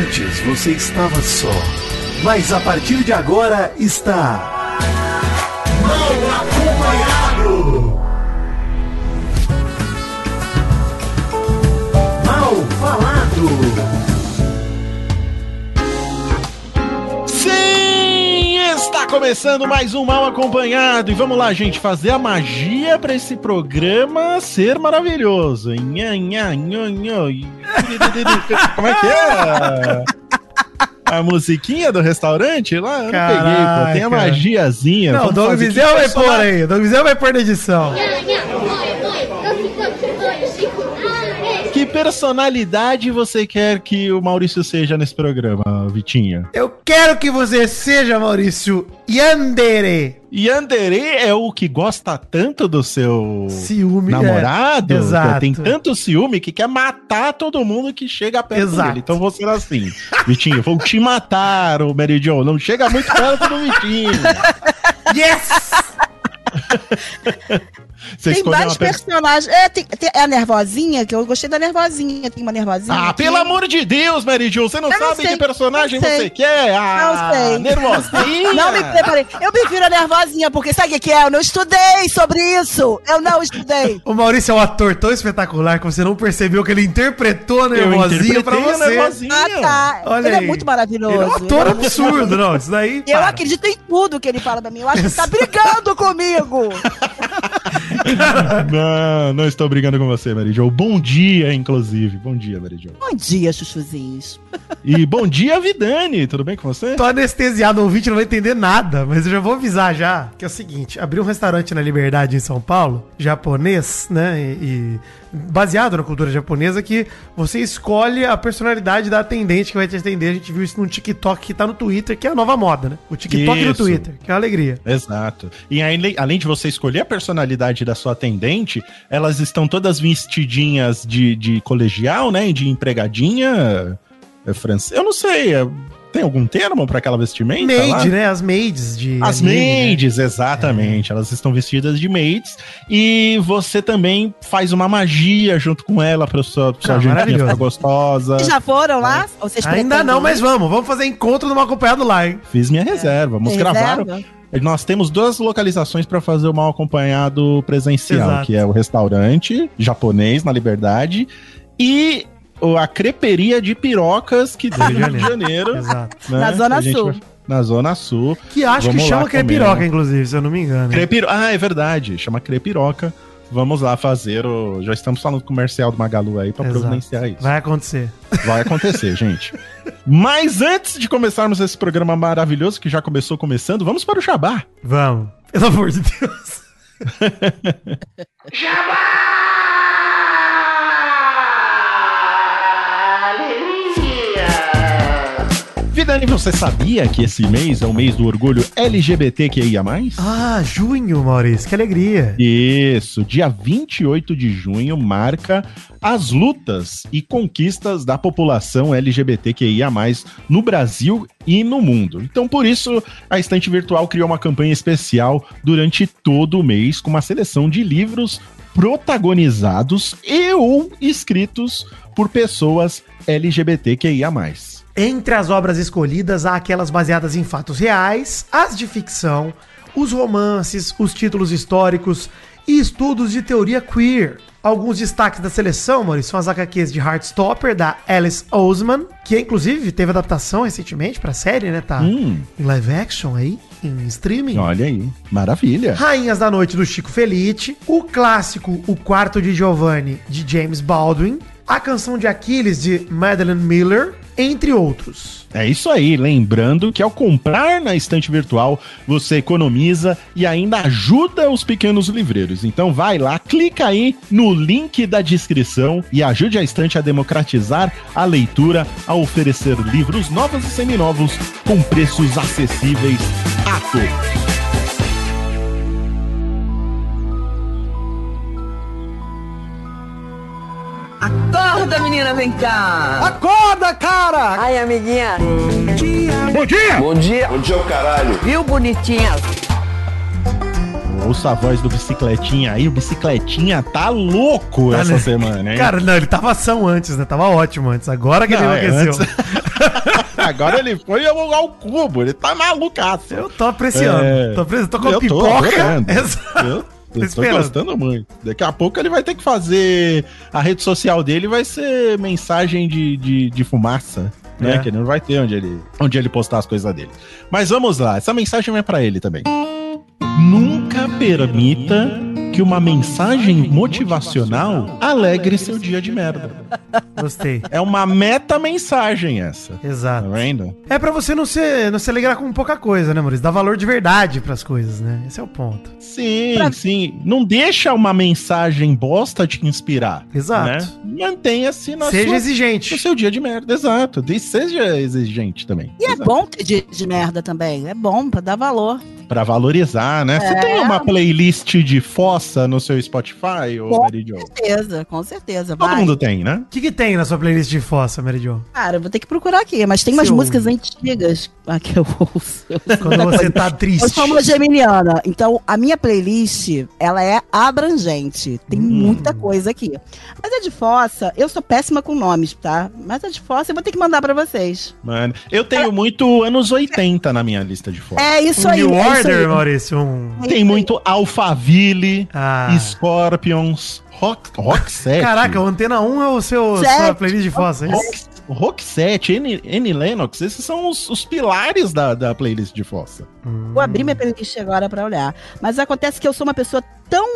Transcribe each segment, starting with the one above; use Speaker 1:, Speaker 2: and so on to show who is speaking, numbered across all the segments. Speaker 1: Antes você estava só, mas a partir de agora está. Mal acompanhado! Mal falado!
Speaker 2: Sim! Está começando mais um Mal Acompanhado. E vamos lá, gente, fazer a magia para esse programa ser maravilhoso. Nha, nha, nho, nho. Como é que é? A musiquinha do restaurante lá, eu
Speaker 3: Caraca.
Speaker 2: não peguei, pô. Tem a magiazinha.
Speaker 3: Não, o
Speaker 2: Vamos
Speaker 3: Doug
Speaker 2: fazer
Speaker 3: Vizeu vai
Speaker 2: funcionar.
Speaker 3: pôr aí. O Doug Vizeu vai pôr na edição.
Speaker 2: Que personalidade você quer que o Maurício seja nesse programa, Vitinha?
Speaker 3: Eu quero que você seja, Maurício, Yandere.
Speaker 2: Yandere é o que gosta tanto do seu
Speaker 3: Ciúme.
Speaker 2: namorado?
Speaker 3: é. Exato.
Speaker 2: Tem tanto ciúme que quer matar todo mundo que chega perto
Speaker 3: Exato.
Speaker 2: dele. Então vou ser assim. Vitinho, vou te matar, ô Meridion. Não chega muito perto do Vitinho.
Speaker 3: é. Yes!
Speaker 2: Você
Speaker 4: tem
Speaker 2: escolheu
Speaker 4: vários
Speaker 2: uma pe-
Speaker 4: personagens. É, tem- tem- é a nervosinha, que eu gostei da nervosinha. Tem uma nervosinha.
Speaker 2: Ah,
Speaker 4: aqui.
Speaker 2: pelo amor de Deus, Meridion. Você não
Speaker 4: Eu não
Speaker 2: sabe
Speaker 4: sei,
Speaker 2: que personagem
Speaker 4: não sei.
Speaker 2: você quer? Ah,
Speaker 4: Não sei.
Speaker 2: Nervosinha.
Speaker 4: Não me preparei. Eu prefiro a nervosinha, porque sabe o que que é? Eu não estudei sobre isso. Eu não estudei.
Speaker 3: O Maurício é um ator tão espetacular que você não percebeu que ele interpretou a nervosinha pra
Speaker 2: interpretei um a
Speaker 3: você.
Speaker 2: nervosinha.
Speaker 4: Ah, tá.
Speaker 3: Olha
Speaker 4: ele
Speaker 3: aí.
Speaker 4: é muito
Speaker 3: Ele é um
Speaker 4: maravilhoso.
Speaker 3: ator absurdo, não. Isso daí.
Speaker 4: Eu
Speaker 3: para.
Speaker 4: acredito em tudo que ele fala pra mim. Eu acho que ele tá brigando comigo.
Speaker 2: Ah, Não, não estou brigando com você, Mary Jo. Bom dia, inclusive. Bom dia, Mary Jo.
Speaker 4: Bom dia, chuchuzinhos.
Speaker 2: E bom dia, Vidani. Tudo bem com você?
Speaker 3: Tô anestesiado, o ouvinte não vai entender nada, mas eu já vou avisar já, que é o seguinte, abri um restaurante na Liberdade em São Paulo, japonês, né, e, e baseado na cultura japonesa, que você escolhe a personalidade da atendente que vai te atender, a gente viu isso num TikTok que tá no Twitter, que é a nova moda, né, o TikTok no
Speaker 2: Isso.
Speaker 3: Twitter, que é uma alegria.
Speaker 2: Exato. E aí, além de você escolher a personalidade da sua atendente, elas estão todas vestidinhas de, de colegial, né? De empregadinha é, francesa. Eu não sei, é- tem algum termo para aquela vestimenta? tá lá?
Speaker 3: Maid, né, as maids de...
Speaker 2: As
Speaker 3: anime, né? É.
Speaker 2: maids, exatamente. Elas estão vestidas de maids. E você também faz uma magia junto com ela pra sua, pra sua
Speaker 3: Ah,
Speaker 2: gentinha
Speaker 3: maravilhoso.
Speaker 2: ficar gostosa.
Speaker 4: Vocês já foram lá? Ou vocês
Speaker 3: Ainda não, mas
Speaker 4: pretendem
Speaker 3: vamos, vamos fazer encontro numa acompanhado lá, hein.
Speaker 2: Fiz minha reserva. Vamos
Speaker 4: ir?
Speaker 2: gravar.
Speaker 4: Reserva?
Speaker 2: Nós temos duas localizações pra fazer o mal acompanhado presencial,
Speaker 3: Exato.
Speaker 2: que é o restaurante japonês na Liberdade e o- a creperia de pirocas que tem no Rio de Janeiro,
Speaker 3: Exato.
Speaker 2: né?
Speaker 4: Na Zona
Speaker 2: Que a gente
Speaker 4: Sul.
Speaker 2: vai- Na Zona Sul.
Speaker 3: Que acho
Speaker 2: Vamos
Speaker 3: que
Speaker 2: lá comer,
Speaker 3: chama crepiroca,
Speaker 2: né?
Speaker 3: inclusive, se eu não me engano.
Speaker 2: Crepiro... Ah, é verdade. Chama Crepiroca. Vamos lá fazer o. Já estamos falando do comercial do Magalu aí é pra
Speaker 3: Exato.
Speaker 2: providenciar isso.
Speaker 3: Vai acontecer.
Speaker 2: Vai acontecer, gente. Mas antes de começarmos esse programa maravilhoso que já começou começando, vamos para o Jabá.
Speaker 3: Vamos. Pelo amor de Deus.
Speaker 2: Vidani, você sabia que esse mês é o mês do orgulho LGBTQIA?
Speaker 3: Ah, junho, Maurício, que alegria.
Speaker 2: Isso, dia 28 de junho marca as lutas e conquistas da população LGBTQIA, no Brasil e no mundo. Então, por isso, a Estante Virtual criou uma campanha especial durante todo o mês, com uma seleção de livros protagonizados e ou escritos por pessoas LGBTQIA.
Speaker 3: Entre as obras escolhidas há aquelas baseadas em fatos reais, as de ficção, os romances, os títulos históricos e estudos de teoria queer. Alguns destaques da seleção, Maurício, são as HQs de Heartstopper, da Alice Oseman, que inclusive teve adaptação recentemente pra série, né? Tá
Speaker 2: Hum,
Speaker 3: em live action aí, em streaming.
Speaker 2: olha aí, maravilha.
Speaker 3: Rainhas da Noite do Chico Felitti, o clássico O Quarto de Giovanni de James Baldwin, a canção de Aquiles de Madeleine Miller, entre outros.
Speaker 2: É isso aí, lembrando que ao comprar na estante virtual, você economiza e ainda ajuda os pequenos livreiros. Então vai lá, clica aí no link da descrição e ajude a estante a democratizar a leitura, a oferecer livros novos e seminovos com preços acessíveis a todos.
Speaker 5: Acorda, menina, vem cá.
Speaker 3: Acorda, cara!
Speaker 5: Ai, amiguinha,
Speaker 2: Bom dia!
Speaker 5: viu, bonitinha?
Speaker 2: Ouça a voz do Bicicletinha aí. O Bicicletinha tá louco
Speaker 3: Tá,
Speaker 2: essa
Speaker 3: né?
Speaker 2: semana, hein?
Speaker 3: Cara, não, ele tava ação antes, né? Tava ótimo antes. Agora que
Speaker 2: Não,
Speaker 3: ele
Speaker 2: é,
Speaker 3: enlouqueceu.
Speaker 2: Agora ele foi ao, ao cubo. Ele tá malucaço.
Speaker 3: Eu tô apreciando.
Speaker 2: É.
Speaker 3: Tô, apreciando. tô com
Speaker 2: Eu tô
Speaker 3: pipoca.
Speaker 2: adorando.
Speaker 3: Exato.
Speaker 2: Eu
Speaker 3: Tô
Speaker 2: eu tô
Speaker 3: esperando.
Speaker 2: gostando muito. Daqui a pouco ele vai ter que fazer. A rede social dele vai ser mensagem de, de, de fumaça. Né,
Speaker 3: É.
Speaker 2: Que ele não vai ter onde ele, onde ele postar as coisas dele. Mas vamos lá, essa mensagem é pra ele também. Nunca permita que uma mensagem motivacional alegre seu dia de merda.
Speaker 3: Gostei.
Speaker 2: É uma meta-mensagem essa. Tá
Speaker 3: Exato.
Speaker 2: vendo?
Speaker 3: É pra você não se, não se alegrar com pouca coisa, né, Maurício? Dá valor de verdade pras coisas, né? Esse é o ponto.
Speaker 2: Sim, sim. Não deixa uma mensagem bosta te inspirar.
Speaker 3: Exato.
Speaker 2: Né? Mantenha-se na
Speaker 3: Seja
Speaker 2: sua
Speaker 3: exigente.
Speaker 2: no seu dia de merda, exato. E seja exigente também.
Speaker 4: E é
Speaker 2: Exato.
Speaker 4: bom ter dia de merda também. É bom pra dar valor.
Speaker 2: Pra valorizar, né?
Speaker 3: É.
Speaker 2: Você tem uma playlist de fossa no seu Spotify, ô
Speaker 4: Com
Speaker 2: Meridio?
Speaker 4: certeza, com certeza.
Speaker 2: Todo
Speaker 4: Vai.
Speaker 2: mundo tem, né?
Speaker 3: O que, que tem na sua playlist de fossa, Mary Jo?
Speaker 4: Cara, eu vou ter que procurar aqui, mas tem umas
Speaker 3: Seu-
Speaker 4: músicas antigas ah, que eu ouço.
Speaker 3: Quando você tá triste.
Speaker 4: Eu sou uma geminiana, então a minha playlist, ela é abrangente. Tem muita coisa aqui. Mas a de fossa, eu sou péssima com nomes, tá? Mas a de fossa eu vou ter que mandar pra vocês.
Speaker 2: Mano, eu
Speaker 3: É.
Speaker 2: tenho muito anos 80 na minha lista de fossa.
Speaker 4: É isso
Speaker 3: Um
Speaker 4: aí.
Speaker 3: New
Speaker 4: é isso
Speaker 3: Order,
Speaker 4: aí.
Speaker 3: Maurício. Um...
Speaker 2: Tem muito Alphaville,
Speaker 3: Ah.
Speaker 2: Scorpions, Rock, Rock 7.
Speaker 3: Caraca, o Antena 1 é o seu sua
Speaker 4: Sete.
Speaker 3: playlist de fossa, é isso?
Speaker 2: Rock, Rock 7, N, N Lennox, esses são os, os pilares da, da playlist de fossa.
Speaker 4: Vou abrir minha playlist agora pra olhar. Mas acontece que eu sou uma pessoa tão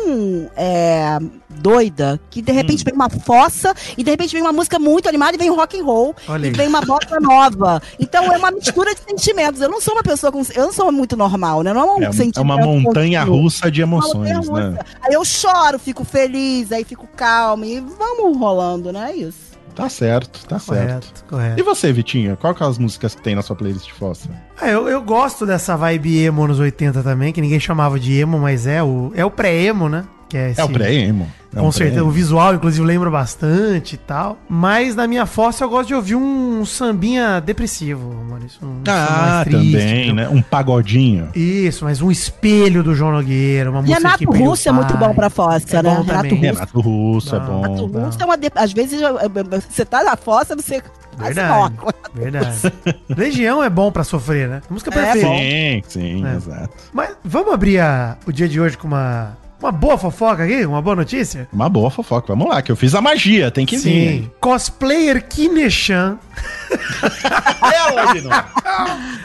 Speaker 4: é, doida que de repente vem uma fossa e de repente vem uma música muito animada e vem um rock and roll
Speaker 3: Olha
Speaker 4: e
Speaker 3: aí.
Speaker 4: vem uma bossa nova. Então é uma mistura de sentimentos. Eu não sou uma pessoa com, eu não sou muito normal, né? Não é um
Speaker 2: É,
Speaker 4: sentimento
Speaker 2: é uma montanha
Speaker 4: contínuo.
Speaker 2: russa de
Speaker 4: Uma montanha
Speaker 2: emoções, né?
Speaker 4: russa. Aí eu choro, fico feliz, aí fico calma e vamos rolando, né? É isso.
Speaker 2: Tá certo, tá certo.
Speaker 3: Correto, correto.
Speaker 2: E você, Vitinha? Qual que é as músicas que tem na sua playlist de fossa?
Speaker 3: Ah, eu, eu gosto dessa vibe emo nos 80 também, que ninguém chamava de emo, mas é o, é o pré-emo, né? Que é, esse,
Speaker 2: É o pré-emo. É
Speaker 3: Com
Speaker 2: um
Speaker 3: certeza, o
Speaker 2: pré-emo.
Speaker 3: visual, inclusive, lembra bastante e tal. Mas na minha fossa eu gosto de ouvir um sambinha depressivo, Maurício. Um som
Speaker 2: Ah,
Speaker 3: mais triste,
Speaker 2: também,
Speaker 3: entendeu?
Speaker 2: né? Um pagodinho.
Speaker 3: Isso, mas um espelho do João Nogueira, uma música
Speaker 4: Renato
Speaker 3: brilha o
Speaker 4: Russo é muito
Speaker 3: pai.
Speaker 4: bom pra fossa,
Speaker 3: É
Speaker 4: né?
Speaker 3: bom
Speaker 4: Renato
Speaker 3: também.
Speaker 4: Russo.
Speaker 2: Renato Russo é
Speaker 3: Não.
Speaker 4: Renato
Speaker 2: bom.
Speaker 3: Não.
Speaker 4: Russo é uma. de- Às vezes eu- eu- eu- você tá na fossa, você quase
Speaker 3: Verdade,
Speaker 4: morre.
Speaker 3: verdade. Legião é bom pra sofrer, né? Música
Speaker 4: É
Speaker 3: perfeita.
Speaker 4: bom.
Speaker 2: Sim, sim,
Speaker 3: É.
Speaker 2: exato.
Speaker 3: Mas vamos abrir a- o dia de hoje com uma, uma boa fofoca aqui, uma boa notícia?
Speaker 2: Uma boa fofoca. Vamos lá, que eu fiz a magia, tem que vir.
Speaker 3: Cosplayer Kineshan
Speaker 2: É Ela de novo.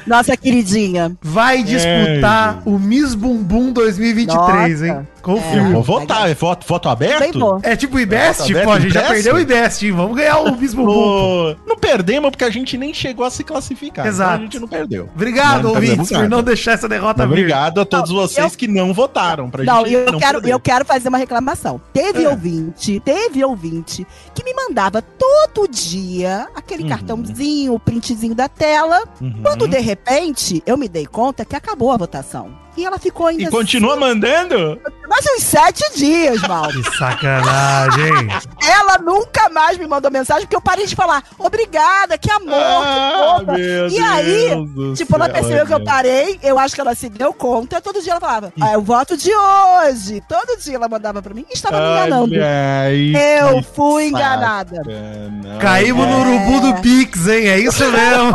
Speaker 4: Nossa queridinha.
Speaker 3: vai disputar o Miss Bumbum 2023,
Speaker 4: Nossa.
Speaker 3: hein? Confio.
Speaker 2: Eu vou votar. É voto, voto
Speaker 4: Bem
Speaker 2: aberto?
Speaker 4: bom.
Speaker 3: É tipo o Ibest?
Speaker 2: Bota
Speaker 3: Pô, a gente
Speaker 2: Ibest?
Speaker 3: já perdeu o Ibest, hein? Vamos ganhar o Miss Bumbum.
Speaker 2: Pô, não perdemos porque a gente nem chegou a se classificar. então
Speaker 3: Exato.
Speaker 2: A gente não perdeu.
Speaker 3: Obrigado,
Speaker 2: Não, não tá
Speaker 3: ouvintes,
Speaker 2: vendo
Speaker 3: por não
Speaker 2: nada.
Speaker 3: deixar essa derrota
Speaker 2: Mas
Speaker 3: vir.
Speaker 2: obrigado a todos
Speaker 4: Não,
Speaker 2: vocês que não votaram pra
Speaker 4: Não,
Speaker 2: gente.
Speaker 4: eu, quero,
Speaker 2: perder.
Speaker 4: eu quero fazer uma reclamação. Teve
Speaker 2: É.
Speaker 4: ouvinte, teve ouvinte que me mandava todo dia aquele
Speaker 2: Uhum.
Speaker 4: cartãozinho, o printzinho da tela.
Speaker 2: Uhum.
Speaker 4: Quando de repente eu me dei conta que acabou a votação. E ela ficou ainda. assim,
Speaker 2: E continua mandando?
Speaker 4: Mais uns sete dias, Mauro.
Speaker 3: Que sacanagem.
Speaker 4: ela nunca mais me mandou mensagem porque eu parei de falar. Obrigada, que amor, que fofa.
Speaker 2: Ah, meu
Speaker 4: E aí,
Speaker 2: Deus
Speaker 4: Tipo,
Speaker 2: do
Speaker 4: ela
Speaker 2: céu,
Speaker 4: percebeu que eu
Speaker 2: olha.
Speaker 4: parei, eu acho que ela se deu conta. Todo dia ela falava, ah, eu voto de hoje. Todo dia ela mandava pra mim e estava me enganando.
Speaker 2: Olha aí,
Speaker 4: Eu
Speaker 2: que né?
Speaker 4: fui enganada.
Speaker 2: sacana.
Speaker 3: Caímos
Speaker 4: É.
Speaker 3: no urubu do Pix, hein? É isso mesmo.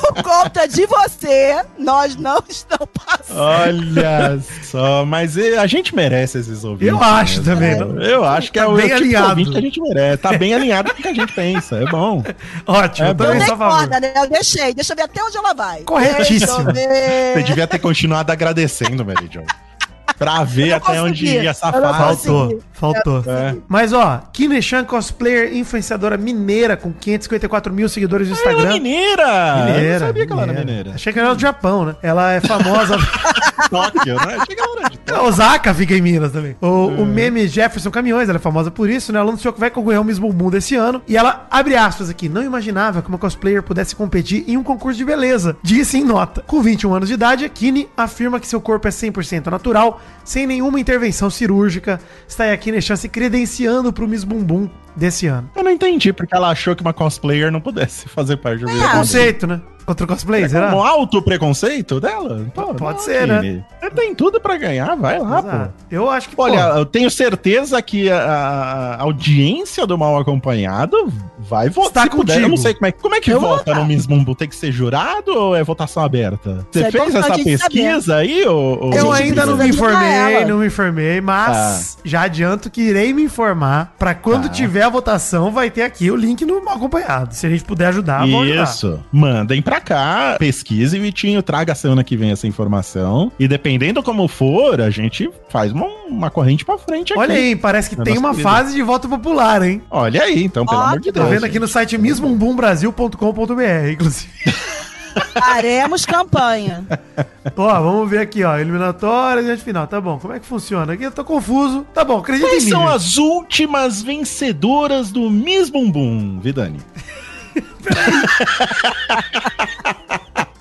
Speaker 4: Por conta de você, nós não estamos
Speaker 2: Ah,
Speaker 4: passando.
Speaker 2: Olha só, mas e- a gente merece esses ouvintes.
Speaker 3: Eu acho
Speaker 2: né?
Speaker 3: também. não-
Speaker 2: Eu acho que é
Speaker 3: Tá
Speaker 2: o
Speaker 3: bem
Speaker 2: tipo de
Speaker 3: alinhado.
Speaker 2: ouvinte que a gente merece. Tá bem alinhado com o que a gente pensa. É bom.
Speaker 3: Ótimo,
Speaker 2: É
Speaker 3: eu
Speaker 2: bom.
Speaker 4: Eu
Speaker 3: também
Speaker 4: dei
Speaker 3: sou a favor.
Speaker 4: corda, né? Eu deixei. Deixa eu ver até onde ela vai.
Speaker 3: Corretíssimo.
Speaker 4: Deixa eu ver.
Speaker 2: Você devia ter continuado agradecendo, Mary John. Pra ver
Speaker 4: não
Speaker 2: até onde
Speaker 4: consegui,
Speaker 2: ia essa
Speaker 4: eu não
Speaker 2: fase.
Speaker 3: Faltou, faltou.
Speaker 2: É.
Speaker 3: Mas ó, Kineshan cosplayer influenciadora mineira com 554 mil seguidores no
Speaker 2: Ela é
Speaker 3: Instagram.
Speaker 2: mineira! eu não
Speaker 3: Mineira,
Speaker 2: sabia que ela era
Speaker 3: mineira.
Speaker 2: mineira.
Speaker 3: Achei que ela era do Japão, né? Ela é famosa.
Speaker 2: Tóquio, né? Achei que ela era de Tóquio.
Speaker 3: É, Osaka fica em Minas também. O, o meme Jefferson Caminhões, ela é famosa por isso, né? Ela anunciou que vai concorrer ao Miss Bumbum desse ano. E ela, abre aspas aqui, não imaginava que uma cosplayer pudesse competir em um concurso de beleza. Disse em nota. Com 21 anos de idade, a Kine afirma que seu corpo é 100% natural, sem nenhuma intervenção cirúrgica. Está aí a Kine Chan se credenciando pro Miss Bumbum desse ano.
Speaker 2: Eu não entendi porque ela achou que uma cosplayer não pudesse fazer parte um do
Speaker 4: Ah,
Speaker 2: vídeo.
Speaker 3: Conceito, né? Contra o cosplay,
Speaker 2: Um
Speaker 3: será?
Speaker 2: alto preconceito dela? Pô,
Speaker 3: Pode
Speaker 2: não,
Speaker 3: ser,
Speaker 2: Aline. Você tem tudo pra ganhar, vai lá, pô.
Speaker 3: Exato. Eu acho que.
Speaker 2: Olha,
Speaker 3: pô,
Speaker 2: eu tenho certeza que a, a audiência do Mal Acompanhado vai votar.
Speaker 3: Está
Speaker 2: eu não
Speaker 3: contigo.
Speaker 2: sei como é, como é que
Speaker 4: Eu vou
Speaker 2: vota no Mismumbo. Tem que ser jurado ou é votação aberta? Você
Speaker 4: Isso é
Speaker 2: fez
Speaker 4: importante
Speaker 2: essa
Speaker 4: a gente
Speaker 2: pesquisa aí? Ou,
Speaker 3: eu
Speaker 4: gente
Speaker 3: ainda não me
Speaker 4: precisa ajudar
Speaker 3: informei,
Speaker 4: ela.
Speaker 3: não me informei, mas já adianto que irei me informar pra quando
Speaker 2: Tá.
Speaker 3: tiver a votação, vai ter aqui o link no mal acompanhado. Se a gente puder ajudar, vamos Ah, ajudar.
Speaker 2: Isso. Mandem pra cá, pesquise, Vitinho, traga a semana que vem essa informação. E dependendo como for, a gente faz uma, uma corrente pra frente aqui.
Speaker 3: Olha aí, parece que
Speaker 2: É
Speaker 3: tem
Speaker 2: nossa
Speaker 3: uma
Speaker 2: querida.
Speaker 3: fase de voto popular, hein?
Speaker 2: Olha aí, então, pelo amor de
Speaker 4: Ótimo.
Speaker 3: Tô
Speaker 2: Deus.
Speaker 3: vendo aqui no site mismumboombrasil.com.br, inclusive.
Speaker 4: Faremos campanha.
Speaker 3: ó, vamos ver aqui, ó. Eliminatória, gente final. Tá bom, como é que funciona? Aqui eu tô confuso. Tá bom, acredita
Speaker 2: Quais
Speaker 3: em mim.
Speaker 2: são
Speaker 3: gente.
Speaker 2: as últimas vencedoras do Miss Bumbum, Vidani?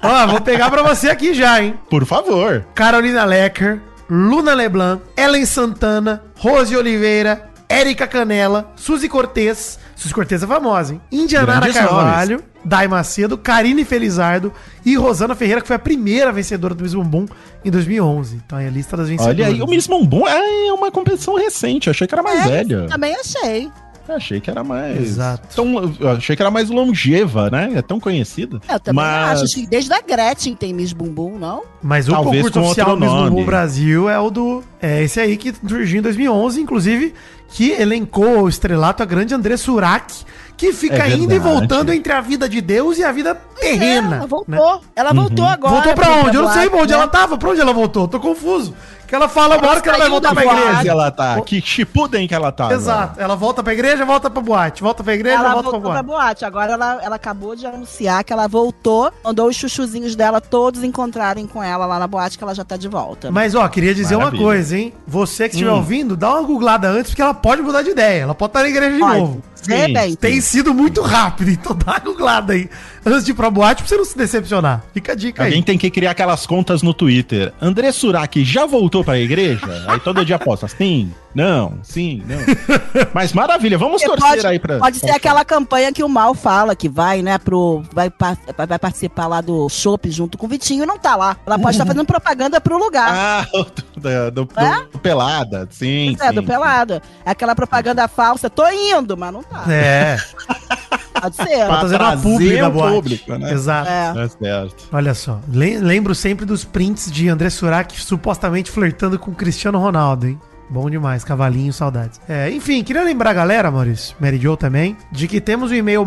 Speaker 3: Ó, vou pegar pra você aqui já, hein?
Speaker 2: Por favor.
Speaker 3: Carolina Lecker, Luna Leblanc, Ellen Santana, Rose Oliveira, Érica Canela, Suzy Cortez, Suzy Cortez é famosa, hein? Indianara
Speaker 2: Grandes
Speaker 3: Carvalho, Dai Macedo, Karine Felizardo e Rosana Ferreira, que foi a primeira vencedora do Miss Bumbum em 2011. Então aí a lista das vencedoras.
Speaker 2: Olha aí, o Miss Bumbum é uma competição recente. Achei que era mais
Speaker 4: É,
Speaker 2: velha.
Speaker 4: Também achei.
Speaker 2: Achei que era mais.
Speaker 3: Exato.
Speaker 2: Tão, eu achei que era mais longeva, né? É tão conhecida.
Speaker 4: Eu também
Speaker 2: Mas-
Speaker 4: acho. Acho que desde a Gretchen tem Miss Bumbum, não?
Speaker 3: Mas o
Speaker 2: Talvez
Speaker 3: concurso
Speaker 2: com
Speaker 3: oficial
Speaker 2: outro
Speaker 3: Miss Bumbum
Speaker 2: nome.
Speaker 3: Brasil é o do. É esse aí que surgiu em 2011, inclusive, que elencou o estrelato a grande André Surak, que fica
Speaker 2: É
Speaker 3: indo e
Speaker 2: verdade.
Speaker 3: voltando entre a vida de Deus e a vida terrena.
Speaker 4: é, Ela
Speaker 3: né?
Speaker 4: voltou. Ela
Speaker 2: Uhum.
Speaker 4: voltou agora.
Speaker 3: Voltou pra
Speaker 4: pro-
Speaker 3: onde? Eu não sei pra
Speaker 4: boate,
Speaker 3: onde
Speaker 4: né?
Speaker 3: ela tava, pra onde ela voltou, tô confuso. Que ela fala uma hora que ela vai
Speaker 4: saiu
Speaker 3: voltar
Speaker 4: da
Speaker 3: pra
Speaker 4: boate.
Speaker 2: Que
Speaker 3: igreja.
Speaker 2: ela tá? Que chipudem que ela tá? agora?
Speaker 3: Exato, ela volta pra igreja, volta pra boate, volta pra igreja,
Speaker 4: Ela
Speaker 3: volta pra
Speaker 4: voltou pra
Speaker 3: boate.
Speaker 4: boate. Agora ela, ela acabou de anunciar que ela voltou, mandou os chuchuzinhos dela todos encontrarem com ela lá na boate, que ela já tá de volta.
Speaker 3: Mas ó, queria dizer
Speaker 2: Maravilha.
Speaker 3: uma coisa, hein? Você que estiver
Speaker 2: Hum.
Speaker 3: ouvindo, dá uma googlada antes, porque ela pode mudar de ideia, ela pode estar na igreja de
Speaker 4: Olha,
Speaker 3: novo.
Speaker 4: de repente.
Speaker 3: Tem sido muito rápido, então dá uma googlada aí. Antes de ir pra boate, pra você não se decepcionar. Fica a dica
Speaker 2: Alguém
Speaker 3: aí.
Speaker 2: tem que criar aquelas contas no Twitter. André Surak já voltou pra igreja? Aí todo dia posta. Sim, não, sim, não. Mas maravilha, vamos
Speaker 4: Porque
Speaker 2: torcer
Speaker 4: pode-
Speaker 2: aí pra.
Speaker 4: Pode ser aquela campanha que o Mal fala, que vai, né, pro. Vai, par- vai participar lá do shopping junto com o Vitinho e não tá lá. Ela pode estar fazendo propaganda pro lugar.
Speaker 2: Ah, o do, da- do- do-
Speaker 4: É?
Speaker 2: do Pelada, sim.
Speaker 4: tá? Pois é, do
Speaker 2: sim.
Speaker 4: pelado. É aquela propaganda falsa. Tô indo, mas não tá.
Speaker 3: É,
Speaker 4: Pode ser. né?
Speaker 3: tá fazendo uma
Speaker 2: trazer
Speaker 3: publi da
Speaker 2: o
Speaker 3: boate.
Speaker 2: público, né?
Speaker 3: Exato.
Speaker 4: É.
Speaker 2: Tá certo.
Speaker 3: Olha só, lem- lembro sempre dos prints de André Surak supostamente flertando com Cristiano Ronaldo, hein? Bom demais, cavalinho, saudades. É, enfim, queria lembrar a galera, Maurício, Mary Jo também, de que temos o e-mail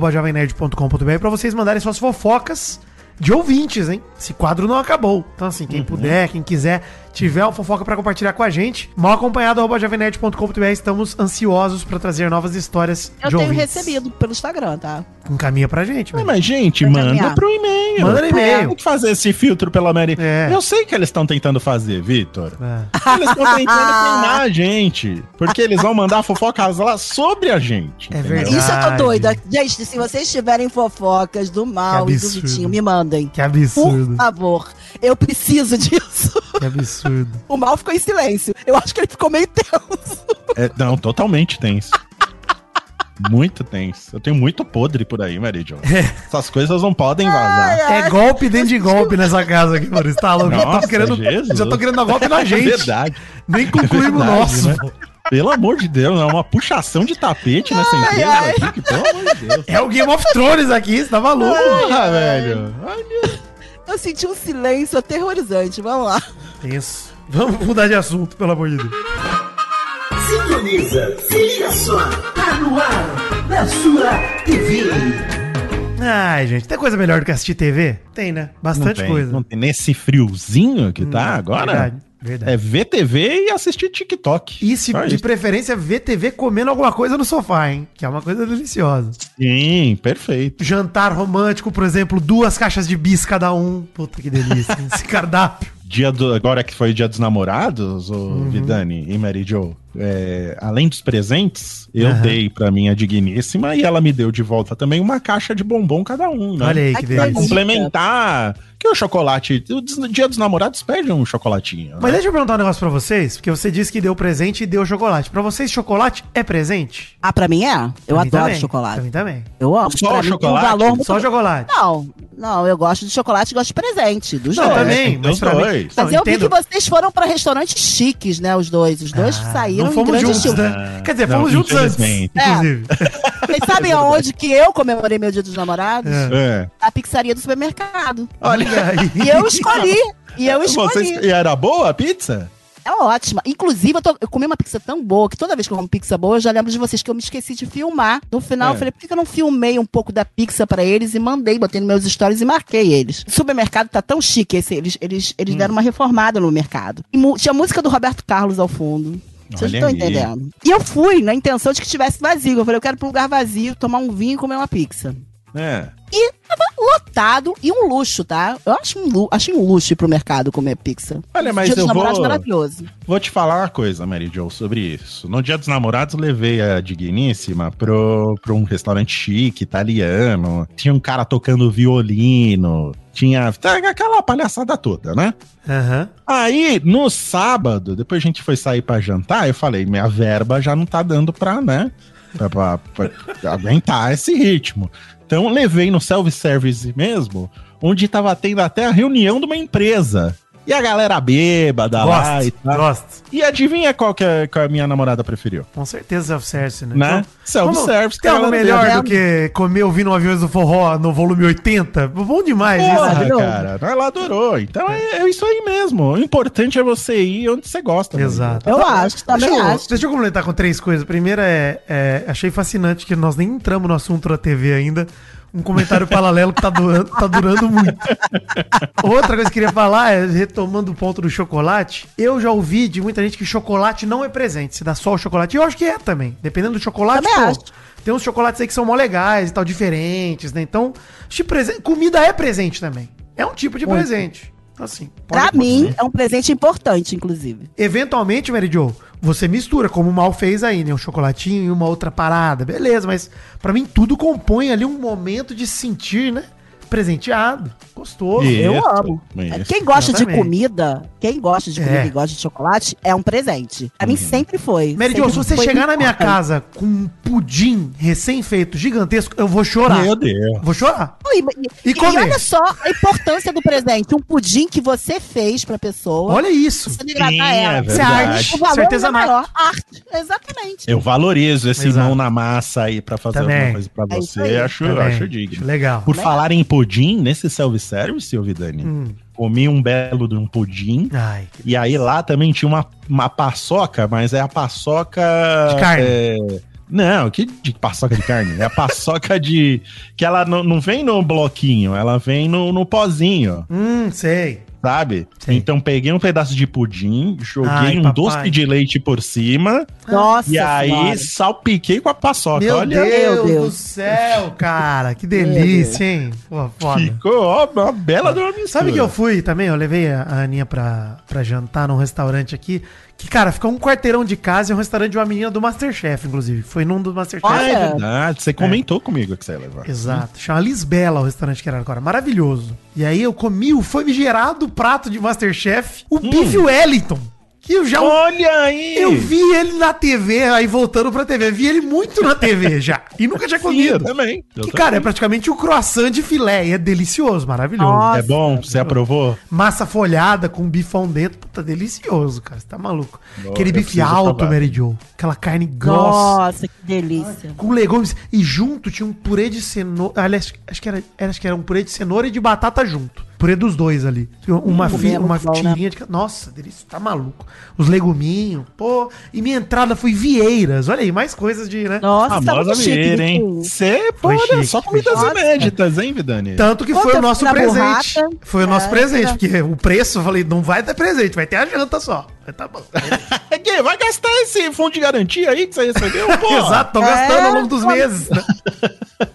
Speaker 3: malacompanhado.jovemnerd.com.br pra vocês mandarem suas fofocas de ouvintes, hein? Esse quadro não acabou. Então, assim, quem puder, quem quiser, tiver uma fofoca pra compartilhar com a gente, malacompanhado.jovemnerd.com.br, estamos ansiosos pra trazer novas histórias
Speaker 4: Eu
Speaker 3: de
Speaker 4: tenho
Speaker 3: ouvintes.
Speaker 4: recebido pelo Instagram, tá?
Speaker 3: Encaminha pra gente,
Speaker 2: Ah,
Speaker 3: mano.
Speaker 2: mas, gente,
Speaker 4: Pode
Speaker 2: manda
Speaker 4: enviar.
Speaker 2: pro e-mail.
Speaker 3: Manda no e-mail.
Speaker 2: Tem que fazer esse filtro pela Mary.
Speaker 3: É.
Speaker 2: Eu sei que eles estão tentando fazer, Vitor.
Speaker 3: É.
Speaker 2: Eles estão tentando treinar a gente. Porque eles vão mandar fofocas lá sobre a gente.
Speaker 3: É
Speaker 2: entendeu?
Speaker 3: verdade.
Speaker 4: Isso eu tô doida. Gente, se vocês tiverem fofocas do Mal
Speaker 3: Que
Speaker 4: e do
Speaker 3: absurdo.
Speaker 4: Vitinho, me mandem.
Speaker 3: Que
Speaker 4: Por
Speaker 3: absurdo.
Speaker 4: favor. Eu preciso disso.
Speaker 3: Que absurdo.
Speaker 4: O Mal ficou em silêncio. Eu acho que ele ficou meio tenso.
Speaker 2: É, não, totalmente tenso. Muito tenso. Eu tenho muito podre por aí, Mary Jo. Essas coisas não podem vazar.
Speaker 3: É golpe dentro de golpe nessa casa aqui, Maurício. Tá louco? Já
Speaker 2: Nossa,
Speaker 3: tô querendo,
Speaker 2: Jesus.
Speaker 3: já tô querendo dar golpe na
Speaker 2: É
Speaker 3: gente.
Speaker 2: verdade. É
Speaker 3: Nem concluímos o
Speaker 2: Verdade,
Speaker 3: nosso.
Speaker 2: né? Pelo amor de Deus, é uma puxação de tapete nessa empresa
Speaker 4: ai.
Speaker 2: aqui, que, pelo amor de Deus.
Speaker 3: É o Game of Thrones aqui, você tá maluco?
Speaker 2: Porra, velho. Olha.
Speaker 4: Eu senti um silêncio aterrorizante. Vamos lá.
Speaker 3: É Isso. Vamos mudar de assunto, pelo amor de Deus.
Speaker 5: Sintoniza, se liga só, tá no ar, na sua TV.
Speaker 3: Ai, gente, tem coisa melhor do que assistir TV? Tem, né?
Speaker 2: Não
Speaker 3: Bastante
Speaker 2: tem,
Speaker 3: coisa.
Speaker 2: não tem. Nesse friozinho que tá
Speaker 3: Não,
Speaker 2: agora,
Speaker 3: Verdade, verdade.
Speaker 2: é ver TV e assistir TikTok.
Speaker 3: E se,
Speaker 2: Só
Speaker 3: de preferência, ver TV comendo alguma coisa no sofá, hein? Que é uma coisa deliciosa.
Speaker 2: Sim, perfeito.
Speaker 3: Jantar romântico, por exemplo, duas caixas de bis cada um. Puta que delícia. hein? Esse cardápio.
Speaker 2: Dia do, agora que foi o dia dos namorados, o
Speaker 3: Uhum.
Speaker 2: Vidani e Mary Jo, é, além dos presentes, eu
Speaker 3: Aham.
Speaker 2: dei pra minha digníssima e ela me deu de volta também uma caixa de bombom cada um, né?
Speaker 3: Olha aí
Speaker 4: Ai,
Speaker 3: que
Speaker 4: que
Speaker 2: Pra
Speaker 3: delícia.
Speaker 4: delícia.
Speaker 2: complementar. Que o chocolate. O des- dia dos namorados pede um chocolatinho.
Speaker 3: Mas
Speaker 2: né?
Speaker 3: deixa eu perguntar um negócio pra vocês, porque você disse que deu presente e deu chocolate. Pra vocês, chocolate é presente?
Speaker 4: Ah, pra mim é? Eu
Speaker 3: Pra mim também.
Speaker 4: adoro
Speaker 3: Pra
Speaker 4: chocolate.
Speaker 3: mim também.
Speaker 4: Eu amo.
Speaker 2: Só
Speaker 4: Pra mim
Speaker 2: chocolate?
Speaker 4: Tem um valor muito...
Speaker 3: Só chocolate.
Speaker 4: Não, Não, eu gosto de chocolate e gosto de presente. Dos
Speaker 3: Não,
Speaker 4: dois.
Speaker 3: também,
Speaker 2: dos
Speaker 3: mas pra mim-
Speaker 2: assim, dois.
Speaker 3: Não,
Speaker 4: é Mas eu vi
Speaker 3: entendo.
Speaker 4: que vocês foram pra restaurantes chiques, né? Os dois. Os dois
Speaker 3: Ah,
Speaker 4: saíram
Speaker 3: não
Speaker 4: em
Speaker 3: fomos
Speaker 4: grande
Speaker 3: juntos,
Speaker 4: estilo.
Speaker 3: né? Quer dizer,
Speaker 2: É. Não,
Speaker 3: fomos juntos antes,
Speaker 2: infelizmente.
Speaker 4: É.
Speaker 3: inclusive.
Speaker 4: Vocês sabem aonde que eu comemorei meu dia dos namorados?
Speaker 3: É.
Speaker 2: É.
Speaker 4: Na pizzaria do supermercado.
Speaker 3: Olha aí.
Speaker 4: E eu escolhi. E eu escolhi.
Speaker 2: Vocês- E era boa a pizza?
Speaker 4: É ótima. Inclusive, eu, tô- eu comi uma pizza tão boa que toda vez que eu como pizza boa, eu já lembro de vocês que eu me esqueci de filmar. No final,
Speaker 2: É.
Speaker 4: eu falei, por que que eu não filmei um pouco da pizza pra eles e mandei, botei nos meus stories e marquei eles. O supermercado tá tão chique esse. Eles, eles,
Speaker 2: Hum.
Speaker 4: eles deram uma reformada no mercado. E mu- tinha música do Roberto Carlos ao fundo. Vocês não
Speaker 2: Olha
Speaker 4: estão
Speaker 2: aí.
Speaker 4: entendendo. E eu fui na intenção de que tivesse vazio. Eu falei, eu quero ir pra um lugar vazio, tomar um vinho e comer uma pizza.
Speaker 2: É.
Speaker 4: Lotado e um luxo, tá? Eu acho um, lu achei um luxo ir pro mercado comer pizza.
Speaker 2: Olha, mas
Speaker 4: Dia dos
Speaker 2: eu
Speaker 4: namorados
Speaker 2: vou-
Speaker 4: maravilhoso.
Speaker 2: Vou te falar uma coisa, Mary Jo, sobre isso. No Dia dos Namorados, eu levei a digníssima pro, pro um restaurante chique, italiano. Tinha um cara tocando violino. Tinha tá, aquela palhaçada toda, né?
Speaker 3: Aham.
Speaker 2: Aí, no sábado, depois a gente foi sair pra jantar, eu falei, minha verba já não tá dando pra, né? Pra, pra- pra aguentar esse ritmo. Então, eu levei no self-service mesmo, onde tava tendo até a reunião de uma empresa. E a galera bêbada Tá lá e
Speaker 3: Gosto,
Speaker 2: tal.
Speaker 3: gosto.
Speaker 2: E adivinha qual que, é, qual a minha namorada preferiu?
Speaker 3: Com certeza self-service, né?
Speaker 2: Né?
Speaker 3: Então, vamos-
Speaker 2: Self-service.
Speaker 3: Tem algo
Speaker 2: galera
Speaker 3: melhor
Speaker 2: bêbada.
Speaker 3: do que comer ouvindo um aviões do forró no volume 80? Bom demais
Speaker 2: Porra,
Speaker 3: É isso. né,
Speaker 2: cara, ela adorou. Então é, é isso aí mesmo. O importante é você ir onde você gosta. né?
Speaker 3: Exato.
Speaker 4: Eu acho, também
Speaker 3: deixa, eu,
Speaker 4: acho.
Speaker 3: deixa eu completar com três coisas. Primeira é, é, achei fascinante que nós nem entramos no assunto da TV ainda. Um comentário paralelo que tá durando, tá durando muito. Outra coisa que eu queria falar é, retomando o ponto do chocolate, eu já ouvi de muita gente que chocolate não é presente, se dá só o chocolate. E eu acho que é também, dependendo do chocolate.
Speaker 4: Também acho.
Speaker 3: Tem uns chocolates aí que são mó legais e tal, diferentes, né? Então, acho que presen- comida é presente também. É um tipo de presente. Então, assim, pode
Speaker 4: Pra mim, é um presente importante, inclusive.
Speaker 3: Eventualmente, Mary Jo, você mistura, como o Mal fez aí, né? Um chocolatinho e uma outra parada. Beleza, mas pra mim tudo compõe ali um momento de se sentir, né? Presenteado. Gostoso.
Speaker 2: Isso,
Speaker 4: Eu amo.
Speaker 2: isso.
Speaker 4: Quem gosta de
Speaker 3: Exatamente.
Speaker 4: comida, quem gosta de comida
Speaker 3: É. Uhum.
Speaker 4: e gosta de chocolate, é um presente. Pra mim sempre foi.
Speaker 3: Mary Jo,
Speaker 4: sempre
Speaker 3: se você
Speaker 4: foi
Speaker 3: chegar na minha
Speaker 4: importante.
Speaker 3: casa com um pudim recém-feito, gigantesco, eu vou chorar.
Speaker 2: Meu Deus.
Speaker 3: Vou chorar.
Speaker 4: Não, E, e-
Speaker 3: E comer.
Speaker 4: e olha só a importância do presente. Um pudim que você fez pra pessoa.
Speaker 3: Olha isso.
Speaker 4: Você degradar
Speaker 2: Sim, é
Speaker 4: ela.
Speaker 2: verdade.
Speaker 3: Isso é arte.
Speaker 4: O valor ainda é
Speaker 3: Artesanato.
Speaker 4: maior. Arte. Exatamente.
Speaker 2: Eu valorizo esse
Speaker 3: Exato.
Speaker 2: mão na massa aí pra fazer
Speaker 3: Também.
Speaker 2: alguma coisa pra
Speaker 4: É isso aí.
Speaker 2: você. acho,
Speaker 3: Também.
Speaker 2: acho digno.
Speaker 3: Legal.
Speaker 2: Por falar em pudim, nesse self-service, ô Vidani,
Speaker 3: Hum.
Speaker 2: comi um belo de um pudim.
Speaker 3: Ai, que-
Speaker 2: E aí lá também tinha uma, uma paçoca, mas é a paçoca.
Speaker 3: De carne.
Speaker 2: é, Não, que de paçoca de carne? É a paçoca de. Que ela não, não vem no bloquinho, ela vem no, no pozinho,
Speaker 3: Hum, sei.
Speaker 2: sabe?
Speaker 3: Sim.
Speaker 2: Então peguei um pedaço de pudim, joguei
Speaker 3: Ai,
Speaker 2: um
Speaker 3: papai.
Speaker 2: doce de leite por cima
Speaker 4: Nossa
Speaker 2: e aí
Speaker 4: Senhora.
Speaker 2: salpiquei com a paçoca.
Speaker 3: Meu
Speaker 2: Olha,
Speaker 3: Deus,
Speaker 4: Meu Deus.
Speaker 3: do céu, cara. Que delícia, hein? Pô, foda.
Speaker 2: ficou ó, uma bela de uma mistura.
Speaker 3: Sabe que eu fui também? Eu levei a a Aninha pra, pra jantar num restaurante aqui. Que, cara, ficou um quarteirão de casa e um restaurante de uma menina do Masterchef, inclusive. Foi num do Masterchef.
Speaker 2: Ah, é
Speaker 4: Olha.
Speaker 2: verdade. Você comentou comigo que você ia levar.
Speaker 3: Exato. Chama Lisbela o restaurante que era agora. Maravilhoso. E aí eu comi o famigerado prato de Masterchef, o bife Wellington. Que eu já.
Speaker 2: Hum. Olha aí!
Speaker 3: Eu vi ele na TV, aí voltando pra TV. Vi ele muito na TV já. E nunca tinha
Speaker 2: Sim, eu
Speaker 3: comido.
Speaker 2: também. Eu
Speaker 3: Que,
Speaker 2: também.
Speaker 3: cara, é praticamente um croissant de filé. E é delicioso, maravilhoso.
Speaker 4: Nossa.
Speaker 2: É bom? Você aprovou?
Speaker 3: Massa folhada com bifão dentro. Puta, delicioso, cara. Você tá maluco.
Speaker 2: Boa,
Speaker 3: Aquele
Speaker 2: eu
Speaker 3: bife
Speaker 2: preciso
Speaker 3: alto,
Speaker 2: provar.
Speaker 3: Mary Jo. Aquela carne grossa.
Speaker 4: Nossa, que delícia.
Speaker 3: Com legumes. E junto tinha um purê de cenoura. Aliás, acho que, era, era- acho que era um purê de cenoura e de batata junto. Purê dos dois ali. Uma,
Speaker 4: Hum,
Speaker 3: fi-
Speaker 4: é muito
Speaker 3: uma
Speaker 4: bom,
Speaker 3: tirinha de. ca- Nossa, delícia. Tá maluco. Os leguminhos. Pô. E minha entrada foi vieiras. Olha aí, mais coisas de, né?
Speaker 4: Nossa, tá
Speaker 2: Famosa
Speaker 4: muito chique.
Speaker 2: Vieira, hein?
Speaker 4: Vitinho.
Speaker 2: Você, pô,
Speaker 3: Foi
Speaker 2: olha,
Speaker 3: chique,
Speaker 2: é só
Speaker 3: foi
Speaker 2: comidas
Speaker 4: chique.
Speaker 2: inéditas, hein, Vidani?
Speaker 3: Tanto que foi
Speaker 4: Outra
Speaker 3: o nosso
Speaker 4: na
Speaker 3: presente.
Speaker 4: borracha.
Speaker 3: Foi o nosso
Speaker 4: É,
Speaker 3: presente,
Speaker 4: tá.
Speaker 3: porque o preço, eu falei, não vai ter presente, vai ter a janta só. Mas tá bom.
Speaker 2: É que vai gastar esse fundo de garantia aí que você recebeu, pô.
Speaker 3: Exato, estão
Speaker 4: É,
Speaker 3: gastando ao longo dos
Speaker 4: pô.
Speaker 3: meses. né?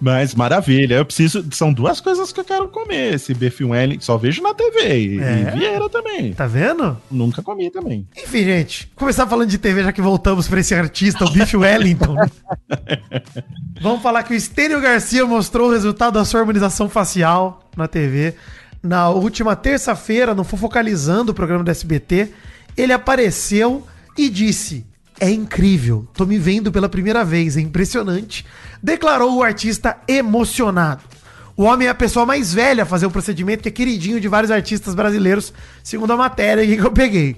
Speaker 2: Mas maravilha, eu preciso. São duas coisas que eu quero comer: esse bife Wellington, só vejo na TV. E,
Speaker 3: É.
Speaker 2: e Vieira também.
Speaker 3: Tá vendo?
Speaker 2: Nunca comi também.
Speaker 3: Enfim, gente, começar falando de TV, já que voltamos pra esse artista, o Biff Wellington. Vamos falar que o Estênio Garcia mostrou o resultado da sua harmonização facial na TV. Na última terça-feira, não for focalizando o programa do SBT, ele apareceu e disse: É incrível, tô me vendo pela primeira vez, é impressionante. Declarou o artista emocionado. O homem é a pessoa mais velha a fazer o procedimento, que é queridinho de vários artistas brasileiros, segundo a matéria aqui que eu peguei.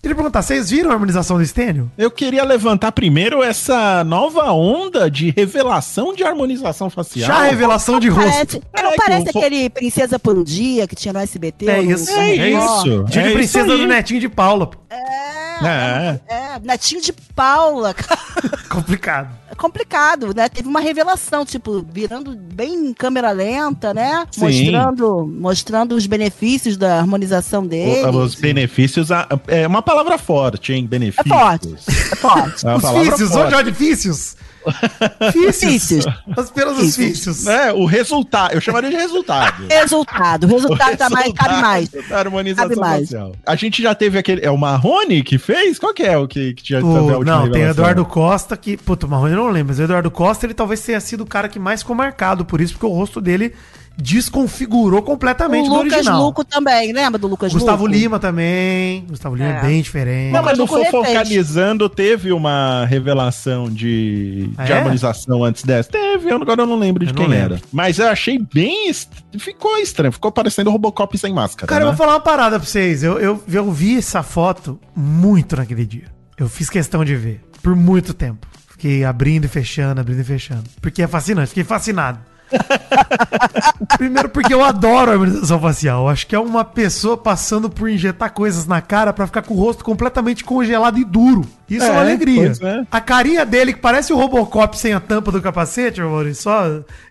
Speaker 3: Queria perguntar, vocês viram a harmonização do estênio?
Speaker 2: Eu queria levantar primeiro essa nova onda de revelação de harmonização facial.
Speaker 3: Já a revelação de rosto.
Speaker 4: Parece, não
Speaker 2: É,
Speaker 4: parece
Speaker 2: que o-
Speaker 4: aquele Princesa por um Dia que tinha no SBT?
Speaker 3: É
Speaker 4: ou no-
Speaker 3: isso.
Speaker 4: no
Speaker 2: É
Speaker 4: Record?
Speaker 2: isso.
Speaker 3: Dia de
Speaker 2: É
Speaker 3: princesa
Speaker 2: isso aí.
Speaker 3: do netinho de Paula. pô.
Speaker 2: É.
Speaker 4: É, netinho de Paula, cara.
Speaker 3: Complicado.
Speaker 4: É complicado, né? Teve uma revelação, tipo, virando bem em câmera lenta, né?
Speaker 2: Sim.
Speaker 4: Mostrando, mostrando os benefícios da harmonização dele.
Speaker 2: O- Os benefícios. a- É uma palavra forte, hein?
Speaker 4: É
Speaker 2: Benefícios.
Speaker 4: forte, é forte.
Speaker 2: É uma
Speaker 3: Os
Speaker 2: palavra
Speaker 3: fícios,
Speaker 2: forte.
Speaker 3: onde olha fícios? Fícios.
Speaker 4: Fícios.
Speaker 3: Mas pelos os fícios.
Speaker 2: É, o resultado. Eu chamaria de resultado.
Speaker 4: Resultado, o resultado tá mais, cabe
Speaker 2: Resultado
Speaker 4: mais.
Speaker 2: Da harmonização
Speaker 4: Cabe mais.
Speaker 2: facial. A gente já teve aquele. É o Marrone que fez? Qual que é o que, que tinha
Speaker 3: Pô,
Speaker 2: fazer a última
Speaker 3: não, tem
Speaker 2: revelação?
Speaker 3: Eduardo Costa que. Puta, o Marrone eu não lembro, mas o Eduardo Costa ele talvez tenha sido o cara que mais ficou marcado por isso, porque o rosto dele desconfigurou completamente
Speaker 4: O
Speaker 3: do
Speaker 4: Lucas
Speaker 3: original.
Speaker 4: Luco também, lembra do Lucas
Speaker 3: Gustavo
Speaker 4: Luco?
Speaker 3: Lima também. Gustavo Lima é,
Speaker 4: É.
Speaker 3: bem diferente.
Speaker 2: Não, mas no
Speaker 4: Não, correr
Speaker 2: Fofocalizando teve uma revelação de,
Speaker 3: Ah,
Speaker 2: de
Speaker 3: é?
Speaker 2: harmonização antes dessa. Teve, eu- agora eu não lembro de
Speaker 3: Eu
Speaker 2: quem
Speaker 3: não
Speaker 2: era. Mas eu achei bem. est- Ficou estranho, ficou parecendo Robocop sem máscara.
Speaker 3: Cara, eu
Speaker 2: né?
Speaker 3: vou falar uma parada pra vocês. Eu, eu, eu vi essa foto muito naquele dia. Eu fiz questão de ver. Por muito tempo. Fiquei abrindo e fechando, abrindo e fechando. Porque é fascinante, fiquei fascinado. Primeiro porque eu adoro a harmonização facial. Eu Acho que é uma pessoa passando por injetar coisas na cara pra ficar com o rosto completamente congelado e duro. Isso é, uma
Speaker 2: É,
Speaker 3: alegria.
Speaker 2: pois é.
Speaker 3: A carinha dele, que parece o Robocop sem a tampa do capacete, meu amor, e só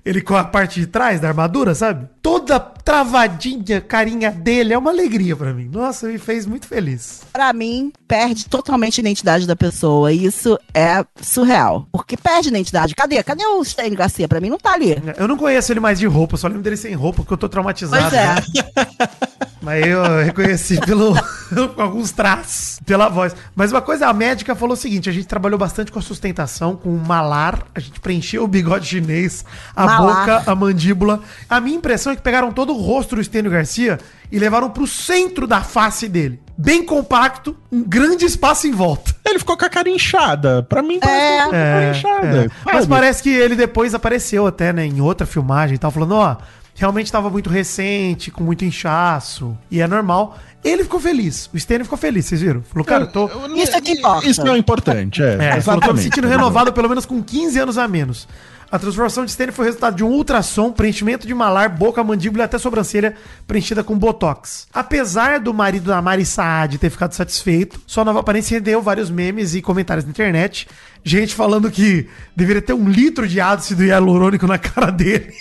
Speaker 3: ele com a parte de trás da armadura, sabe? Toda travadinha, carinha dele, é uma alegria pra mim. Nossa, me fez muito feliz.
Speaker 4: Pra mim, perde totalmente a identidade da pessoa. E isso é surreal. Porque perde a identidade. Cadê? Cadê o Stanley Garcia? Pra mim não tá ali.
Speaker 3: né? Eu não conheço ele mais de roupa, eu só lembro dele sem roupa, porque eu tô traumatizado.
Speaker 4: Pois é.
Speaker 3: né? Mas eu reconheci pelo com alguns traços, pela voz. Mas uma coisa, a médica falou o seguinte: a gente trabalhou bastante com a sustentação, com o malar, a gente preencheu o bigode chinês, a
Speaker 4: Malar.
Speaker 3: boca, a mandíbula. A minha impressão é que pegaram todo o rosto do Estênio Garcia e levaram pro centro da face dele. Bem compacto, um grande espaço em volta.
Speaker 2: Ele ficou com a cara inchada. Pra mim,
Speaker 4: É.
Speaker 2: parece que ele ficou com a cara inchada.
Speaker 3: É. Mas
Speaker 2: sabe?
Speaker 3: parece que ele depois apareceu até, né, em outra filmagem e tal, falando, ó, realmente tava muito recente, com muito inchaço, e é normal. Ele ficou feliz, o Stanley ficou feliz, vocês viram? Falou, cara, eu tô...
Speaker 2: Eu-
Speaker 4: Isso é que importa.
Speaker 2: Isso é o importante, é.
Speaker 3: É, falou, tô me
Speaker 2: exatamente.
Speaker 3: sentindo renovado pelo menos com 15 anos a menos. A transformação de Stanley foi resultado de um ultrassom, preenchimento de malar, boca, mandíbula e até sobrancelha preenchida com botox. Apesar do marido da Mari Saad ter ficado satisfeito, sua nova aparência rendeu vários memes e comentários na internet. Gente falando que deveria ter um litro de ácido hialurônico na cara dele.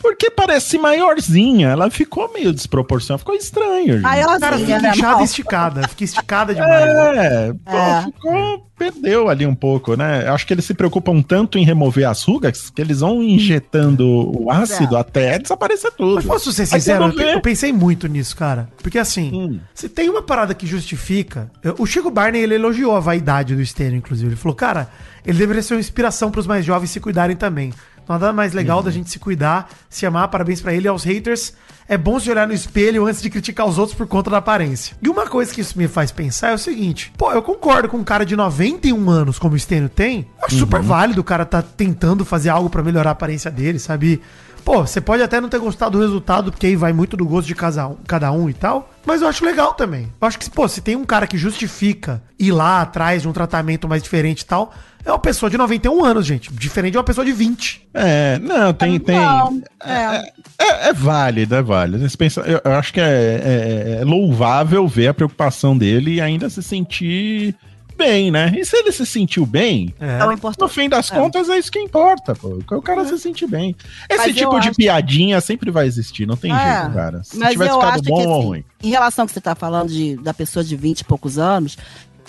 Speaker 2: Porque parece maiorzinha. Ela ficou meio desproporcional. Ficou estranho. gente.
Speaker 4: Aí ela
Speaker 3: O cara
Speaker 4: assim,
Speaker 3: fica
Speaker 4: né,
Speaker 3: inchada e
Speaker 4: mal.
Speaker 3: esticada. Fica esticada demais. né?
Speaker 2: É, pô,
Speaker 4: É.
Speaker 2: ficou- perdeu ali um pouco, né? Acho que eles se preocupam tanto em remover as rugas que eles vão injetando o ácido até desaparecer tudo.
Speaker 3: Mas posso ser
Speaker 2: Aí você
Speaker 3: sincero?
Speaker 2: não
Speaker 3: Eu,
Speaker 2: vê.
Speaker 3: eu pensei muito nisso, cara. Porque assim,
Speaker 2: Hum.
Speaker 3: se tem uma parada que justifica. eu- O Chico Barney, ele elogiou a vaidade do Stênio, inclusive. Ele falou, cara, ele deveria ser uma inspiração pros mais jovens se cuidarem também. Nada mais
Speaker 2: Uhum.
Speaker 3: legal da gente se cuidar, se amar, parabéns pra ele e aos haters. É bom se olhar no espelho antes de criticar os outros por conta da aparência. E uma coisa que isso me faz pensar é o seguinte: pô, eu concordo com um cara de 91 anos como o Stênio tem. Acho
Speaker 2: Uhum.
Speaker 3: super válido o cara tá tentando fazer algo pra melhorar a aparência dele, sabe? Pô, você pode até não ter gostado do resultado, porque aí vai muito do gosto de casa- cada um, e tal. Mas eu acho legal também. Eu acho que, pô, se tem um cara que justifica ir lá atrás de um tratamento mais diferente e tal, é uma pessoa de 91 anos, gente. Diferente de uma pessoa de 20.
Speaker 2: É, não, tem. tem
Speaker 4: Não,
Speaker 2: é, é- é válido, é válido. Esse pensa- Eu, eu acho que é, é- é louvável ver a preocupação dele e ainda se sentir bem, né? E se ele se sentiu bem.
Speaker 4: É o
Speaker 2: No
Speaker 4: importante.
Speaker 2: fim das contas, é isso que importa, pô. O cara se sentir bem. Esse
Speaker 4: Mas
Speaker 2: tipo
Speaker 4: eu
Speaker 2: de
Speaker 4: acho-
Speaker 2: piadinha sempre vai existir, não tem
Speaker 4: É,
Speaker 2: jeito, cara. Se
Speaker 4: Mas
Speaker 2: tivesse
Speaker 4: eu
Speaker 2: ficado
Speaker 4: acho que,
Speaker 2: bom ou
Speaker 4: assim,
Speaker 2: ruim.
Speaker 4: em relação ao que você tá falando de, da pessoa de 20 e poucos anos,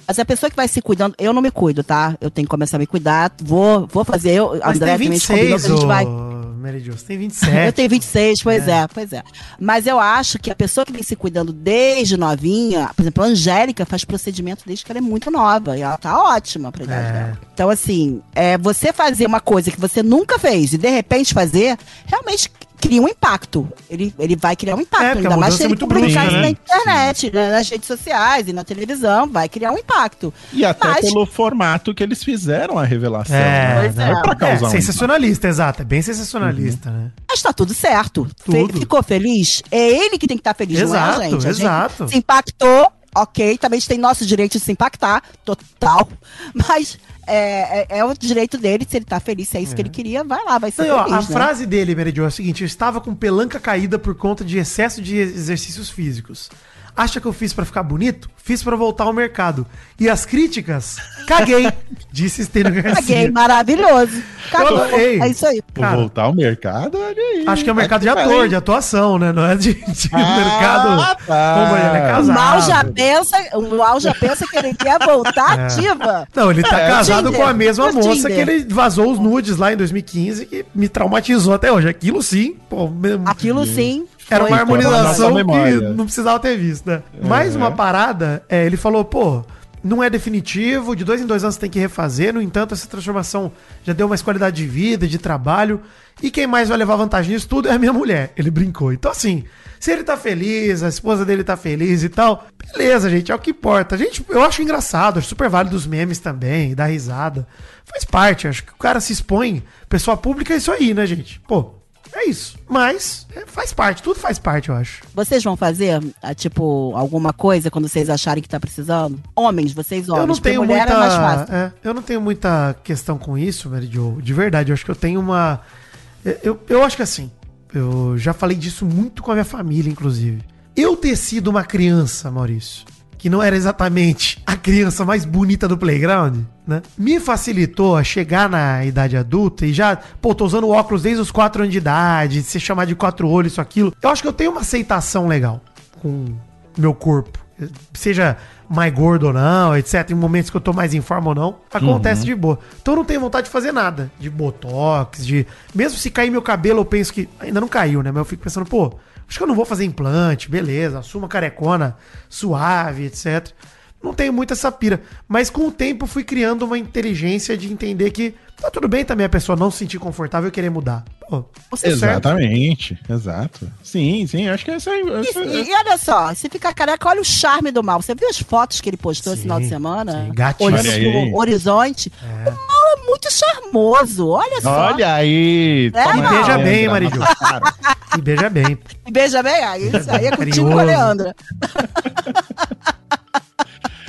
Speaker 4: mas a pessoa que vai se cuidando, eu não me cuido, tá? Eu tenho que começar a me cuidar, vou, vou fazer, eu,
Speaker 3: Mas
Speaker 4: André
Speaker 3: tem
Speaker 4: também combinou
Speaker 3: 26,
Speaker 4: que a gente
Speaker 3: ô,
Speaker 4: vai...
Speaker 3: Mary Jo, você tem
Speaker 4: Eu
Speaker 3: 27.
Speaker 4: tenho 26, pois é. pois é. Mas eu acho que a pessoa que vem se cuidando desde novinha, por exemplo, a Angélica faz procedimento desde que ela é muito nova. E ela tá ótima pra idade
Speaker 3: É.
Speaker 4: dela. Então, assim, é, você fazer uma coisa que você nunca fez e de repente fazer, realmente cria um impacto. Ele, ele vai criar um impacto.
Speaker 3: É, porque a
Speaker 4: ainda mais
Speaker 3: mudança
Speaker 4: se
Speaker 3: é
Speaker 4: ele
Speaker 3: muito
Speaker 4: publicar
Speaker 3: brusca,
Speaker 4: isso
Speaker 3: né?
Speaker 4: na internet, né, nas redes sociais e na televisão, vai criar um impacto.
Speaker 2: E até
Speaker 4: Mas-
Speaker 2: pelo formato que eles fizeram a revelação.
Speaker 3: É,
Speaker 2: né? Não é pra
Speaker 3: É,
Speaker 2: causar um
Speaker 3: sensacionalista, exato. É bem sensacionalista, né?
Speaker 4: Mas tá tudo certo. Fe-
Speaker 3: Tudo.
Speaker 4: ficou feliz? É ele que tem que estar feliz,
Speaker 3: Exato,
Speaker 4: não é, a gente? A gente
Speaker 3: exato.
Speaker 4: se impactou, ok. Também a gente tem nosso direito de se impactar, total. Mas é, é- é o direito dele, se ele tá feliz, se é isso que ele queria, vai lá, vai ser
Speaker 3: Então, ó,
Speaker 4: feliz,
Speaker 3: a
Speaker 4: né?
Speaker 3: frase dele, Meredith, é o seguinte: eu estava com pelanca caída por conta de excesso de exercícios físicos. Acha que eu fiz pra ficar bonito? Fiz pra voltar ao mercado. E as críticas? Caguei, disse Estênio Garcia.
Speaker 4: Caguei, maravilhoso. Cagou.
Speaker 3: adorei.
Speaker 4: É isso aí.
Speaker 2: Vou
Speaker 3: cara.
Speaker 2: voltar ao mercado, olha aí.
Speaker 3: Acho que é o mercado de
Speaker 2: Tá que
Speaker 3: ator,
Speaker 2: pariu.
Speaker 3: de atuação, né? Não é de, de
Speaker 2: Ah,
Speaker 3: mercado.
Speaker 2: tá.
Speaker 3: Como ele é
Speaker 4: O
Speaker 3: casado.
Speaker 4: mal já pensa, o mal já pensa que ele quer
Speaker 3: É.
Speaker 4: voltar ativa.
Speaker 3: Não, ele tá
Speaker 2: É,
Speaker 3: casado
Speaker 4: Tinder,
Speaker 3: com a mesma
Speaker 4: no
Speaker 3: moça
Speaker 4: Tinder.
Speaker 3: que ele vazou os nudes lá em 2015, que me traumatizou até hoje. Aquilo sim, pô, mesmo.
Speaker 4: Aquilo sim.
Speaker 3: Era
Speaker 4: foi-
Speaker 3: uma harmonização
Speaker 2: Foi pra nossa
Speaker 3: que
Speaker 2: memória.
Speaker 3: não precisava ter visto, né? Mais uma parada, é, ele falou, pô, não é definitivo, de dois em dois anos tem que refazer, no entanto, essa transformação já deu mais qualidade de vida, de trabalho, e quem mais vai levar vantagem nisso tudo é a minha mulher. Ele brincou. Então, assim, se ele tá feliz, a esposa dele tá feliz e tal, beleza, gente, é o que importa. Gente, eu acho engraçado, acho super válido os memes também, dar risada. Faz parte, acho que o cara se expõe, pessoa pública é isso aí, né, gente? Pô, é isso. Mas é, faz parte, tudo faz parte, eu acho.
Speaker 4: Vocês vão fazer, ah, tipo, alguma coisa quando vocês acharem que tá precisando? Homens, vocês homens.
Speaker 3: eu não
Speaker 4: porque
Speaker 3: tenho
Speaker 4: mulher
Speaker 3: muita.
Speaker 4: é mais fácil.
Speaker 3: é, eu não tenho muita questão com isso, Mary Jo. De verdade, eu acho que eu tenho uma. eu- Eu, eu acho que assim. Eu já falei disso muito com a minha família, inclusive. Eu ter sido uma criança, Maurício, que não era exatamente a criança mais bonita do playground, né? Me facilitou a chegar na idade adulta e já, pô, tô usando óculos desde os 4 anos de idade, se chamar de quatro olhos, isso, aquilo. Eu acho que eu tenho uma aceitação legal com meu corpo. Seja mais gordo ou não, etc. Em momentos que eu tô mais em forma ou não, acontece de boa. Então eu não tenho vontade de fazer nada. De botox, de. Mesmo se cair meu cabelo, eu penso que. Ainda não caiu, né? Mas eu fico pensando, pô, acho que eu não vou fazer implante, beleza. Assuma carecona suave, etc. Não tenho muito essa pira. Mas com o tempo fui criando uma inteligência de entender que tá tudo bem também a pessoa não se sentir confortável e querer mudar. Pô, você é certo.
Speaker 2: Exatamente, exato. Sim, sim, acho que essa é. Essa,
Speaker 4: E, e olha só, se ficar careca, olha o charme do mal. Você viu as fotos que ele postou
Speaker 3: Sim,
Speaker 4: esse final de semana?
Speaker 3: sim, gatinho.
Speaker 4: Olhando
Speaker 2: Olha aí.
Speaker 4: pro horizonte. O mal é muito charmoso, olha só.
Speaker 2: olha aí.
Speaker 4: É,
Speaker 2: toma
Speaker 4: não.
Speaker 2: aí,
Speaker 4: Veja
Speaker 2: Leandra,
Speaker 3: bem,
Speaker 2: na
Speaker 3: Marijo.
Speaker 2: nossa cara.
Speaker 3: E beija bem.
Speaker 4: E Beija bem, aí, isso aí é contigo
Speaker 3: Carinhoso.
Speaker 4: com a Leandra.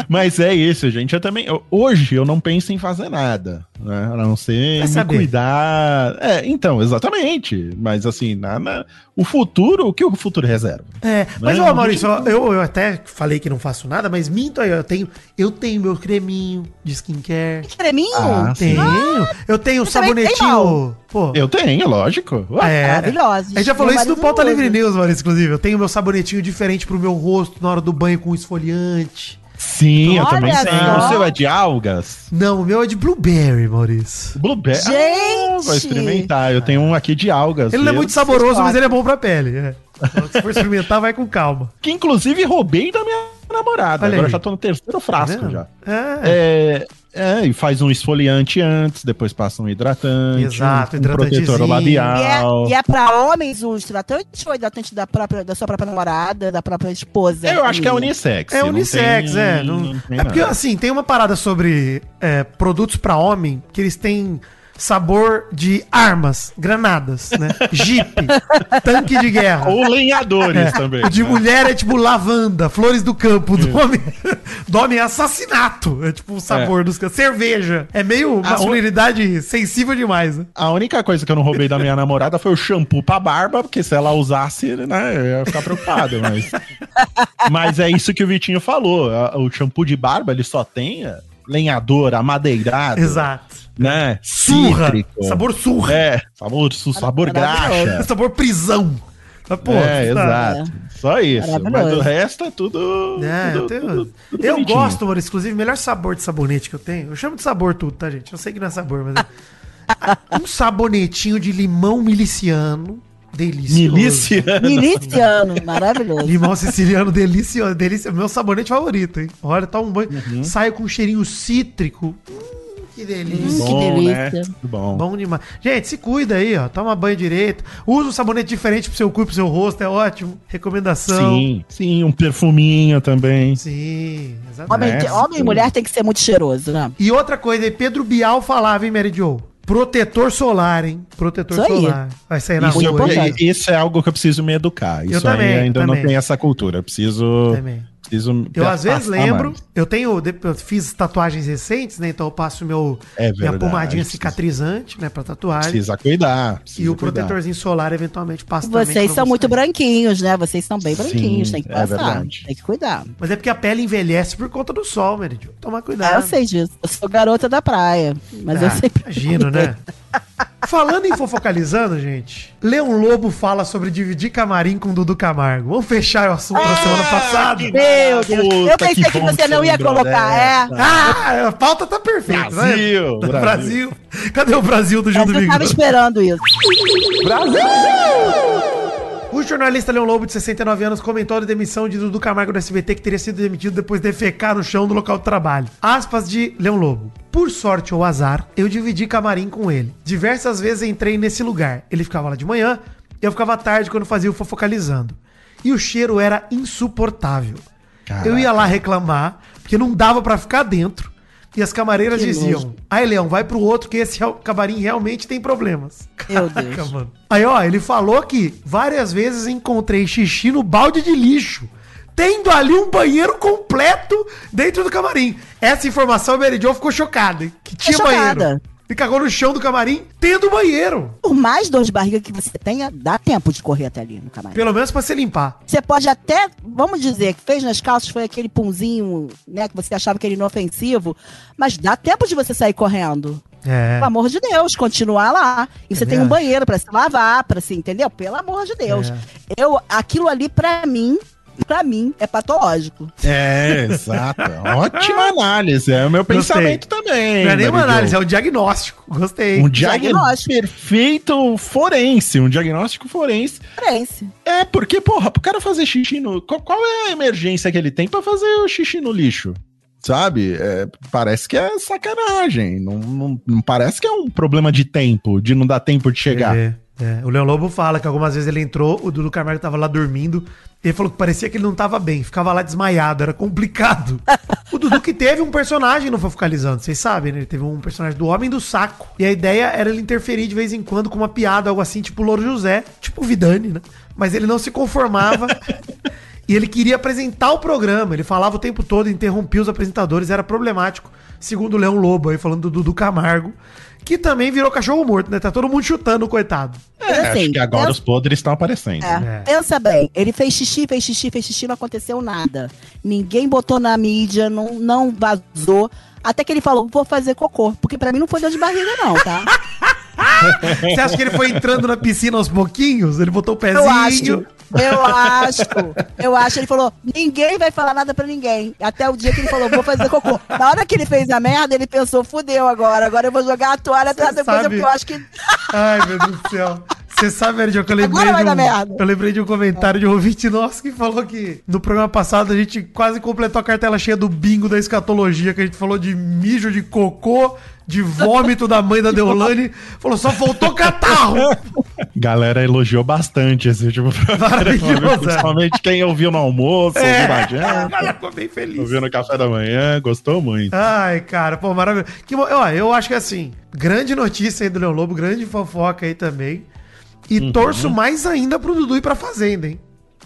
Speaker 2: Mas é isso, gente. Eu também. eu- hoje eu não penso em fazer nada, né? A não ser
Speaker 3: Vai
Speaker 2: me
Speaker 3: saber.
Speaker 2: cuidar. É, então, exatamente. Mas assim, na, na- o futuro, o que o futuro reserva?
Speaker 3: É, mas,
Speaker 2: Né?
Speaker 3: ó, Maurício, ó, eu, eu até falei que não faço nada, mas minto aí, ó, eu tenho, eu tenho meu creminho de skincare.
Speaker 4: Creminho?
Speaker 2: Ah, sim.
Speaker 3: Tenho. eu tenho o
Speaker 4: eu também tenho,
Speaker 3: sabonetinho. Pô,
Speaker 2: Eu tenho, lógico. Ué,
Speaker 3: é.
Speaker 4: Maravilhosos.
Speaker 3: A gente já falou
Speaker 4: Meu
Speaker 3: isso no
Speaker 4: marido
Speaker 3: Pauta
Speaker 4: usa.
Speaker 3: Livre News, Maurício, inclusive. Eu tenho meu sabonetinho diferente pro meu rosto na hora do banho com esfoliante.
Speaker 2: Sim, eu
Speaker 4: Olha
Speaker 2: também
Speaker 4: só.
Speaker 2: tenho. O seu é de algas?
Speaker 3: Não, o meu é de blueberry, Maurício.
Speaker 2: Blueberry.
Speaker 4: Gente!
Speaker 2: Ah, vou experimentar. Eu tenho um aqui de algas.
Speaker 3: Ele não é
Speaker 2: Eu-
Speaker 3: muito saboroso, mas ele é bom pra pele. é. Então, Se for experimentar, vai com calma.
Speaker 2: Que inclusive roubei da minha namorada.
Speaker 3: Olha
Speaker 2: Agora
Speaker 3: aí.
Speaker 2: já tô no terceiro
Speaker 3: Tá
Speaker 2: frasco
Speaker 3: vendo?
Speaker 2: já. É,
Speaker 3: É.
Speaker 2: é, e faz um esfoliante antes, depois passa um hidratante.
Speaker 3: Exato,
Speaker 2: um, um
Speaker 3: hidratantezinho.
Speaker 2: protetor
Speaker 4: E é,
Speaker 2: labial.
Speaker 4: e é pra homens o hidratante ou hidratante da, própria, da sua própria namorada, da própria esposa?
Speaker 2: Eu acho que é
Speaker 4: Menina.
Speaker 2: unissex.
Speaker 3: É
Speaker 2: não
Speaker 3: unissex,
Speaker 2: tem-
Speaker 3: é. Não-
Speaker 2: não tem
Speaker 3: é porque,
Speaker 2: nada.
Speaker 3: assim, tem uma parada sobre é, produtos pra homem que eles têm sabor de armas, granadas, né? Jeep, tanque de guerra.
Speaker 2: Ou lenhadores também.
Speaker 3: O de
Speaker 2: né?
Speaker 3: mulher é tipo lavanda, flores do campo. Do homem, do homem é assassinato. É tipo o sabor dos dos... Cerveja. É meio
Speaker 2: Ah,
Speaker 3: masculinidade sensível demais, né?
Speaker 2: A única coisa que eu não roubei da minha namorada foi o shampoo pra barba, porque se ela usasse, né, eu ia ficar preocupado, mas... mas é isso que o Vitinho falou, a- o shampoo de barba, ele só tem é, lenhador, amadeirado,
Speaker 3: Exato.
Speaker 2: né,
Speaker 3: Surra.
Speaker 2: cítrico,
Speaker 3: Sabor surra.
Speaker 2: é, sabor, su- sabor
Speaker 4: Maravilhoso.
Speaker 2: graxa,
Speaker 3: Sabor prisão. Ah, pô,
Speaker 2: é,
Speaker 3: tá-
Speaker 2: exato, só isso, mas
Speaker 4: Maravilhoso.
Speaker 2: o resto é tudo...
Speaker 3: É, eu
Speaker 2: tudo-
Speaker 3: tenho-
Speaker 2: tudo- tudo
Speaker 3: eu
Speaker 2: bonitinho.
Speaker 3: gosto, mano, exclusive, melhor sabor de sabonete que eu tenho. Eu chamo de sabor tudo, tá, gente? Eu sei que não é sabor, mas. é- um sabonetinho de limão miliciano. Delicioso.
Speaker 2: Miliciano.
Speaker 4: Miliciano, maravilhoso.
Speaker 3: Limão siciliano delicioso. tá
Speaker 2: Uhum.
Speaker 3: Delícia. Meu sabonete favorito, hein? Olha, toma um banho. Saio com um cheirinho cítrico. Hum, que Que delícia.
Speaker 2: bom,
Speaker 4: que
Speaker 2: né?
Speaker 4: delícia.
Speaker 2: Muito bom.
Speaker 3: Bom demais. Gente, se cuida aí, ó. Toma banho direito. Usa um sabonete diferente pro seu cu e pro seu rosto, é ótimo. Recomendação.
Speaker 2: Sim, sim, um perfuminho também.
Speaker 3: Sim,
Speaker 4: Homem,
Speaker 3: exatamente.
Speaker 2: Né?
Speaker 4: de- homem e mulher tem que ser muito cheiroso, né?
Speaker 3: E outra coisa, aí, Pedro Bial falava, hein, Mary Jo? Protetor solar, hein? Protetor
Speaker 4: Isso aí.
Speaker 3: solar. Vai sair na
Speaker 2: Isso,
Speaker 3: rua
Speaker 2: eu-
Speaker 3: aí.
Speaker 4: importante.
Speaker 2: isso é algo que eu preciso me educar. Isso
Speaker 3: também,
Speaker 2: aí ainda
Speaker 3: também.
Speaker 2: não tem essa cultura. Eu preciso.
Speaker 3: Também.
Speaker 2: preciso me
Speaker 3: Eu às vezes
Speaker 2: afastar
Speaker 3: lembro,
Speaker 2: mais.
Speaker 3: eu tenho, de- eu fiz tatuagens recentes, né? Então eu passo meu
Speaker 2: É
Speaker 3: minha
Speaker 2: verdade.
Speaker 3: pomadinha cicatrizante, né, Pra tatuagem.
Speaker 2: Precisa cuidar.
Speaker 3: E
Speaker 2: precisa
Speaker 3: o
Speaker 2: cuidar.
Speaker 3: protetorzinho solar eventualmente passa também
Speaker 4: Vocês
Speaker 3: pra
Speaker 4: são muito
Speaker 3: você.
Speaker 4: branquinhos, né? Vocês são bem
Speaker 2: Sim,
Speaker 4: branquinhos, tem que
Speaker 2: é
Speaker 4: passar.
Speaker 2: verdade.
Speaker 4: tem que cuidar.
Speaker 3: Mas é porque a pele envelhece por conta do sol, Meridio. Tomar cuidado.
Speaker 4: Ah, eu sei disso. Eu sou garota da praia. Mas eu
Speaker 3: Ah,
Speaker 4: sempre.
Speaker 3: Imagino, né? Falando em fofocalizando, gente, Leão Lobo fala sobre dividir camarim com Dudu Camargo. Vamos fechar o assunto da semana
Speaker 4: Ah,
Speaker 3: passada.
Speaker 4: Meu Deus.
Speaker 2: Ah, Puta,
Speaker 4: eu pensei que,
Speaker 2: bom né?
Speaker 4: você não ia
Speaker 2: lembrou
Speaker 4: colocar. É.
Speaker 2: dessa.
Speaker 3: Ah, a pauta tá perfeita,
Speaker 2: Brasil,
Speaker 3: né?
Speaker 2: Brasil.
Speaker 3: Brasil. Cadê o Brasil
Speaker 2: Tá
Speaker 3: do Gil do
Speaker 4: Mas eu É, tava
Speaker 3: Vigor?
Speaker 4: esperando isso.
Speaker 3: O jornalista Leão Lobo, de 69 anos, comentou a demissão de Dudu Camargo do SBT, que teria sido demitido depois de defecar no chão do local de trabalho. Aspas de Leão Lobo. Por sorte ou azar, eu dividi camarim com ele. Diversas vezes entrei nesse lugar. Ele ficava lá de manhã, eu ficava à tarde quando fazia o fofocalizando. E o cheiro era insuportável. Eu ia lá reclamar, porque não dava pra ficar dentro. E as camareiras
Speaker 4: Que
Speaker 3: diziam:
Speaker 4: nojo.
Speaker 3: Aí, Leão, vai pro outro que esse real- camarim realmente tem problemas.
Speaker 4: Meu
Speaker 3: Caraca,
Speaker 4: Deus.
Speaker 3: mano. Aí, ó, ele falou que várias vezes encontrei xixi no balde de lixo, tendo ali um banheiro completo dentro do camarim. Essa informação, a Mary Jo ficou chocada, hein? Que tinha
Speaker 4: chocada.
Speaker 3: banheiro. E cagou no chão do camarim, tendo banheiro.
Speaker 4: Por mais dor de barriga que você tenha, dá tempo de correr até ali no camarim.
Speaker 3: Pelo menos pra se limpar.
Speaker 4: Você pode até, vamos dizer, que fez nas calças, foi aquele punzinho, né, que você achava que era inofensivo, mas dá tempo de você sair correndo.
Speaker 3: É.
Speaker 4: Pelo amor de Deus, continuar lá. E
Speaker 2: É
Speaker 4: você tem um
Speaker 3: acho.
Speaker 4: banheiro pra se lavar, pra se, entendeu? Pelo amor de Deus.
Speaker 3: É.
Speaker 4: Eu, aquilo ali, pra mim, pra mim, é patológico.
Speaker 2: É, exato. Ótima análise. É o meu
Speaker 3: Gostei.
Speaker 2: pensamento também.
Speaker 3: Não é nenhuma
Speaker 2: Mary Jo.
Speaker 3: análise, é um diagnóstico. Gostei.
Speaker 2: Um
Speaker 4: Diagnóstico.
Speaker 2: diagnóstico perfeito forense, um diagnóstico forense.
Speaker 4: Parece.
Speaker 2: É, porque, porra, pro cara fazer xixi no. Qual, qual é a emergência que ele tem pra fazer o xixi no lixo? Sabe? É, parece que é sacanagem. Não, não- não parece que é um problema de tempo, de não dar tempo de chegar.
Speaker 3: É, é. O Leão Lobo fala que algumas vezes ele entrou, o Dudu Camargo tava lá dormindo. Ele falou que parecia que ele não tava bem, ficava lá desmaiado, era complicado. o Dudu que teve um personagem no Fofocalizando, vocês sabem, né? Ele teve um personagem do Homem do Saco. E a ideia era ele interferir de vez em quando com uma piada, algo assim, tipo Louro José, tipo Vidani, né? Mas ele não se conformava. E ele queria apresentar o programa. Ele falava o tempo todo, interrompia os apresentadores, era problemático. Segundo o Leão Lobo, aí falando do Dudu Camargo, que também virou cachorro morto, né? Tá todo mundo chutando, coitado.
Speaker 4: Mas
Speaker 2: É, acho que agora os podres estão aparecendo. né?
Speaker 4: É. Pensa bem, ele fez xixi, fez xixi, fez xixi, não aconteceu nada. Ninguém botou na mídia, não, não vazou. Até que ele falou, vou fazer cocô. Porque pra mim não foi dor de barriga, não, tá?
Speaker 3: Você acha que ele foi entrando na piscina aos pouquinhos? Ele botou o pezinho.
Speaker 4: Eu acho. Eu acho. Eu acho. Ele falou, ninguém vai falar nada pra ninguém. Até o dia que ele falou, vou fazer cocô. Na hora que ele fez a merda, ele pensou, fudeu agora. Agora eu vou jogar a toalha atrás da coisa,
Speaker 3: sabe-
Speaker 4: porque Ah, eu acho que.
Speaker 3: Ai, meu Deus do céu. Você sabe, Erdio, que eu lembrei,
Speaker 4: Agora vai dar
Speaker 3: de
Speaker 4: merda.
Speaker 3: um, eu lembrei de um comentário de um ouvinte nosso que falou que no programa passado a gente quase completou a cartela cheia do bingo da escatologia, que a gente falou de mijo, de cocô, de vômito da mãe da Deolane. Falou, só faltou catarro.
Speaker 2: Galera elogiou bastante esse tipo de programa,
Speaker 3: Maravilhoso.
Speaker 2: Principalmente quem ouviu no almoço,
Speaker 3: É.
Speaker 2: ouviu na janta,
Speaker 3: Ela ficou bem
Speaker 5: É.
Speaker 3: feliz.
Speaker 2: ouviu no café da manhã, gostou muito.
Speaker 3: Ai, cara, pô, maravilhoso. Que, mo- ó, eu acho que assim, grande notícia aí do Leão Lobo, grande fofoca aí também. E torço mais ainda pro Dudu ir pra Fazenda, hein?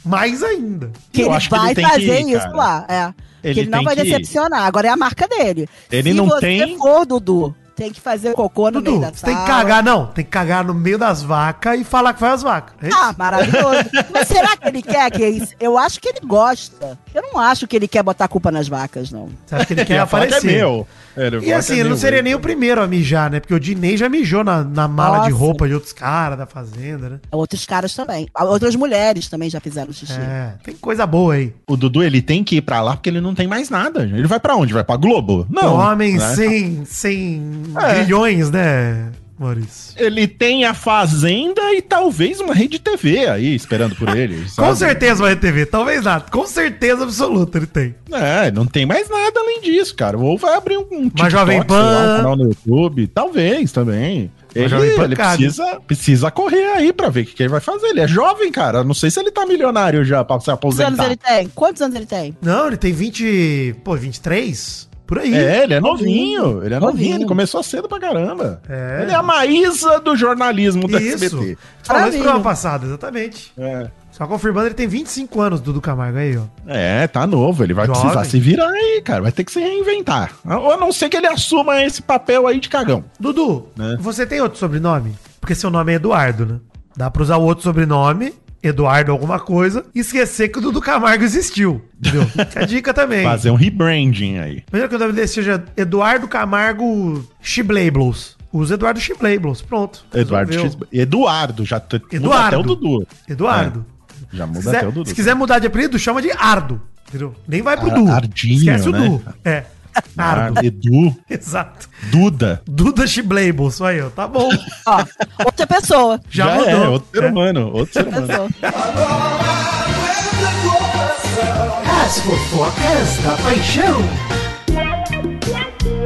Speaker 3: Mais ainda.
Speaker 4: Que
Speaker 2: Eu
Speaker 4: ele
Speaker 2: acho que ele
Speaker 4: vai
Speaker 2: tem que
Speaker 4: fazer
Speaker 2: ir,
Speaker 4: isso
Speaker 2: cara.
Speaker 4: lá. É.
Speaker 2: Ele
Speaker 4: que ele não
Speaker 2: tem
Speaker 4: vai
Speaker 2: que ir.
Speaker 4: decepcionar. Agora é a marca dele.
Speaker 2: Ele
Speaker 4: Se
Speaker 2: não
Speaker 4: você
Speaker 2: tem-
Speaker 4: for, Dudu, tem que fazer cocô no
Speaker 3: Dudu,
Speaker 4: meio da
Speaker 3: você tem que
Speaker 4: sala.
Speaker 3: cagar, não. Tem que cagar no meio das vacas e falar que foi as vacas. É isso?
Speaker 4: Ah, maravilhoso. Mas será que ele quer que é isso? Eu acho que ele gosta. Eu não acho que ele quer botar a culpa nas vacas, não.
Speaker 3: Você acha que ele
Speaker 2: Ele
Speaker 3: quer
Speaker 2: fala que
Speaker 3: aparecer?
Speaker 2: É meu. Ele
Speaker 3: E
Speaker 2: fala
Speaker 3: assim,
Speaker 2: que é
Speaker 3: ele não
Speaker 2: meu,
Speaker 3: seria
Speaker 2: ele-
Speaker 3: nem o primeiro a mijar, né? Porque o Dinei já mijou na, na mala de
Speaker 4: Nossa.
Speaker 3: roupa de outros caras da fazenda, né?
Speaker 4: Outros caras também. Ah, Outras mulheres também já fizeram xixi.
Speaker 3: É, tem coisa boa aí.
Speaker 2: O Dudu, ele tem que ir pra lá porque ele não tem mais nada. Ele vai pra onde? Vai pra Globo? né?
Speaker 3: Um
Speaker 2: Não.
Speaker 3: homem
Speaker 2: né?
Speaker 3: sem, sem
Speaker 2: É.
Speaker 3: grilhões, né? Maurício.
Speaker 2: Ele tem a Fazenda e talvez uma rede TV aí esperando por ele.
Speaker 3: Com
Speaker 2: sabe?
Speaker 3: certeza vai TV, talvez nada. Com certeza absoluta ele tem.
Speaker 2: É, não tem mais nada além disso, cara. Ou vai abrir um, um TikTok,
Speaker 3: Jovem
Speaker 2: sei
Speaker 3: Pan.
Speaker 2: um canal no YouTube, talvez também. Ele,
Speaker 3: Jovem Pan,
Speaker 2: ele
Speaker 3: cara.
Speaker 2: precisa, precisa correr aí pra ver o que, que ele vai fazer. Ele é jovem, cara. Não sei se ele tá milionário já pra se
Speaker 4: Quantos anos
Speaker 2: aposentar.
Speaker 4: ele tem? Quantos anos ele tem?
Speaker 3: Não, ele tem 20. Pô, 23? Por aí.
Speaker 2: É, ele é novinho. Ele é novinho. Ele
Speaker 4: Novinho.
Speaker 2: começou cedo pra caramba.
Speaker 3: É.
Speaker 2: Ele é a Maísa do jornalismo da
Speaker 3: Isso.
Speaker 2: SBT.
Speaker 3: Falou isso
Speaker 4: Maravilha.
Speaker 3: no programa passado, exatamente.
Speaker 2: É.
Speaker 3: Só confirmando, ele tem 25 anos, Dudu Camargo, aí, ó.
Speaker 2: É, tá novo. Ele vai
Speaker 3: Jovem.
Speaker 2: precisar se virar aí, cara. Vai ter que se reinventar. Ou a não ser que ele assuma esse papel aí de cagão.
Speaker 3: Dudu,
Speaker 2: Né?
Speaker 3: você tem outro sobrenome? Porque seu nome é Eduardo, né? Dá pra usar o outro sobrenome, Eduardo alguma coisa, e esquecer que o Dudu Camargo existiu. Entendeu? Fica a dica também.
Speaker 2: Fazer um rebranding aí.
Speaker 3: Imagina que o nome dele seja Eduardo Camargo Chiblables. Usa Eduardo Chiblables, pronto.
Speaker 2: Eduardo,
Speaker 3: Resolveu.
Speaker 2: X- Eduardo, já t- muda
Speaker 3: Eduardo.
Speaker 2: até o Dudu. É,
Speaker 3: Eduardo.
Speaker 2: Já muda
Speaker 3: Se quiser,
Speaker 2: até o Dudu.
Speaker 3: se quiser mudar de apelido, chama de Ardo. Entendeu? Nem vai pro
Speaker 2: Ar-
Speaker 3: Du.
Speaker 2: Ardinho,
Speaker 3: Esquece o
Speaker 2: né?
Speaker 3: Du. É.
Speaker 2: Ah,
Speaker 3: Ardo.
Speaker 2: Edu,
Speaker 3: Exato.
Speaker 2: Duda.
Speaker 3: Duda Chiblables. Aí, ó. Tá bom.
Speaker 4: Ó, outra pessoa.
Speaker 3: Já,
Speaker 2: Já,
Speaker 3: mudou.
Speaker 2: é, outro ser
Speaker 3: É.
Speaker 2: humano, outro ser humano.
Speaker 4: pessoa.
Speaker 5: As fofocas da paixão.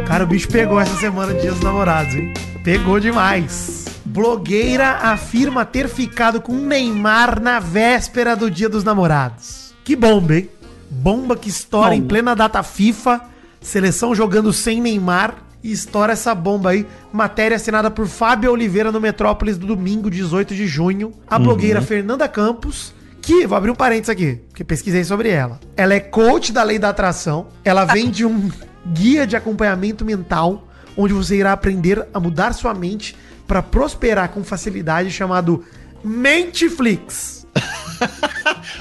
Speaker 3: Cara, o bicho pegou essa semana de Dias dos Namorados, hein? Pegou demais. Blogueira afirma ter ficado com Neymar na véspera do Dia dos Namorados. Que bomba, hein? Bomba que estoura em plena data FIFA. Seleção jogando sem Neymar. E estoura essa bomba aí. Matéria assinada por Fábio Oliveira no Metrópolis do domingo 18 de junho. A blogueira Fernanda Campos que, vou abrir um parênteses aqui, porque pesquisei sobre ela. Ela é coach da lei da atração, ela vende um guia de acompanhamento mental, onde você irá aprender a mudar sua mente para prosperar com facilidade, chamado Menteflix.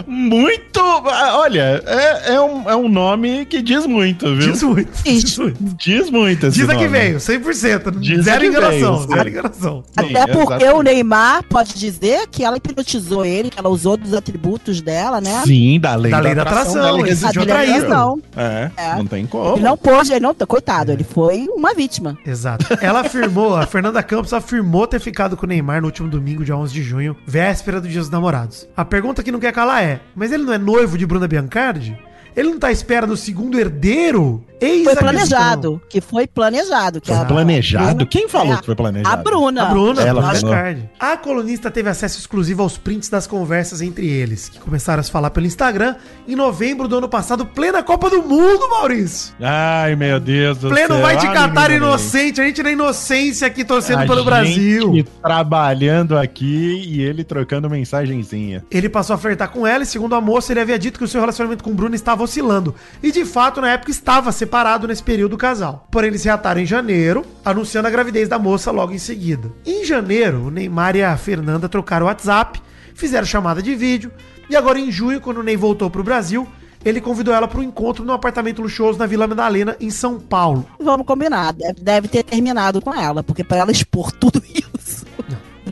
Speaker 2: Muito. ah, Olha, é, é um, é um nome que diz muito, viu?
Speaker 3: Diz
Speaker 2: Diz,
Speaker 3: muito. Diz,
Speaker 4: Isso.
Speaker 3: muito.
Speaker 2: muito esse
Speaker 3: diz a que
Speaker 2: nome.
Speaker 3: veio, 100%.
Speaker 2: Diz a
Speaker 3: zero
Speaker 2: que
Speaker 3: enganação,
Speaker 2: veio,
Speaker 3: zero
Speaker 2: sim.
Speaker 3: enganação.
Speaker 2: Sim,
Speaker 4: Até porque né?
Speaker 2: exatamente.
Speaker 4: o Neymar pode dizer que ela hipnotizou ele, que ela usou dos atributos dela, né?
Speaker 2: Sim, da lei
Speaker 3: Da lei da atração,
Speaker 2: da lei
Speaker 3: isso
Speaker 2: resistiu
Speaker 4: de outra
Speaker 2: atração.
Speaker 4: isca, não.
Speaker 2: É,
Speaker 4: É.
Speaker 2: não tem como.
Speaker 4: Ele não pôde, ele não. Coitado, ele foi uma vítima.
Speaker 3: Exato. Ela afirmou, a Fernanda Campos afirmou ter ficado com o Neymar no último domingo, dia 11 de junho, véspera do Dia dos Namorados. A pergunta que não quer calar é: mas ele não é noivo de Bruna Biancardi? Ele não tá à espera do segundo herdeiro? Eis
Speaker 4: Foi
Speaker 3: a questão.
Speaker 4: planejado, que foi planejado. Que
Speaker 2: Foi
Speaker 4: a-
Speaker 2: planejado? Quem falou
Speaker 4: É,
Speaker 2: que foi planejado?
Speaker 4: A Bruna.
Speaker 3: A Bruna,
Speaker 2: Ela
Speaker 3: Bruna
Speaker 2: falou.
Speaker 3: Biancardi. A colunista teve acesso exclusivo aos prints das conversas entre eles, que começaram a se falar pelo Instagram em novembro do ano passado, plena Copa do Mundo, Maurício.
Speaker 2: Ai, meu Deus do
Speaker 3: Pleno
Speaker 2: céu.
Speaker 3: vai de
Speaker 2: Ah,
Speaker 3: Catar
Speaker 2: menino,
Speaker 3: inocente, a gente na inocência aqui torcendo
Speaker 2: A
Speaker 3: pelo
Speaker 2: gente
Speaker 3: Brasil.
Speaker 2: trabalhando aqui e ele trocando mensagenzinha.
Speaker 3: Ele passou a flertar com ela e, segundo a moça, ele havia dito que o seu relacionamento com Bruno estava oscilando. E, de fato, na época estava separado nesse período o casal. Porém, eles se reataram em janeiro, anunciando a gravidez da moça logo em seguida. Em janeiro, o Neymar e a Fernanda trocaram o WhatsApp, fizeram chamada de vídeo. E agora, em junho, quando o Ney voltou para o Brasil, ele convidou ela para um encontro num apartamento luxuoso na Vila Madalena, em São Paulo.
Speaker 4: Vamos combinar, deve, deve ter terminado com ela, porque pra ela expor tudo isso,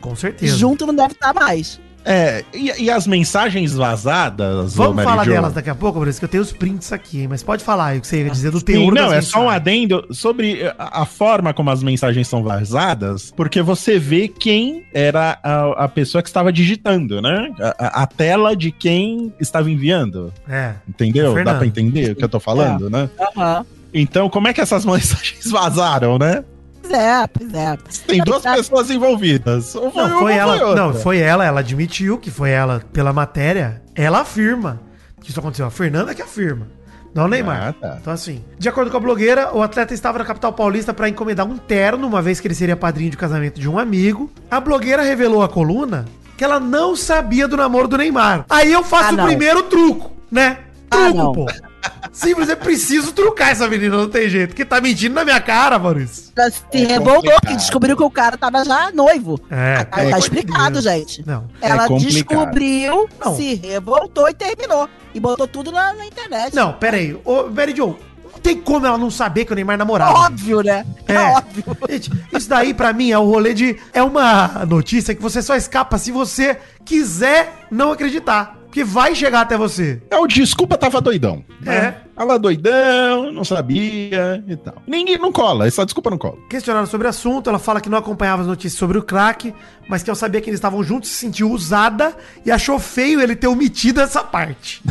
Speaker 3: Com certeza.
Speaker 4: junto não deve estar mais.
Speaker 2: É, e, e as mensagens vazadas? ô,
Speaker 3: Vamos
Speaker 2: Mary
Speaker 3: falar
Speaker 2: Jo?
Speaker 3: delas daqui a pouco, Maurício, que eu tenho os prints aqui, hein? mas pode falar aí o que você ia dizer do
Speaker 2: Sim,
Speaker 3: teor
Speaker 2: não, é
Speaker 3: das
Speaker 2: só um
Speaker 3: mensagens.
Speaker 2: adendo sobre eh, a, a forma como as mensagens são vazadas, porque você vê quem era a, a pessoa que estava digitando, né? A, a- a tela de quem estava enviando,
Speaker 3: É.
Speaker 2: entendeu? Dá
Speaker 3: Fernando. É.
Speaker 2: pra entender o que eu tô falando, né?
Speaker 4: Aham.
Speaker 2: Então, como é que essas mensagens vazaram, né?
Speaker 4: Pois é, pois é.
Speaker 2: Tem
Speaker 4: Na
Speaker 2: duas
Speaker 4: verdade-
Speaker 2: pessoas envolvidas. Ou
Speaker 3: Não,
Speaker 2: uma,
Speaker 3: foi
Speaker 2: ou
Speaker 3: ela.
Speaker 2: outra.
Speaker 3: não, foi ela, ela admitiu que foi ela pela matéria. Ela afirma que isso aconteceu. A Fernanda que afirma. Não o Neymar.
Speaker 2: Ah, tá.
Speaker 3: Então, assim, de acordo com a blogueira, o atleta estava na capital paulista para encomendar um terno, uma vez que ele seria padrinho de casamento de um amigo. A blogueira revelou à coluna que ela não sabia do namoro do Neymar. Aí eu
Speaker 4: Ah,
Speaker 3: faço o
Speaker 4: não.
Speaker 3: primeiro truco, né?
Speaker 4: Ah,
Speaker 3: Truco,
Speaker 4: não.
Speaker 3: pô. Simples, é preciso trucar essa menina, não tem jeito. Que tá mentindo na minha cara, Maurício.
Speaker 4: Ela se revoltou
Speaker 2: É complicado.
Speaker 4: que descobriu que o cara tava já noivo.
Speaker 2: Ah,
Speaker 3: É,
Speaker 4: tá tá explicado, gente.
Speaker 3: Não.
Speaker 4: Ela
Speaker 2: É complicado.
Speaker 4: descobriu,
Speaker 3: Não.
Speaker 4: se revoltou e terminou. E botou tudo na, na internet.
Speaker 3: Não, pera aí. Ô, Mary Jo, não tem como ela não saber que o Neymar namorava.
Speaker 4: Óbvio, né? É,
Speaker 3: É.
Speaker 4: óbvio.
Speaker 3: Gente, isso daí pra mim é o rolê de. É uma notícia que você só escapa se você quiser não acreditar. Porque vai chegar até você.
Speaker 2: É o desculpa tava doidão.
Speaker 3: É.
Speaker 2: Tava doidão, não sabia e tal. Ninguém não cola, essa desculpa não cola.
Speaker 3: Questionaram sobre o assunto, ela fala que não acompanhava as notícias sobre o crack, mas que ao saber que eles estavam juntos se sentiu usada e achou feio ele ter omitido essa parte.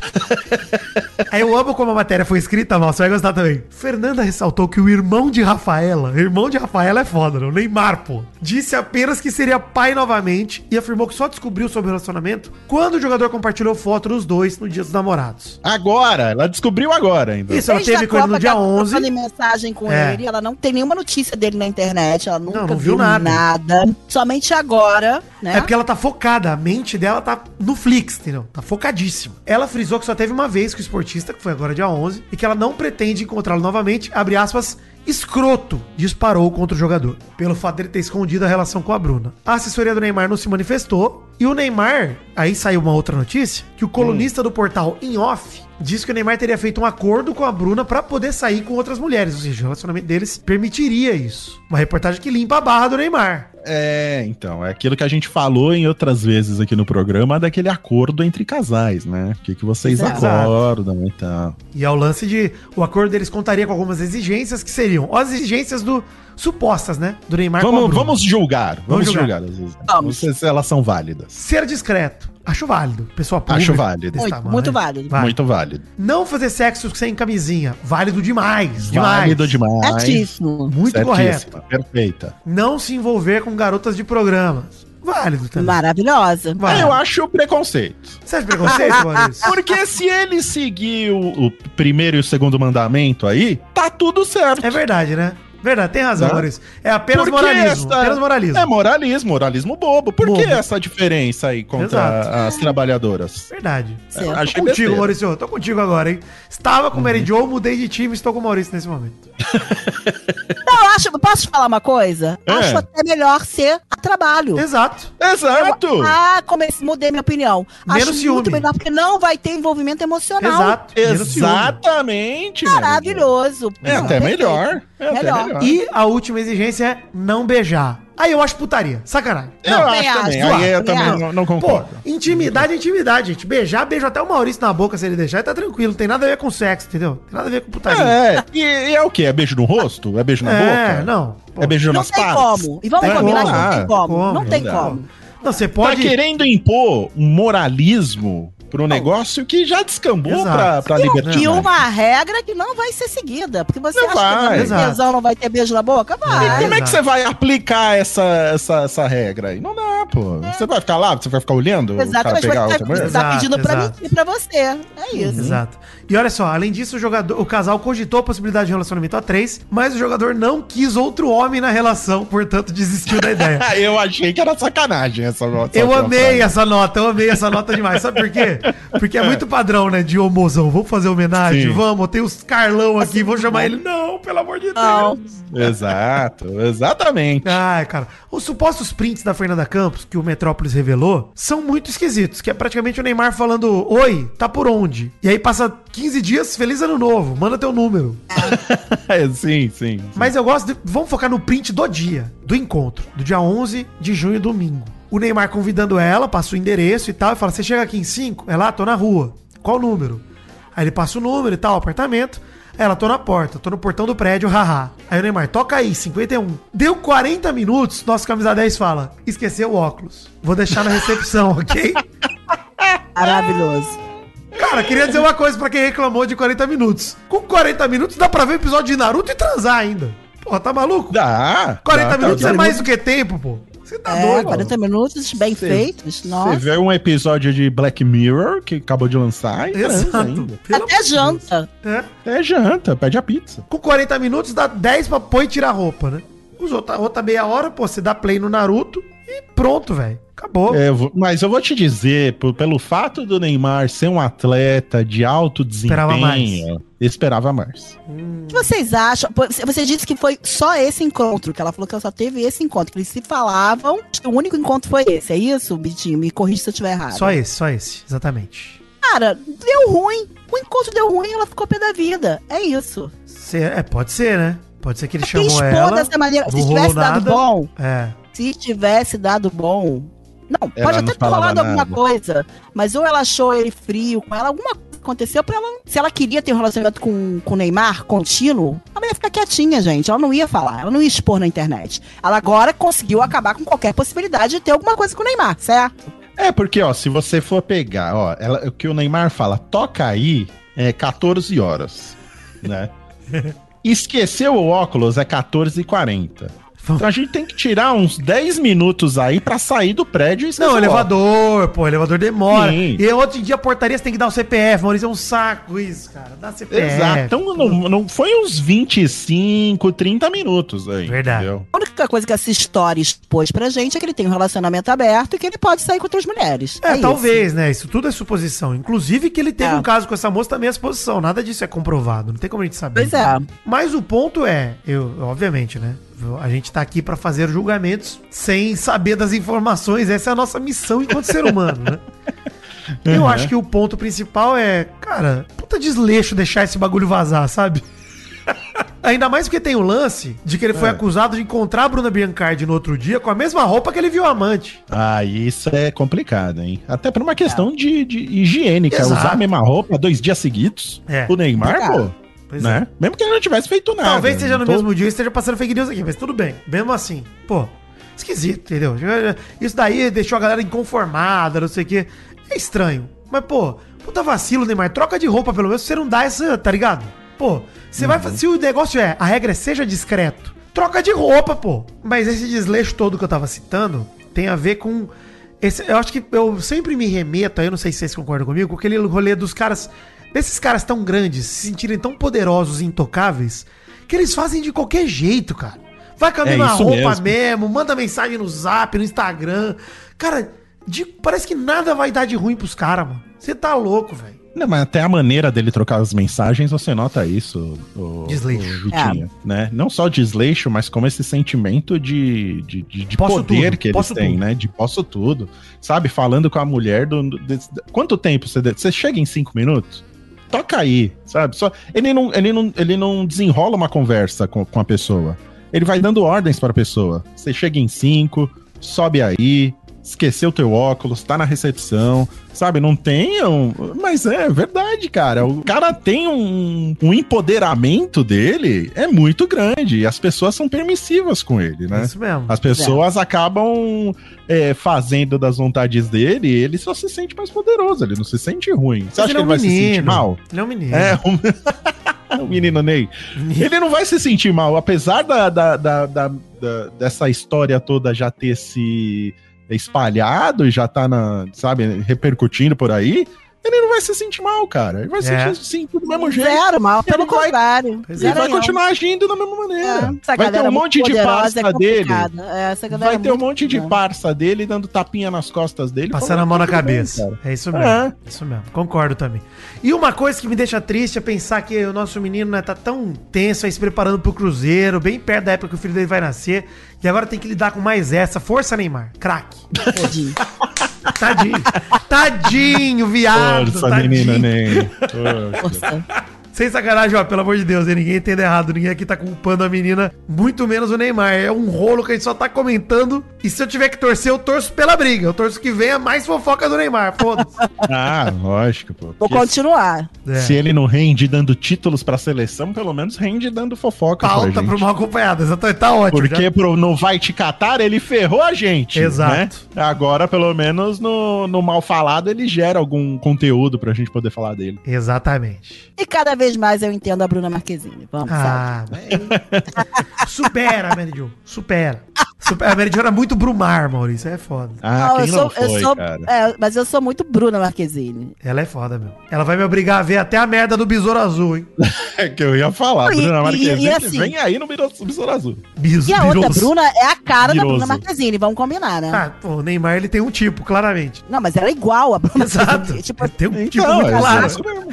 Speaker 3: Aí eu amo como a matéria foi escrita, mal, você vai gostar também. Fernanda ressaltou que o irmão de Rafaela, irmão de Rafaela é foda, não, Neymar, pô, disse apenas que seria pai novamente e afirmou que só descobriu sobre o relacionamento quando o jogador compartilhou foto dos dois no dia dos namorados.
Speaker 2: Agora, ela descobriu agora ainda.
Speaker 3: Isso, ela
Speaker 4: Desde
Speaker 3: teve
Speaker 4: a
Speaker 3: com ele no
Speaker 4: Copa
Speaker 3: dia
Speaker 4: que ela tá
Speaker 3: 11.
Speaker 4: trocando mensagem com
Speaker 3: É.
Speaker 4: ele, ela não tem nenhuma notícia dele na internet, ela nunca
Speaker 3: não viu
Speaker 4: viu,
Speaker 3: nada.
Speaker 4: nada. Somente agora, né?
Speaker 3: É porque ela tá focada, a mente dela tá no Flix, entendeu? Tá focadíssima. Ela frisou que só teve uma vez com o esportista, que foi agora dia 11, e que ela não pretende encontrá-lo novamente, abre aspas, escroto, disparou contra o jogador, pelo fato dele ter escondido a relação com a Bruna. A assessoria do Neymar não se manifestou, e o Neymar, aí saiu uma outra notícia, que o colunista do portal Em Off disse que o Neymar teria feito um acordo com a Bruna pra poder sair com outras mulheres, ou seja, o relacionamento deles permitiria isso. Uma reportagem que limpa a barra do Neymar.
Speaker 2: É, então, é aquilo que a gente falou em outras vezes aqui no programa, daquele acordo entre casais, né? O que, que vocês
Speaker 3: Exato.
Speaker 2: acordam e tal.
Speaker 3: E ao lance de. O acordo deles contaria com algumas exigências que seriam. Ó, As exigências do. supostas, né? Do Neymar com a
Speaker 2: Vamos,
Speaker 3: Bruna.
Speaker 2: vamos julgar, vamos,
Speaker 3: julgar.
Speaker 2: julgar. às vezes.
Speaker 4: Vamos.
Speaker 2: Não sei se elas são válidas.
Speaker 3: Ser discreto. Acho válido. Pessoa pública.
Speaker 2: Acho válido.
Speaker 3: desse
Speaker 4: Muito, muito válido.
Speaker 3: Vai.
Speaker 2: Muito válido.
Speaker 3: Não fazer sexo sem camisinha. Válido demais. Demais.
Speaker 2: Válido demais.
Speaker 4: Certíssimo.
Speaker 3: Muito correto.
Speaker 2: Certíssima, Perfeita.
Speaker 3: Não se envolver com garotas de programa. Válido também.
Speaker 4: Maravilhosa.
Speaker 3: Vai.
Speaker 2: Eu acho preconceito.
Speaker 3: Você acha preconceito, Maurício?
Speaker 2: Porque se ele seguir o, o primeiro e o segundo mandamento aí, tá tudo certo.
Speaker 3: É verdade, né? Verdade, tem razão,
Speaker 2: Não.
Speaker 3: Maurício. É apenas
Speaker 2: Por que
Speaker 3: moralismo.
Speaker 2: essa-
Speaker 3: Apenas moralismo.
Speaker 2: É moralismo, moralismo bobo. Por
Speaker 3: Bobo.
Speaker 2: que essa diferença aí contra
Speaker 3: Exato.
Speaker 2: as trabalhadoras?
Speaker 3: Verdade.
Speaker 4: Certo.
Speaker 2: Acho
Speaker 3: Tô contigo, Maurício. Tô contigo agora, hein? Estava com o
Speaker 2: Uhum.
Speaker 3: Mary Jo, mudei de time, estou com o Maurício nesse momento.
Speaker 4: Não, eu acho, posso te falar uma coisa?
Speaker 2: É.
Speaker 4: Acho até melhor ser a
Speaker 2: Uhum.
Speaker 4: trabalho.
Speaker 3: Exato.
Speaker 2: Exato!
Speaker 4: Ah, comecei, mudei minha opinião.
Speaker 3: Menos
Speaker 4: acho
Speaker 3: ciúme.
Speaker 4: muito melhor, porque não vai ter envolvimento emocional.
Speaker 3: Exato. Menos ciúme.
Speaker 2: Exatamente!
Speaker 4: Maravilhoso.
Speaker 2: É até melhor. É até
Speaker 4: Melhor.
Speaker 2: melhor.
Speaker 3: E a última exigência é não beijar. Aí eu acho putaria. Sacanagem.
Speaker 2: Eu
Speaker 4: Não,
Speaker 2: acho
Speaker 4: também
Speaker 2: também.
Speaker 4: acho,
Speaker 2: Aí eu
Speaker 4: também
Speaker 2: também
Speaker 4: acho.
Speaker 2: não, não
Speaker 3: Pô,
Speaker 2: concordo.
Speaker 3: intimidade é intimidade, gente. Beijar, beijo até o Maurício na boca se ele deixar, e tá tranquilo. Não tem nada a ver com sexo, entendeu? Tem nada a ver com putaria.
Speaker 2: É, e, e é o quê? É beijo no rosto? É beijo na boca?
Speaker 3: não. Pô,
Speaker 2: É beijo
Speaker 4: Não
Speaker 2: nas
Speaker 4: tem
Speaker 2: partes?
Speaker 4: como. E vamos
Speaker 2: Tem
Speaker 4: combinar que não
Speaker 2: É, como.
Speaker 4: tem como. Não tem
Speaker 2: Não dá.
Speaker 4: como.
Speaker 3: Não, você
Speaker 2: Tá
Speaker 3: pode.
Speaker 2: querendo impor um moralismo pro negócio que já descambou
Speaker 3: Exato.
Speaker 2: pra, pra liberdade.
Speaker 4: E uma regra que não vai ser seguida. Porque você
Speaker 2: Não
Speaker 4: acha
Speaker 2: vai.
Speaker 4: que
Speaker 3: Exato.
Speaker 4: o tesão não vai ter beijo na
Speaker 2: E
Speaker 4: boca? Vai.
Speaker 2: como é que você vai aplicar essa, essa, essa regra aí? Não dá, pô.
Speaker 3: É.
Speaker 2: Você vai ficar lá, você vai ficar olhando
Speaker 4: Exatamente,
Speaker 2: o cara pegar
Speaker 4: vai
Speaker 2: outra mulher?
Speaker 4: estar tá pedindo pra
Speaker 3: Exato,
Speaker 4: mentir pra você. É isso.
Speaker 3: Exato. E olha só, além disso, o, jogador, o casal cogitou a possibilidade de relacionamento a três, mas o jogador não quis outro homem na relação, portanto desistiu da ideia.
Speaker 2: Ah, Eu achei que era sacanagem essa nota.
Speaker 3: Eu amei essa nota, eu amei essa nota demais. Sabe por quê? Porque é muito padrão, né? De homozão. Vamos fazer homenagem?
Speaker 2: Sim.
Speaker 3: Vamos, tem os Carlão aqui, vou chamar ele. Não, pelo amor de
Speaker 4: Não.
Speaker 3: Deus.
Speaker 2: Exato, exatamente.
Speaker 3: Ai, cara. Os supostos prints da Fernanda Campos, que o Metrópolis revelou, são muito esquisitos. Que é praticamente o Neymar falando: Oi, tá por onde? E aí passa 15 dias, feliz ano novo, manda teu número.
Speaker 2: É, sim, sim.
Speaker 3: Mas eu gosto. De, vamos focar no print do dia, do encontro, do dia 11 de junho, domingo. O Neymar convidando ela, passa o endereço e tal, e fala: Você chega aqui em 5? Ela, "Ah, tô na rua. Qual o número? Aí ele passa o número e tal, apartamento. Ela, tô na porta, tô no portão do prédio, haha. Aí o Neymar, toca aí, 51. Deu 40 minutos, nosso camisa 10 fala: Esqueceu o óculos. Vou deixar na recepção, ok?
Speaker 2: Ah,
Speaker 4: Maravilhoso.
Speaker 3: Cara, queria dizer uma coisa pra quem reclamou de 40 minutos. Com 40 minutos dá pra ver o episódio de Naruto e transar ainda. Porra, tá maluco?
Speaker 2: Dá.
Speaker 3: 40
Speaker 2: dá, tá
Speaker 3: minutos
Speaker 2: dá,
Speaker 3: é
Speaker 2: dá.
Speaker 3: mais do que tempo, pô. Você tá
Speaker 4: É,
Speaker 3: doido.
Speaker 4: 40 minutos bem feitos.
Speaker 2: Você
Speaker 4: Nossa.
Speaker 2: vê um episódio de Black Mirror que acabou de lançar e transa
Speaker 3: Exato.
Speaker 2: ainda.
Speaker 3: Pelo
Speaker 4: Até
Speaker 3: amor de
Speaker 4: janta.
Speaker 3: Deus. É.
Speaker 2: É janta, pede a pizza.
Speaker 3: Com 40 minutos dá 10 pra pôr e tirar a roupa, né? Os outra, outra meia hora, pô, você dá play no Naruto e pronto, velho. Acabou.
Speaker 2: É, eu vou- mas eu vou te dizer, por- pelo fato do Neymar ser um atleta de alto desempenho,
Speaker 3: Esperava mais.
Speaker 2: esperava mais.
Speaker 4: O que vocês acham? Pô, Você você disse que foi só esse encontro, que ela falou que ela só teve esse encontro, que eles se falavam. Acho que o único encontro foi esse, é isso, Bitinho? Me corrija se eu estiver errado.
Speaker 3: Só esse, só esse. Exatamente.
Speaker 4: Cara, deu ruim. O encontro deu ruim, ela ficou pé da vida. É isso.
Speaker 3: Cê- é, pode ser, né? Pode ser que ele
Speaker 4: Porque
Speaker 3: chamou ela.
Speaker 4: dessa maneira. Se
Speaker 3: não
Speaker 4: tivesse
Speaker 3: rolou
Speaker 4: dado
Speaker 3: nada.
Speaker 4: bom,
Speaker 3: É.
Speaker 4: se tivesse dado bom. Não,
Speaker 2: Ela
Speaker 4: pode
Speaker 2: não
Speaker 4: até ter
Speaker 2: falava
Speaker 4: rolado alguma
Speaker 2: nada.
Speaker 4: coisa. Mas ou ela achou ele frio com ela, alguma coisa aconteceu pra ela. Se ela queria ter um relacionamento com com o Neymar contínuo, ela ia ficar quietinha, gente. Ela não ia falar, ela não ia expor na internet. Ela agora conseguiu acabar com qualquer possibilidade de ter alguma coisa com o Neymar, certo?
Speaker 2: É, porque, ó, se você for pegar, ó, ela- o que o Neymar fala, toca aí, é 14 horas, né? Esqueceu o óculos, é 14h40. Então a gente tem que tirar uns 10 minutos aí pra sair do prédio e esquecer
Speaker 3: Não,
Speaker 2: o
Speaker 3: elevador, pô, elevador demora.
Speaker 2: Sim.
Speaker 3: E outro dia, portaria, você tem que dar o CPF, Maurício, é um saco isso, cara. Dá CPF.
Speaker 2: Exato. Então não, não foi uns 25, 30 minutos aí.
Speaker 3: Verdade.
Speaker 2: entendeu?
Speaker 4: A única coisa que essa história expôs pra gente é que ele tem um relacionamento aberto e que ele pode sair com outras mulheres.
Speaker 3: É,
Speaker 4: isso.
Speaker 3: talvez, né? Isso tudo é suposição. Inclusive que ele teve
Speaker 4: É.
Speaker 3: um caso com essa moça também é suposição. Nada disso é comprovado. Não tem como a gente saber.
Speaker 4: Pois é.
Speaker 3: Mas o ponto é, eu, obviamente, né? A gente tá aqui pra fazer julgamentos sem saber das informações. Essa é a nossa missão enquanto ser humano, né? Eu
Speaker 2: Uhum.
Speaker 3: acho que o ponto principal é, cara, puta desleixo deixar esse bagulho vazar, sabe? Ainda mais porque tem o lance de que ele foi
Speaker 2: É.
Speaker 3: acusado de encontrar a Bruna Biancardi no outro dia com a mesma roupa que ele viu a amante.
Speaker 2: Ah, isso é complicado, hein? Até por uma questão de, de higiênica.
Speaker 3: Exato.
Speaker 2: Usar a mesma roupa dois dias seguidos.
Speaker 3: É.
Speaker 2: O Neymar,
Speaker 4: Complicado.
Speaker 2: pô.
Speaker 3: Pois é.
Speaker 2: né? Mesmo que ele não tivesse feito nada.
Speaker 3: Talvez seja no
Speaker 2: Tô-
Speaker 3: mesmo dia e esteja passando fake news aqui, mas tudo bem. Mesmo assim, pô, esquisito, entendeu? Isso daí deixou a galera inconformada, não sei o quê. É estranho. Mas, pô, puta vacilo, Neymar. Troca de roupa, pelo menos, pra você não dá essa, tá ligado? Pô, você vai
Speaker 2: Uhum.
Speaker 3: fazer. Se o negócio é, a regra é seja discreto, troca de roupa, pô. Mas esse desleixo todo que eu tava citando tem a ver com. esse- eu acho que eu sempre me remeto, aí eu não sei se vocês concordam comigo, com aquele rolê dos caras. Desses caras tão grandes, se sentirem tão poderosos e intocáveis, que eles fazem de qualquer jeito, cara. Vai com a
Speaker 2: É
Speaker 3: mesma
Speaker 2: isso
Speaker 3: roupa mesmo.
Speaker 2: mesmo.
Speaker 3: manda mensagem no zap, no Instagram. Cara, de- parece que nada vai dar de ruim pros caras, mano. Você tá louco, velho.
Speaker 2: Não, mas até a maneira dele trocar as mensagens, você nota isso. O,
Speaker 3: Desleixo. É.
Speaker 2: o Vitinho, né? Não só desleixo, mas como esse sentimento de, de, de, de
Speaker 3: Posso
Speaker 2: poder
Speaker 3: tudo,
Speaker 2: que eles
Speaker 3: posso
Speaker 2: têm,
Speaker 3: tudo.
Speaker 2: né? De posso tudo. Sabe, falando com a mulher do. do- desse- quanto tempo você. de- Você chega em cinco minutos? Toca aí, sabe? Só, ele, não, ele, não, ele não desenrola uma conversa com, com a pessoa. Ele vai dando ordens para a pessoa. Você chega em cinco, sobe aí, esqueceu teu óculos, tá na recepção, sabe? Não tenham. Mas é verdade, cara. O cara tem um, um empoderamento dele, é muito grande. E as pessoas são permissivas com ele, né?
Speaker 3: É Isso mesmo.
Speaker 2: As pessoas acabam é, fazendo das vontades dele e ele só se sente mais poderoso, ele não se sente ruim. Você
Speaker 3: Mas
Speaker 2: acha que ele vai se sentir mal?
Speaker 3: Ele é um menino.
Speaker 2: É, o- o menino Ney. Ele não vai se sentir mal, apesar da, da- da- da- da- dessa história toda já ter se espalhado e já tá na, sabe, repercutindo por aí. Ele não vai se sentir mal, cara. Ele vai se
Speaker 3: É.
Speaker 2: sentir assim, do mesmo jeito.
Speaker 4: Zero mal,
Speaker 2: Ele
Speaker 4: pelo
Speaker 2: vai- é.
Speaker 4: contrário.
Speaker 3: Ele
Speaker 2: Ele
Speaker 4: Zero
Speaker 2: vai
Speaker 4: não.
Speaker 2: continuar agindo da mesma maneira.
Speaker 4: É, essa
Speaker 2: vai ter
Speaker 4: galera
Speaker 2: um
Speaker 4: muito
Speaker 2: monte de
Speaker 4: poderosa
Speaker 2: parça
Speaker 4: é
Speaker 2: dele.
Speaker 4: complicada. É, essa galera
Speaker 2: Vai
Speaker 4: é
Speaker 2: ter um
Speaker 4: muito
Speaker 2: monte de
Speaker 4: complicada.
Speaker 2: parça dele dando tapinha nas costas dele.
Speaker 3: Passando
Speaker 2: falando,
Speaker 3: a mão na
Speaker 2: "Tudo bem,
Speaker 3: cabeça.
Speaker 2: cara."
Speaker 3: é isso mesmo.
Speaker 2: É.
Speaker 3: É Isso mesmo. Concordo também. E uma coisa que me deixa triste é pensar que o nosso menino né, tá tão tenso aí se preparando pro Cruzeiro, bem perto da época que o filho dele vai nascer. E agora tem que lidar com mais essa. Força, Neymar. Craque.
Speaker 4: Tadinho.
Speaker 3: Tadinho. Tadinho, viado.
Speaker 2: Força,
Speaker 3: tadinho.
Speaker 2: menino Ney. Força.
Speaker 4: Força.
Speaker 3: Sem sacanagem, ó, pelo amor de Deus, hein? ninguém entende errado, ninguém aqui tá culpando a menina, muito menos o Neymar. É um rolo que a gente só tá comentando. E se eu tiver que torcer, eu torço pela briga. Eu torço que venha mais fofoca do Neymar, foda-se.
Speaker 2: Ah, lógico, pô.
Speaker 4: Vou
Speaker 2: Porque
Speaker 4: continuar.
Speaker 3: É.
Speaker 2: Se ele não rende dando títulos pra seleção, pelo menos rende dando fofoca pra
Speaker 3: Pauta
Speaker 2: gente.
Speaker 3: pro mal acompanhado, exatamente, tá ótimo.
Speaker 2: Porque pro não vai te catar, ele ferrou a gente.
Speaker 3: Exato.
Speaker 2: né? Agora, pelo menos no, no mal falado, ele gera algum conteúdo pra gente poder falar dele.
Speaker 3: já- Exatamente.
Speaker 4: E cada vez mais eu entendo a Bruna Marquezine. Vamos, sabe?
Speaker 3: Ah, mas- Supera, Mary Jo, supera. supera. A Mary Jo era muito Brumar, Maurício, é foda.
Speaker 2: Ah,
Speaker 4: Não,
Speaker 2: quem
Speaker 4: eu sou,
Speaker 2: não foi,
Speaker 4: eu sou,
Speaker 2: cara?
Speaker 4: é, mas eu sou muito Bruna Marquezine.
Speaker 3: Ela é foda, meu. Ela vai me obrigar a ver até a merda do Besouro Azul, hein?
Speaker 2: É que eu ia falar,
Speaker 4: E-
Speaker 2: Bruna
Speaker 4: e-
Speaker 2: Marquezine,
Speaker 4: e assim-
Speaker 2: vem aí no Besouro Besouro Azul.
Speaker 3: Besouro
Speaker 4: E a outra Bruna é a cara da Bruna
Speaker 2: Miroso.
Speaker 4: Marquezine, vamos combinar, né?
Speaker 3: Ah, pô, o Neymar ele tem um tipo, claramente.
Speaker 4: Não, mas ela é igual a Bruna
Speaker 3: Exato.
Speaker 4: Marquezine. Tipo,
Speaker 3: tem um tipo
Speaker 2: Então,
Speaker 3: muito
Speaker 2: é
Speaker 3: claro. um
Speaker 2: isso mesmo.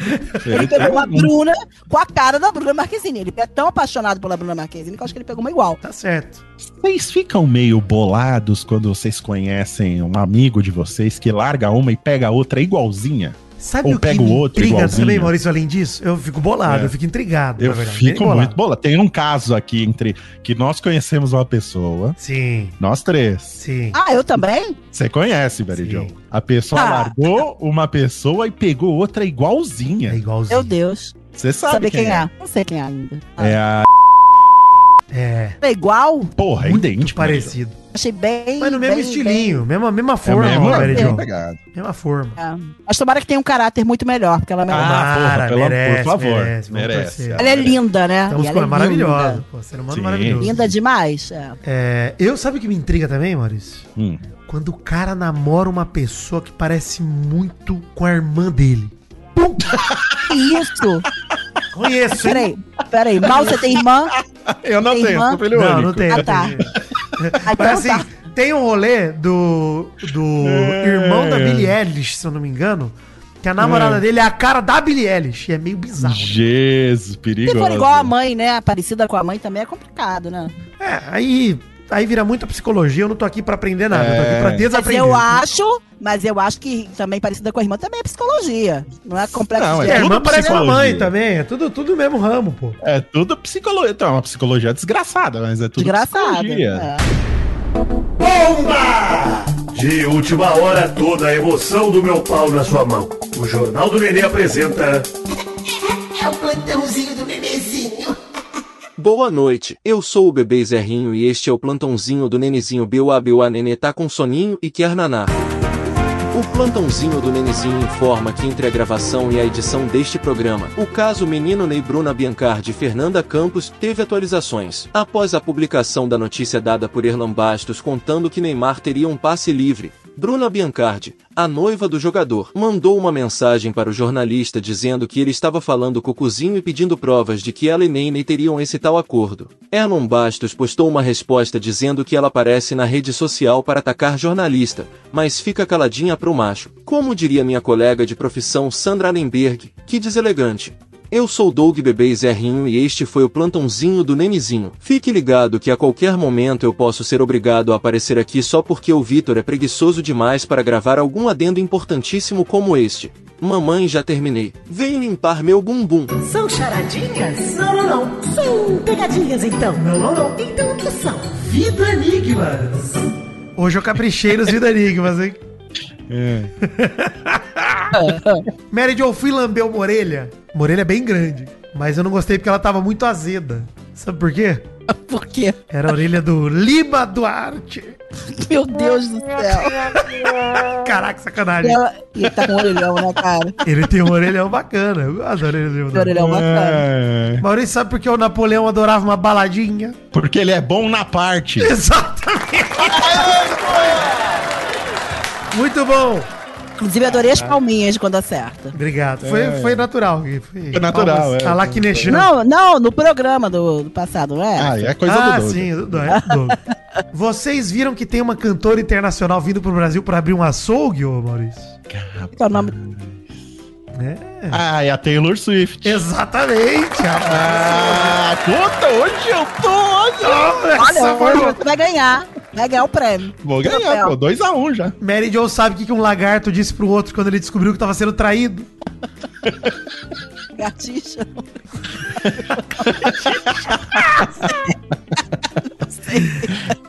Speaker 4: ele
Speaker 2: Ele
Speaker 4: pegou
Speaker 2: tá
Speaker 4: a Bruna com a cara da Bruna Marquezine. Ele é tão apaixonado pela Bruna Marquezine que eu acho que ele pegou uma igual.
Speaker 3: Tá certo.
Speaker 2: Vocês ficam meio bolados quando vocês conhecem um amigo de vocês que larga uma e pega a outra igualzinha?
Speaker 3: Sabe
Speaker 2: Ou
Speaker 3: o que
Speaker 2: pega o outro
Speaker 3: intriga
Speaker 2: igualzinho.
Speaker 3: também, Maurício, além disso? Eu fico bolado,
Speaker 2: É.
Speaker 3: eu fico intrigado.
Speaker 2: Eu
Speaker 3: na verdade.
Speaker 2: fico
Speaker 3: Bem bolado.
Speaker 2: muito. Bola, tem um caso aqui entre que nós conhecemos uma pessoa,
Speaker 3: Sim,
Speaker 2: nós três.
Speaker 3: sim.
Speaker 4: Ah, eu também?
Speaker 2: Você conhece, Mary
Speaker 3: Sim.
Speaker 2: Jo? A pessoa
Speaker 4: Ah.
Speaker 2: largou uma pessoa e pegou outra
Speaker 3: É
Speaker 2: igualzinha.
Speaker 3: igualzinho.
Speaker 4: Meu Deus.
Speaker 2: Você sabe
Speaker 4: Sabe
Speaker 2: quem,
Speaker 4: quem,
Speaker 2: é?
Speaker 4: é? Não sei quem é ainda.
Speaker 2: É a
Speaker 3: É,
Speaker 4: É igual?
Speaker 2: porra, é
Speaker 3: muito
Speaker 2: idêntico. Mary Jo.
Speaker 3: parecido.
Speaker 4: Achei bem.
Speaker 3: Mas no mesmo
Speaker 4: bem- É. Ah,
Speaker 3: estilinho, mesma, mesma
Speaker 2: É a
Speaker 3: forma, né,
Speaker 2: mesma,
Speaker 3: Mary Jo.
Speaker 2: mesma pegada.
Speaker 3: Mesma forma.
Speaker 4: bem- Mas tomara que tenha um caráter muito melhor, porque ela é melhor.
Speaker 2: Ah, porra, pelo- por
Speaker 3: merece,
Speaker 2: favor,
Speaker 3: merece, vamos
Speaker 2: merece.
Speaker 3: torcer.
Speaker 4: ela é linda, né?
Speaker 3: Estamos
Speaker 4: E ela
Speaker 3: com- é maravilhosa.
Speaker 4: Linda,
Speaker 3: Pô, ser humano
Speaker 2: Sim.
Speaker 3: maravilhoso.
Speaker 4: Linda demais. É.
Speaker 3: É, eu sabe o que me intriga também, Maurício?
Speaker 2: Hum.
Speaker 3: Quando o cara namora uma pessoa que parece muito com a irmã dele.
Speaker 4: Que isso?
Speaker 3: Conheço, hein?
Speaker 4: Peraí, peraí. Mal você tem irmã?
Speaker 2: Eu não
Speaker 4: Tem
Speaker 2: tenho,
Speaker 4: irmã?
Speaker 2: sou filho
Speaker 3: Não,
Speaker 2: único.
Speaker 3: não tem.
Speaker 4: Ah, tá. Ah, então
Speaker 3: Mas assim,
Speaker 4: tá.
Speaker 3: tem um rolê do, do
Speaker 2: É.
Speaker 3: irmão da Billie Eilish, se eu não me engano, que a namorada dele é a cara da Billie Eilish. E é meio bizarro. né?
Speaker 2: Jesus, perigoso.
Speaker 4: Se for igual a mãe, né? Parecida com a mãe também é complicado, né?
Speaker 3: É, aí, aí vira muita psicologia. Eu não tô aqui pra aprender nada, eu tô aqui pra
Speaker 2: É.
Speaker 4: Mas
Speaker 3: desaprender.
Speaker 4: eu acho, mas eu acho que também parecida com a irmã também é psicologia. Não é complexo
Speaker 2: Não,
Speaker 4: de
Speaker 3: E a
Speaker 2: É
Speaker 3: irmã
Speaker 2: tudo
Speaker 3: parece com a mãe
Speaker 2: psicologia.
Speaker 3: também. É tudo, tudo no mesmo ramo, pô.
Speaker 2: É tudo psicologia. Então, é uma psicologia desgraçada, mas é tudo
Speaker 4: desgraçada.
Speaker 2: psicologia.
Speaker 4: É.
Speaker 5: De última hora, toda a emoção do meu pau na sua mão. O Jornal do Nenê apresenta.
Speaker 6: É o plantãozinho do bebezinho.
Speaker 7: Boa noite, eu sou o Bebê Zerrinho e este é o plantãozinho do Nenezinho Biuá Biuá Nenê tá com soninho e quer naná. O plantãozinho do Nenezinho informa que entre a gravação e a edição deste programa, o caso menino Ney Bruna Biancardi Fernanda Campos teve atualizações. Após a publicação da notícia dada por Erlan Bastos contando que Neymar teria um passe livre, Bruna Biancardi, a noiva do jogador, mandou uma mensagem para o jornalista dizendo que ele estava falando com o cozinho e pedindo provas de que ela e Nene teriam esse tal acordo. Erlon Bastos postou uma resposta dizendo que ela aparece na rede social para atacar jornalista, mas fica caladinha pro macho. Como diria minha colega de profissão Sandra Allenberg, que deselegante. Eu sou Doug Bebê Zerrinho e este foi o plantãozinho do Nenezinho. Fique ligado que a qualquer momento eu posso ser obrigado a aparecer aqui só porque o Vitor é preguiçoso demais para gravar algum adendo importantíssimo como este. Mamãe já terminei. Venho limpar meu bumbum.
Speaker 6: São charadinhas? Não, não, não. São pegadinhas, então? Não, não, não. Então o que são?
Speaker 5: Vida Enigmas.
Speaker 3: Hoje eu caprichei nos Vida Enigmas, hein?
Speaker 2: É.
Speaker 3: Mary Jo, eu fui lamber uma orelha. Uma orelha bem grande. Mas eu não gostei porque ela tava muito azeda. Sabe por quê?
Speaker 4: Por quê?
Speaker 3: Era a orelha do Lima Duarte.
Speaker 4: Meu Deus do céu.
Speaker 3: Caraca,
Speaker 4: E,
Speaker 3: sacanagem.
Speaker 4: ela, e tá com orelhão, né, cara?
Speaker 3: Ele tem um orelhão bacana. Eu gosto da orelha do Lima
Speaker 4: Que
Speaker 3: Duarte.
Speaker 4: orelhão bacana.
Speaker 2: É.
Speaker 3: Maurício, sabe por que o Napoleão adorava uma baladinha?
Speaker 2: Porque ele é bom na parte.
Speaker 3: Exatamente. Muito bom.
Speaker 4: Inclusive, adorei
Speaker 3: Ah.
Speaker 4: as palminhas de quando acerta.
Speaker 3: Obrigado. Foi, foi natural. Gui. Foi,
Speaker 2: É.
Speaker 3: Tá
Speaker 2: Foi natural, é.
Speaker 3: A Laquinechão.
Speaker 4: Não, não, no programa do, do passado, não é?
Speaker 2: Ah, é coisa
Speaker 3: ah,
Speaker 2: do Doug.
Speaker 3: sim, do- do- é do Doug. Vocês viram que tem uma cantora internacional vindo pro Brasil pra abrir um açougue, ô Maurício?
Speaker 4: Que é o nome-
Speaker 3: É.
Speaker 2: Ah, é a Taylor Swift.
Speaker 3: Exatamente, rapaz.
Speaker 2: Ah, conta, hoje eu tô, hoje
Speaker 3: Olha,
Speaker 4: Olha,
Speaker 3: essa foi
Speaker 4: hoje
Speaker 3: boa.
Speaker 4: você vai ganhar. Vai ganhar o prêmio.
Speaker 2: eu vou ganhar,
Speaker 4: Troféu.
Speaker 2: pô, 2x1 um já.
Speaker 3: Mary Jo sabe o que que um lagarto disse pro outro quando ele descobriu que tava sendo traído?
Speaker 4: Gatixa.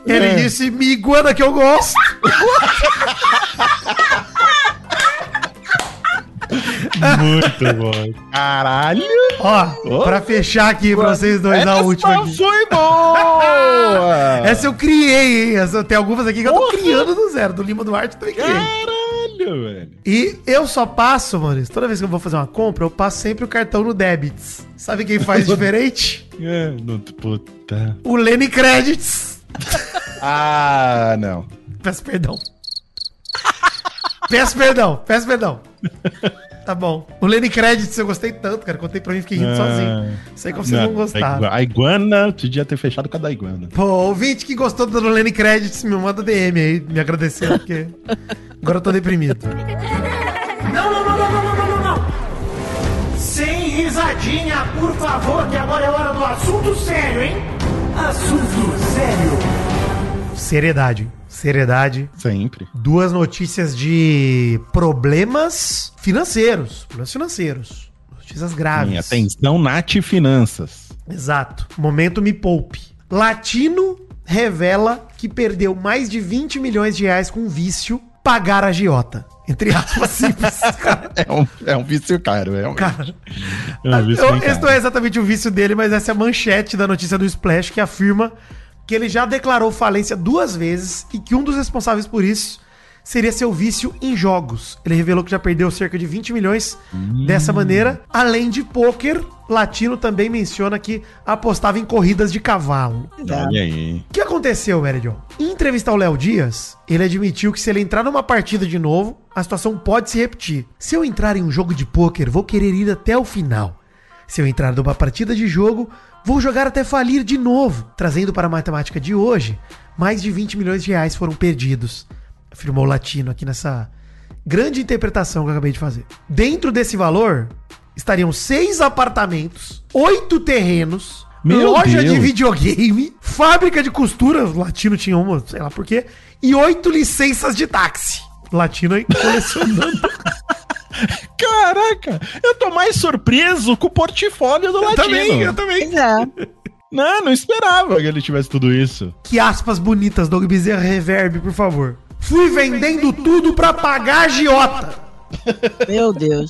Speaker 2: É.
Speaker 3: Ele disse, me iguana que eu gosto.
Speaker 2: Muito bom. Caralho.
Speaker 3: Ó,
Speaker 2: Ô. É
Speaker 3: pra fechar aqui pra vocês dois a última aqui.
Speaker 2: foi boa.
Speaker 3: Essa eu criei, hein? Essa, tem algumas aqui que eu tô criando do zero. Do Lima Duarte eu
Speaker 2: É.
Speaker 3: também criei.
Speaker 2: Caralho, velho.
Speaker 3: E eu só passo, Maurício, toda vez que eu vou fazer uma compra, eu passo sempre o cartão no debits. Sabe quem faz diferente?
Speaker 2: É, não, puta.
Speaker 3: O Lenny Credits.
Speaker 2: Ah, não.
Speaker 3: Peço perdão. Peço perdão, peço perdão. Tá bom. O Lenny Credits eu gostei tanto, cara. Contei pra mim, fiquei rindo
Speaker 2: Ah.
Speaker 3: sozinho. Sei como vocês não, gostaram.
Speaker 2: A iguana, tu devia ter fechado com a da iguana.
Speaker 3: Pô, ouvinte que gostou do Lenny Credits, me manda DM aí, me agradecendo, porque agora eu tô deprimido.
Speaker 5: Não, não, não, não, não, não, não, não, não. Sem risadinha, por favor, que agora é hora do assunto sério, hein? Assunto sério.
Speaker 3: Seriedade. seriedade.
Speaker 2: Sempre.
Speaker 3: Duas notícias de problemas financeiros. Problemas financeiros. Notícias
Speaker 2: Sim,
Speaker 3: graves.
Speaker 2: atenção, Nath Finanças.
Speaker 3: Exato. Momento me poupe. Latino revela que perdeu mais de 20 milhões de reais com vício pagar a giota. Entre aspas simples, cara.
Speaker 2: É um, é um vício caro, realmente.
Speaker 3: Cara,
Speaker 2: é um vício bem
Speaker 3: Eu- esse não é exatamente o vício dele, mas essa é a manchete da notícia do Splash que afirma que ele já declarou falência duas vezes e que um dos responsáveis por isso seria seu vício em jogos. Ele revelou que já perdeu cerca de 20 milhões dessa maneira. Além de pôquer, Latino também menciona que apostava em corridas de cavalo.
Speaker 2: caro. Olha aí.
Speaker 3: O que aconteceu, Meridion? Em entrevista ao Léo Dias, ele admitiu que se ele entrar numa partida de novo, a situação pode se repetir. Se eu entrar em um jogo de pôquer, vou querer ir até o final. Se eu entrar numa partida de jogo, vou jogar até falir de novo. Trazendo para a matemática de hoje, mais de 20 milhões de reais foram perdidos, afirmou o Latino aqui nessa grande interpretação que eu acabei de fazer. Dentro desse valor, estariam seis apartamentos, oito terrenos,
Speaker 2: Meu
Speaker 3: loja de
Speaker 2: Deus.
Speaker 3: videogame videogame, fábrica de costura, o latino tinha uma, sei lá por quê, e oito licenças de táxi. Latino aí colecionando.
Speaker 2: Caraca, eu tô mais surpreso com o portfólio do Latino.
Speaker 3: também.
Speaker 4: Pois é.
Speaker 2: Não, não esperava que ele tivesse tudo isso.
Speaker 3: Que aspas bonitas, Doug Bezerra, reverb, por favor. Fui vendendo tudo pra pagar a giota.
Speaker 4: Meu Deus.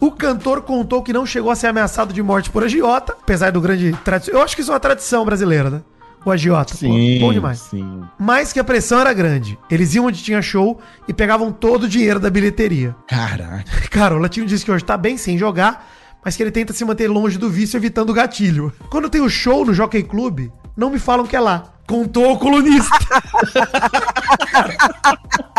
Speaker 3: O cantor contou que não chegou a ser ameaçado de morte por agiota, apesar do grande tradição. Eu acho que isso é uma tradição brasileira, né? O agiota. pô,
Speaker 2: Sim,
Speaker 3: bom demais.
Speaker 2: sim.
Speaker 3: Mas que a pressão era grande. Eles iam onde tinha show e pegavam todo o dinheiro da bilheteria.
Speaker 2: Caraca.
Speaker 3: Cara, o Latino disse que hoje tá bem sem jogar, mas que ele tenta se manter longe do vício evitando o gatilho. Quando tem o show no Jockey Club, não me falam que é lá. Contou o colunista.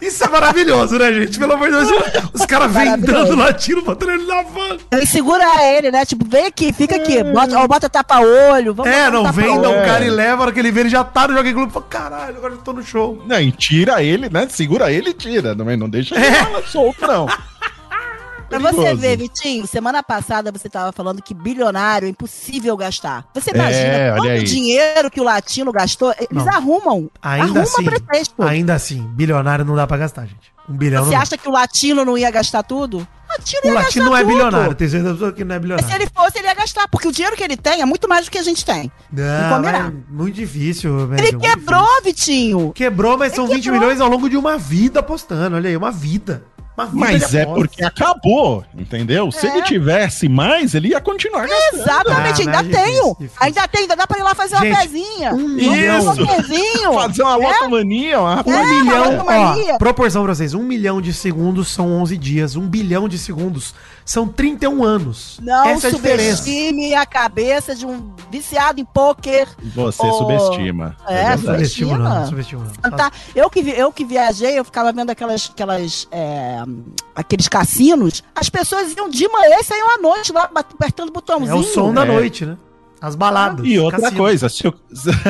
Speaker 3: Isso é maravilhoso, né, gente? Pelo amor de Deus. Os caras vendando
Speaker 4: Maravilhoso.
Speaker 3: o latino, botando ele na van.
Speaker 4: Ele Então, segura ele, né? Tipo, vem aqui, fica aqui. Bota, ó, bota tapa-olho. vamos
Speaker 3: É,
Speaker 4: botar
Speaker 3: não
Speaker 4: tapa-olho.
Speaker 3: vem, não. O
Speaker 2: É.
Speaker 3: cara e leva, a hora que ele vê, ele já tá no Jockey Club. Fala, Caralho, agora eu tô no show.
Speaker 2: Não, e tira ele, né? Segura ele e tira. Não, não deixa ele lá solto, não.
Speaker 4: Pra você
Speaker 2: Perigoso.
Speaker 4: ver, Vitinho, semana passada você tava falando que bilionário é impossível gastar. Você imagina
Speaker 2: É, olha
Speaker 4: quanto
Speaker 2: aí.
Speaker 4: dinheiro que o latino gastou? Eles
Speaker 3: Não.
Speaker 4: arrumam.
Speaker 3: Ainda
Speaker 4: arrumam
Speaker 3: assim,
Speaker 4: pretexto.
Speaker 3: ainda assim, bilionário não dá pra gastar, gente. Um bilhão
Speaker 4: Você
Speaker 3: não dá.
Speaker 4: acha que o latino não ia gastar tudo? O latino
Speaker 3: O
Speaker 4: ia
Speaker 3: latino não
Speaker 4: gastar
Speaker 3: é
Speaker 4: tudo.
Speaker 3: bilionário, tem certeza absoluta que não é
Speaker 4: Mas
Speaker 3: bilionário.
Speaker 4: se ele fosse, ele ia gastar, porque o dinheiro que ele tem é muito mais do que a gente tem. Vamos
Speaker 3: Não,
Speaker 4: combinar.
Speaker 3: mas é muito difícil, velho.
Speaker 4: Ele
Speaker 3: muito difícil.
Speaker 4: quebrou, Vitinho.
Speaker 3: Quebrou, mas são 20 milhões ao longo de uma vida apostando. Olha aí, uma vida. Uma vida
Speaker 2: Mas
Speaker 3: de
Speaker 2: é
Speaker 3: aposta.
Speaker 2: porque acabou, entendeu? Se ele tivesse mais, ele ia continuar gastando.
Speaker 4: Exatamente,
Speaker 3: Ah,
Speaker 4: ainda
Speaker 3: mas é
Speaker 4: tenho.
Speaker 3: difícil, difícil.
Speaker 4: Ainda tem, ainda dá pra ir lá fazer
Speaker 3: Gente,
Speaker 4: uma pezinha.
Speaker 3: um
Speaker 2: milhão.
Speaker 4: Um pezinho.
Speaker 2: Fazer uma lotomania, uma
Speaker 4: É,
Speaker 2: rapaz.
Speaker 4: uma
Speaker 3: Milhão,
Speaker 4: lotomania.
Speaker 3: ó, proporção pra vocês. Um milhão de segundos são 11 dias. Um bilhão de segundos são 31 anos.
Speaker 4: Não
Speaker 3: Essa é a diferença.
Speaker 4: subestime a cabeça de um viciado em pôquer.
Speaker 2: Você
Speaker 4: Ô,
Speaker 2: subestima.
Speaker 4: é,
Speaker 2: verdade.
Speaker 4: subestima.
Speaker 3: Subestimando, não, subestimando.
Speaker 4: Tá? Eu, que, vi- eu que viajei, eu ficava vendo aquelas, aquelas, é, aqueles cassinos. As pessoas iam de manhã e saíam à noite lá, bat- apertando o
Speaker 3: É
Speaker 4: botãozinho.
Speaker 3: o som da
Speaker 2: É.
Speaker 3: noite, né? As baladas.
Speaker 2: E outra
Speaker 3: cassino.
Speaker 2: coisa, se o,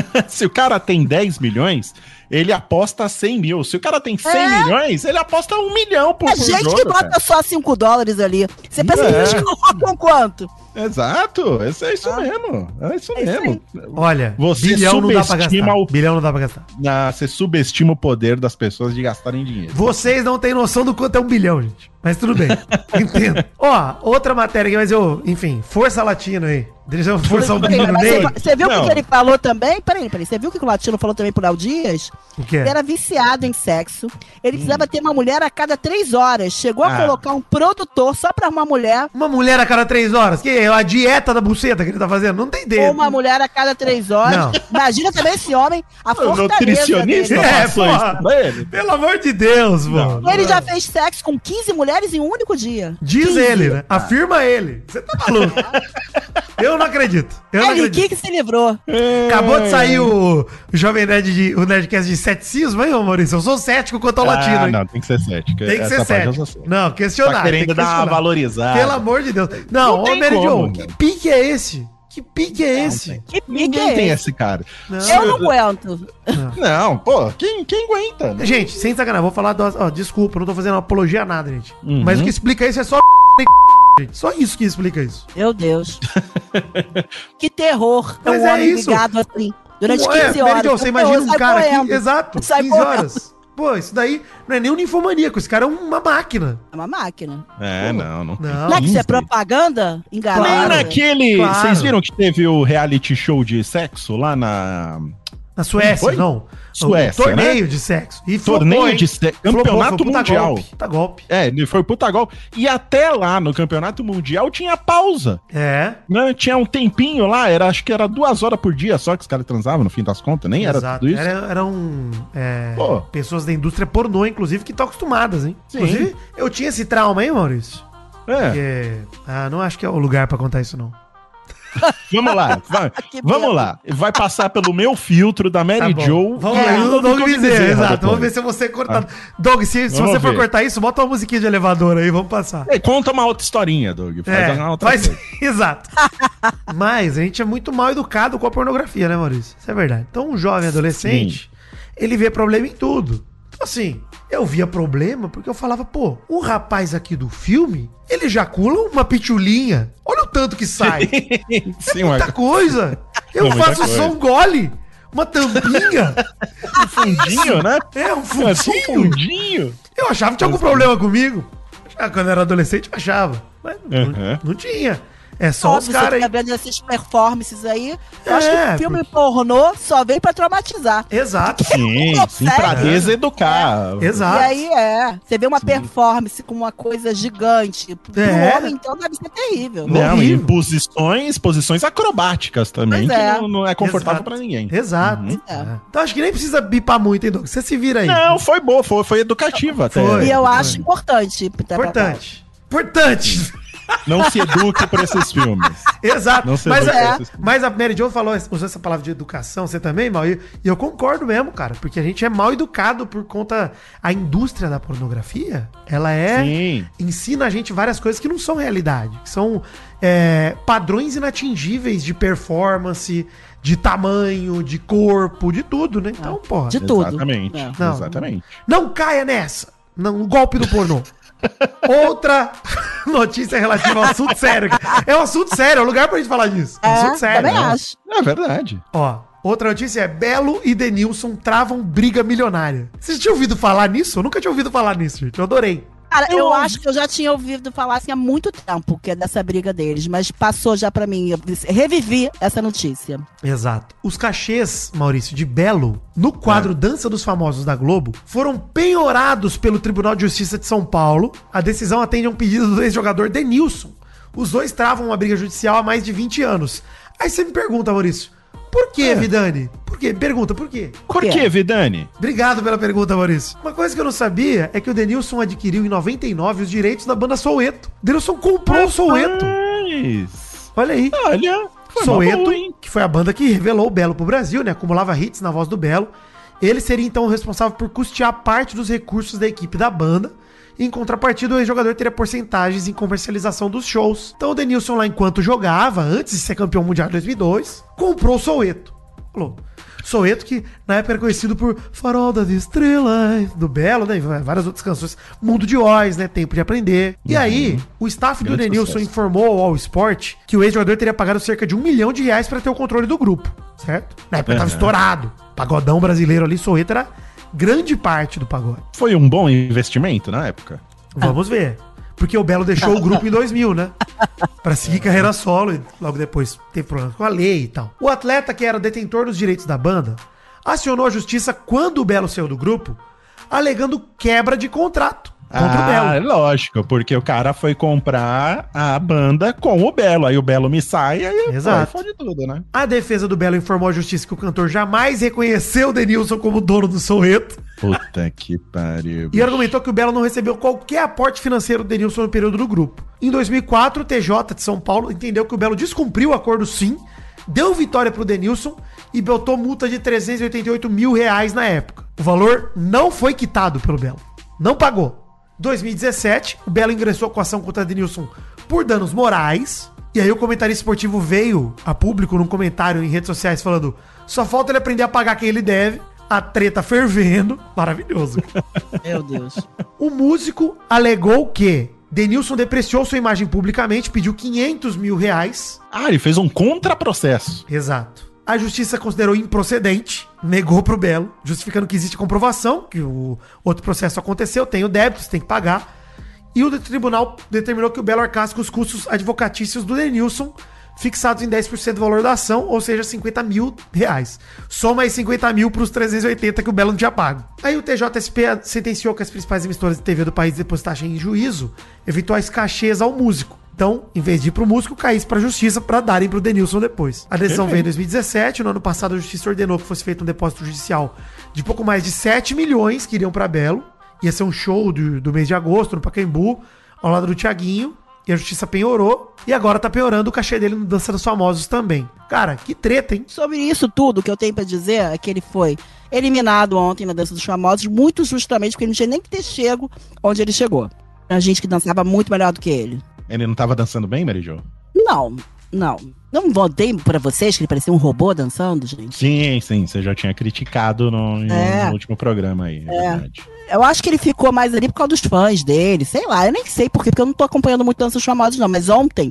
Speaker 2: se o cara tem 10 milhões, ele aposta 100 mil. Se o cara tem 100
Speaker 4: É.
Speaker 2: milhões, ele aposta 1 milhão por,
Speaker 4: É
Speaker 2: por
Speaker 4: gente
Speaker 2: jogo,
Speaker 4: que bota
Speaker 2: cara.
Speaker 4: só 5 dólares ali. Você pensa que
Speaker 2: É.
Speaker 4: eles colocam quanto?
Speaker 2: Exato, é isso é isso mesmo. É isso
Speaker 4: Ah. É isso
Speaker 2: mesmo.
Speaker 3: Olha,
Speaker 2: Você
Speaker 3: bilhão não dá pra
Speaker 2: subestima
Speaker 3: gastar.
Speaker 2: o-
Speaker 3: Bilhão não dá pra gastar.
Speaker 2: Ah, você subestima o poder das pessoas de gastarem dinheiro.
Speaker 3: Vocês não têm noção do quanto é um bilhão, gente. Mas tudo bem. Entendo. Ó, outra matéria aqui, mas eu. Enfim, força latina aí. Deixa eu forçar um pouquinho
Speaker 4: Mas
Speaker 3: nele.
Speaker 4: você- Você viu o que
Speaker 2: Não.
Speaker 4: que ele falou também? Peraí, peraí. Você viu o que o Latino falou também pro Léo Dias?
Speaker 3: O quê? Hum.
Speaker 4: Ele era viciado em sexo. Ele precisava ter uma mulher a cada três horas. Chegou a
Speaker 2: Ah.
Speaker 4: colocar um produtor só pra uma mulher
Speaker 3: Uma mulher a cada três horas. Que é a dieta da buceta que ele tá fazendo? Não tem ideia.
Speaker 4: ou uma mulher a cada três horas.
Speaker 3: Não.
Speaker 4: Imagina também esse homem, a
Speaker 2: O
Speaker 4: fortaleza
Speaker 2: nutricionista
Speaker 4: dele. né?
Speaker 3: É,
Speaker 2: passou
Speaker 3: porra.
Speaker 2: isso pra ele.
Speaker 3: Pelo amor de Deus, mano.
Speaker 4: Ele já fez sexo com 15 mulheres em um único dia.
Speaker 3: Diz ele, né? Afirma ele. Você tá maluco. eu não acredito. Eu não
Speaker 4: Ele
Speaker 3: acredito.
Speaker 4: que que se livrou.
Speaker 3: Acabou de sair o Jovem Nerd, de, o Nerdcast de ceticismo, hein, ô Maurício? Eu sou cético quanto ao latino,
Speaker 2: Ah,
Speaker 3: hein?
Speaker 2: não, tem que ser cético.
Speaker 3: Tem que
Speaker 2: Essa
Speaker 3: ser
Speaker 2: parte eu sou
Speaker 3: sério. Não, questionar.
Speaker 2: Tá
Speaker 3: tem
Speaker 2: querendo
Speaker 3: que
Speaker 2: dar uma
Speaker 3: questionar.
Speaker 2: valorizada.
Speaker 3: Pelo amor de Deus. Não,
Speaker 2: Ah. Não
Speaker 3: ô
Speaker 2: tem
Speaker 3: Mary
Speaker 2: como,
Speaker 3: Jo,
Speaker 2: velho.
Speaker 3: que pique é esse? Que pique é esse?
Speaker 4: Que pique
Speaker 2: Ninguém
Speaker 4: é
Speaker 2: tem
Speaker 4: esse?
Speaker 2: esse cara.
Speaker 4: Eu não aguento.
Speaker 2: Não, pô, quem, quem aguenta? né?
Speaker 3: Gente, sem sacanagem, vou falar das. Ó, desculpa, não tô fazendo apologia a nada, gente.
Speaker 2: Uhum.
Speaker 3: Mas o que explica isso é só. e gente. Só isso que explica isso.
Speaker 4: Meu Deus. que terror.
Speaker 3: Mas
Speaker 4: um
Speaker 3: é
Speaker 4: homem
Speaker 3: isso.
Speaker 4: ligado assim. Durante
Speaker 3: Pô,
Speaker 4: 15
Speaker 3: é,
Speaker 4: horas.
Speaker 3: Mary Jo, você
Speaker 4: Porque
Speaker 3: imagina
Speaker 4: sai
Speaker 3: um cara aqui.
Speaker 4: correndo.
Speaker 3: Exato,
Speaker 4: Sai
Speaker 3: 15
Speaker 4: correndo.
Speaker 3: horas. Pô, isso daí não é nem um ninfomaníaco, esse cara é uma máquina.
Speaker 4: É uma máquina.
Speaker 2: É, não, não. tem
Speaker 3: Não.
Speaker 4: Não é que isso é
Speaker 2: 15.
Speaker 4: propaganda? Enganada.
Speaker 2: Nem
Speaker 3: Claro.
Speaker 2: naquele.
Speaker 3: Claro.
Speaker 2: Vocês viram que teve o reality show de sexo lá na
Speaker 3: Na Suécia,
Speaker 2: Foi?
Speaker 3: não. Um
Speaker 2: Suécia? né?
Speaker 3: torneio de sexo. E
Speaker 2: Torneio
Speaker 3: hein?
Speaker 2: de se-
Speaker 3: Flopou,
Speaker 2: campeonato
Speaker 3: foi um puta
Speaker 2: mundial.
Speaker 3: Golpe, puta golpe.
Speaker 2: É, ele foi puta gol. E até lá no campeonato mundial tinha pausa.
Speaker 3: É.
Speaker 2: Né? Tinha um tempinho lá, era, acho que era duas horas por dia só que os caras transavam, no fim das contas, nem era
Speaker 3: Exato.
Speaker 2: tudo isso.
Speaker 3: Era, eram é,
Speaker 2: Pô.
Speaker 3: pessoas da indústria pornô, inclusive, que estão acostumadas, hein?
Speaker 2: Sim.
Speaker 3: Inclusive, eu tinha esse trauma, hein, Maurício?
Speaker 2: É,
Speaker 3: Porque, ah, não acho que é o lugar pra contar isso, não.
Speaker 2: vamos lá, vai,
Speaker 4: Que
Speaker 2: vamos
Speaker 4: medo.
Speaker 2: lá. Vai passar pelo meu filtro da Mary
Speaker 3: Tá
Speaker 2: é
Speaker 3: bom.
Speaker 2: Joe.
Speaker 3: Vamos
Speaker 2: e
Speaker 3: lá,
Speaker 2: do
Speaker 3: o Doug
Speaker 2: Douglas
Speaker 3: Bezerra,
Speaker 2: Bezerra
Speaker 3: exato.
Speaker 2: depois.
Speaker 3: Vamos ver se você é cortado. Doug, se, se
Speaker 2: Ah. Vamos
Speaker 3: você for
Speaker 2: ver.
Speaker 3: cortar isso, bota uma musiquinha de elevador aí, vamos passar.
Speaker 2: É, conta uma outra historinha, Doug. Faz
Speaker 3: É,
Speaker 2: uma outra
Speaker 3: mas,
Speaker 2: coisa.
Speaker 3: exato. Mas a gente é muito mal educado com a pornografia, né, Maurício? Isso é verdade. Então, um jovem adolescente, ele vê problema em tudo. Então, assim, eu via problema porque eu falava, pô, o rapaz aqui do filme, ele ejacula uma pitulinha. Olha o tanto que sai.
Speaker 2: Sim, um uma
Speaker 3: Muita coisa. Eu
Speaker 2: Muita
Speaker 3: faço
Speaker 2: coisa.
Speaker 3: só um gole. Uma tampinha. Um
Speaker 2: fundinho, né?
Speaker 3: é, um
Speaker 2: É só um
Speaker 3: fundinho.
Speaker 2: fundinho.
Speaker 3: Eu achava que tinha algum problema comigo. Ah, Quando eu era adolescente, eu achava. Mas não,
Speaker 2: Uhum.
Speaker 3: não tinha. É só
Speaker 4: Óbvio,
Speaker 3: os
Speaker 4: você
Speaker 3: caras
Speaker 4: fica
Speaker 3: aí.
Speaker 4: vendo essas performances aí. Eu acho
Speaker 3: É,
Speaker 4: que filme pornô só vem pra traumatizar.
Speaker 3: Exato.
Speaker 2: Sim,
Speaker 4: Não
Speaker 2: sim, pra
Speaker 4: consegue.
Speaker 2: deseducar.
Speaker 3: Exato.
Speaker 4: E aí é. Você vê uma performance com uma coisa gigante. Pro
Speaker 3: É.
Speaker 4: homem, então, deve ser terrível.
Speaker 2: Não, e
Speaker 3: Horrível.
Speaker 2: posições, posições acrobáticas também,
Speaker 4: Pois é.
Speaker 2: que não, não é confortável
Speaker 3: Exato.
Speaker 2: pra ninguém. Uhum.
Speaker 3: Exato.
Speaker 4: É.
Speaker 3: Então acho que nem precisa bipar muito, hein, Doug? Você se vira aí.
Speaker 2: Não, foi boa, foi, foi educativa até.
Speaker 3: Foi.
Speaker 4: E eu acho importante. tá, tá, tá.
Speaker 3: É, Importante. Importante.
Speaker 2: Não se eduque pra esses filmes.
Speaker 3: Exato.
Speaker 2: Não sei
Speaker 3: mas,
Speaker 2: do que
Speaker 3: a,
Speaker 2: é isso.
Speaker 3: mas a Mary Jo falou, usou essa palavra de educação, você também, Mal? E e eu concordo mesmo, cara, porque a gente é mal educado por conta. A indústria da pornografia, ela é.
Speaker 2: Sim.
Speaker 3: Ensina a gente várias coisas que não são realidade, que são é, padrões inatingíveis de performance, de tamanho, de corpo, de tudo, né?
Speaker 4: É.
Speaker 3: Então, porra.
Speaker 4: De tudo.
Speaker 2: Exatamente.
Speaker 4: É.
Speaker 3: Não.
Speaker 2: Exatamente.
Speaker 3: Não caia nessa. Não, o golpe do pornô. Outra notícia relativa ao assunto sério. É um assunto sério, é um lugar pra gente falar disso. É um
Speaker 4: É,
Speaker 3: assunto sério.
Speaker 4: também acho.
Speaker 2: É verdade.
Speaker 3: Ó, outra notícia é Belo e Denilson travam briga milionária. Vocês tinham ouvido falar nisso? Eu nunca tinha ouvido falar nisso, gente. Eu adorei.
Speaker 4: Cara, eu, acho que eu já tinha ouvido falar assim há muito tempo, que é dessa briga deles, mas passou já pra mim. Eu revivi essa notícia.
Speaker 3: Exato. Os cachês, Maurício, de Belo, no quadro Dança dos Famosos da Globo, foram penhorados pelo Tribunal de Justiça de São Paulo. A decisão atende a um pedido do ex-jogador Denilson. Os dois travam uma briga judicial há mais de 20 anos. Aí você me pergunta, Maurício, por que, Vidani? Por quê? Pergunta, por quê?
Speaker 2: Por
Speaker 4: quê?
Speaker 2: que, Vidani?
Speaker 3: Obrigado pela pergunta, Maurício. Uma coisa que eu não sabia é que o Denilson adquiriu em 99 os direitos da banda Soueto. Denilson comprou o Soueto.
Speaker 2: Mas...
Speaker 3: Olha aí.
Speaker 2: Olha, foi uma
Speaker 3: Soueto,
Speaker 2: boa, hein?
Speaker 3: que foi a banda que revelou o Belo pro Brasil, né? Acumulava hits na voz do Belo. Ele seria então o responsável por custear parte dos recursos da equipe da banda. Em contrapartida, o ex-jogador teria porcentagens em comercialização dos shows. Então o Denilson lá enquanto jogava, antes de ser campeão mundial em 2002, comprou o Soueto. Falou. Soueto que na época era conhecido por Farol das Estrelas, do Belo, né? e Várias outras canções. Mundo de Oz, né? Tempo de Aprender. E aí, o staff do
Speaker 2: Uhum. Grande
Speaker 3: Denilson
Speaker 2: sucesso.
Speaker 3: informou ao All Sport que o ex-jogador teria pagado cerca de um milhão de reais para ter o controle do grupo, certo? Na época tava
Speaker 2: Aham.
Speaker 3: estourado. Pagodão brasileiro ali, Soueto era grande parte do pagode.
Speaker 2: Foi um bom investimento na época.
Speaker 3: Vamos ver. Porque o Belo deixou o grupo em 2000, né? Pra seguir carreira solo e logo depois teve problemas com a lei e tal. O atleta, que era detentor dos direitos da banda, acionou a justiça quando o Belo saiu do grupo, alegando quebra de contrato contra o
Speaker 2: ah,
Speaker 3: Belo.
Speaker 2: lógico, porque o cara foi comprar a banda com o Belo. Aí o Belo me sai e
Speaker 3: Exato.
Speaker 2: fode tudo, né?
Speaker 3: A defesa do Belo informou à justiça que o cantor jamais reconheceu o Denilson como dono do Soueto
Speaker 2: Puta que pariu.
Speaker 3: e argumentou que o Belo não recebeu qualquer aporte financeiro do Denilson no período do grupo. Em 2004, o TJ de São Paulo entendeu que o Belo descumpriu o acordo sim, deu vitória pro Denilson e botou multa de 388 mil reais na época. O valor não foi quitado pelo Belo. Não pagou. 2017, o Belo ingressou com ação contra Denilson por danos morais. E aí o comentarista esportivo veio a público num comentário em redes sociais falando: só falta ele aprender a pagar quem ele deve. A treta fervendo. Maravilhoso.
Speaker 4: Meu Deus.
Speaker 3: O músico alegou que Denilson depreciou sua imagem publicamente, pediu 500 mil reais.
Speaker 2: Ah, ele fez um contraprocesso.
Speaker 3: Exato. A justiça considerou improcedente, negou pro Belo, justificando que existe comprovação que o outro processo aconteceu, tem o débito, você tem que pagar. E o tribunal determinou que o Belo arcasse com os custos advocatícios do Denilson, fixados em 10% do valor da ação, ou seja, 50 mil reais. Soma aí 50 mil para os 380 que o Belo não tinha pago. Aí o TJSP sentenciou que as principais emissoras de TV do país depositassem em juízo eventuais cachês ao músico. Então, em vez de ir pro músico, caísse pra justiça pra darem pro Denilson depois. A decisão veio em 2017. No ano passado, a justiça ordenou que fosse feito um depósito judicial de pouco mais de 7 milhões que iriam pra Belo. Ia ser um show do, do mês de agosto no Pacaembu, ao lado do Tiaguinho. E a justiça penhorou. E agora tá penhorando o cachê dele no Dança dos Famosos também. Cara, que treta, hein?
Speaker 4: Sobre isso tudo, o que eu tenho pra dizer é que ele foi eliminado ontem na Dança dos Famosos, muito justamente porque ele não tinha nem que ter chego onde ele chegou. A gente que dançava muito melhor do que ele.
Speaker 2: Ele não tava dançando bem, Mary Jo?
Speaker 4: Não, não. Não votei pra vocês que ele parecia um robô dançando, gente.
Speaker 2: Sim, sim, você já tinha criticado no, em-
Speaker 4: É.
Speaker 2: no último programa aí, é, verdade.
Speaker 4: Eu acho que ele ficou mais ali por causa dos fãs dele, sei lá, eu nem sei por quê, porque eu não tô acompanhando muito Danças Famosos, não. Mas ontem,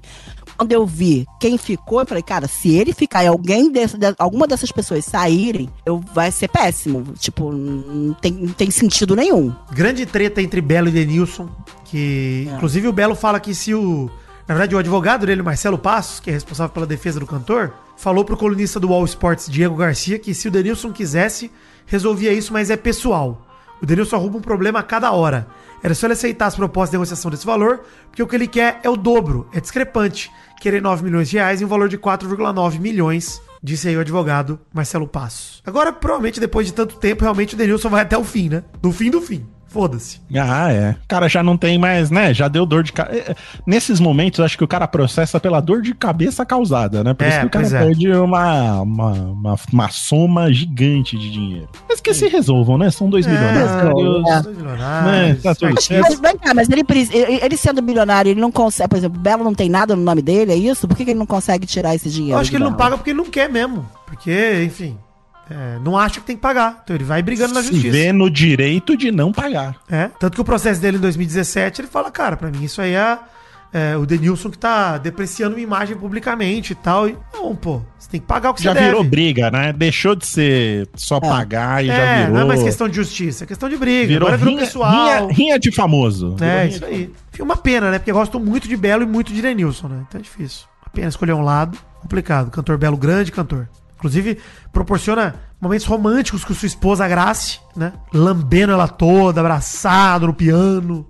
Speaker 4: quando eu vi quem ficou, eu falei, cara, se ele ficar e alguém dessa, de- alguma dessas pessoas saírem, eu, vai ser péssimo. Tipo, não tem, não tem sentido nenhum.
Speaker 3: Grande treta entre Belo e Denilson. Que, inclusive, o Belo fala que se o. Na verdade, o advogado dele, Marcelo Passos, que é responsável pela defesa do cantor, falou pro colunista do All Sports, Diego Garcia, que se o Denilson quisesse, resolvia isso, mas é pessoal. O Denilson arruma um problema a cada hora. Era só ele aceitar as propostas de negociação desse valor, porque o que ele quer é o dobro, é discrepante. Querer 9 milhões de reais e um valor de 4,9 milhões, disse aí o advogado Marcelo Passos. Agora, provavelmente, depois de tanto tempo, realmente o Denilson vai até o fim, né? Do fim do fim. Foda-se.
Speaker 2: Ah, é. O cara já não tem mais, né? Já deu dor de cabeça. Nesses momentos, acho que o cara processa pela dor de cabeça causada, né? Por
Speaker 3: É,
Speaker 2: isso que o cara
Speaker 3: pois é.
Speaker 2: perde uma, uma, uma, uma soma gigante de dinheiro. Mas que se resolvam, né? São dois milionários.
Speaker 4: é.
Speaker 3: Dois milionários.
Speaker 2: É, tá tudo
Speaker 3: Mas-
Speaker 4: Mas, mas vem cá, mas ele, pre- ele ele sendo bilionário, ele não consegue. Por exemplo, Belo não tem nada no nome dele, é isso? Por que, que ele não consegue tirar esse dinheiro?
Speaker 3: Eu acho que
Speaker 4: do
Speaker 3: ele não
Speaker 4: Belo?
Speaker 3: paga porque ele não quer mesmo. Porque, enfim, é, não acha que tem que pagar. Então ele vai brigando na
Speaker 2: Se
Speaker 3: justiça.
Speaker 2: vê né? no direito de não pagar.
Speaker 3: É, tanto que o processo dele em 2017, ele fala, cara, pra mim isso aí é, é o Denilson que tá depreciando minha imagem publicamente e tal. E, não, pô, você tem que pagar o que
Speaker 2: já
Speaker 3: você deve.
Speaker 2: virou briga, né? Deixou de ser só pagar e já
Speaker 3: É,
Speaker 2: virou.
Speaker 3: não é mais questão de justiça, é questão de briga.
Speaker 2: virou
Speaker 3: Agora virou
Speaker 2: rinha,
Speaker 3: pessoal.
Speaker 2: rinha- rinha de famoso. Virou
Speaker 3: é,
Speaker 2: rinha
Speaker 3: isso aí. Enfim, uma pena, né? Porque eu gosto muito de Belo e muito de Denilson, né? Então é difícil. Uma pena escolher um lado. Complicado. Cantor Belo, grande cantor. Inclusive, proporciona momentos românticos com sua esposa Grace, né? Lambendo ela toda, abraçado no piano.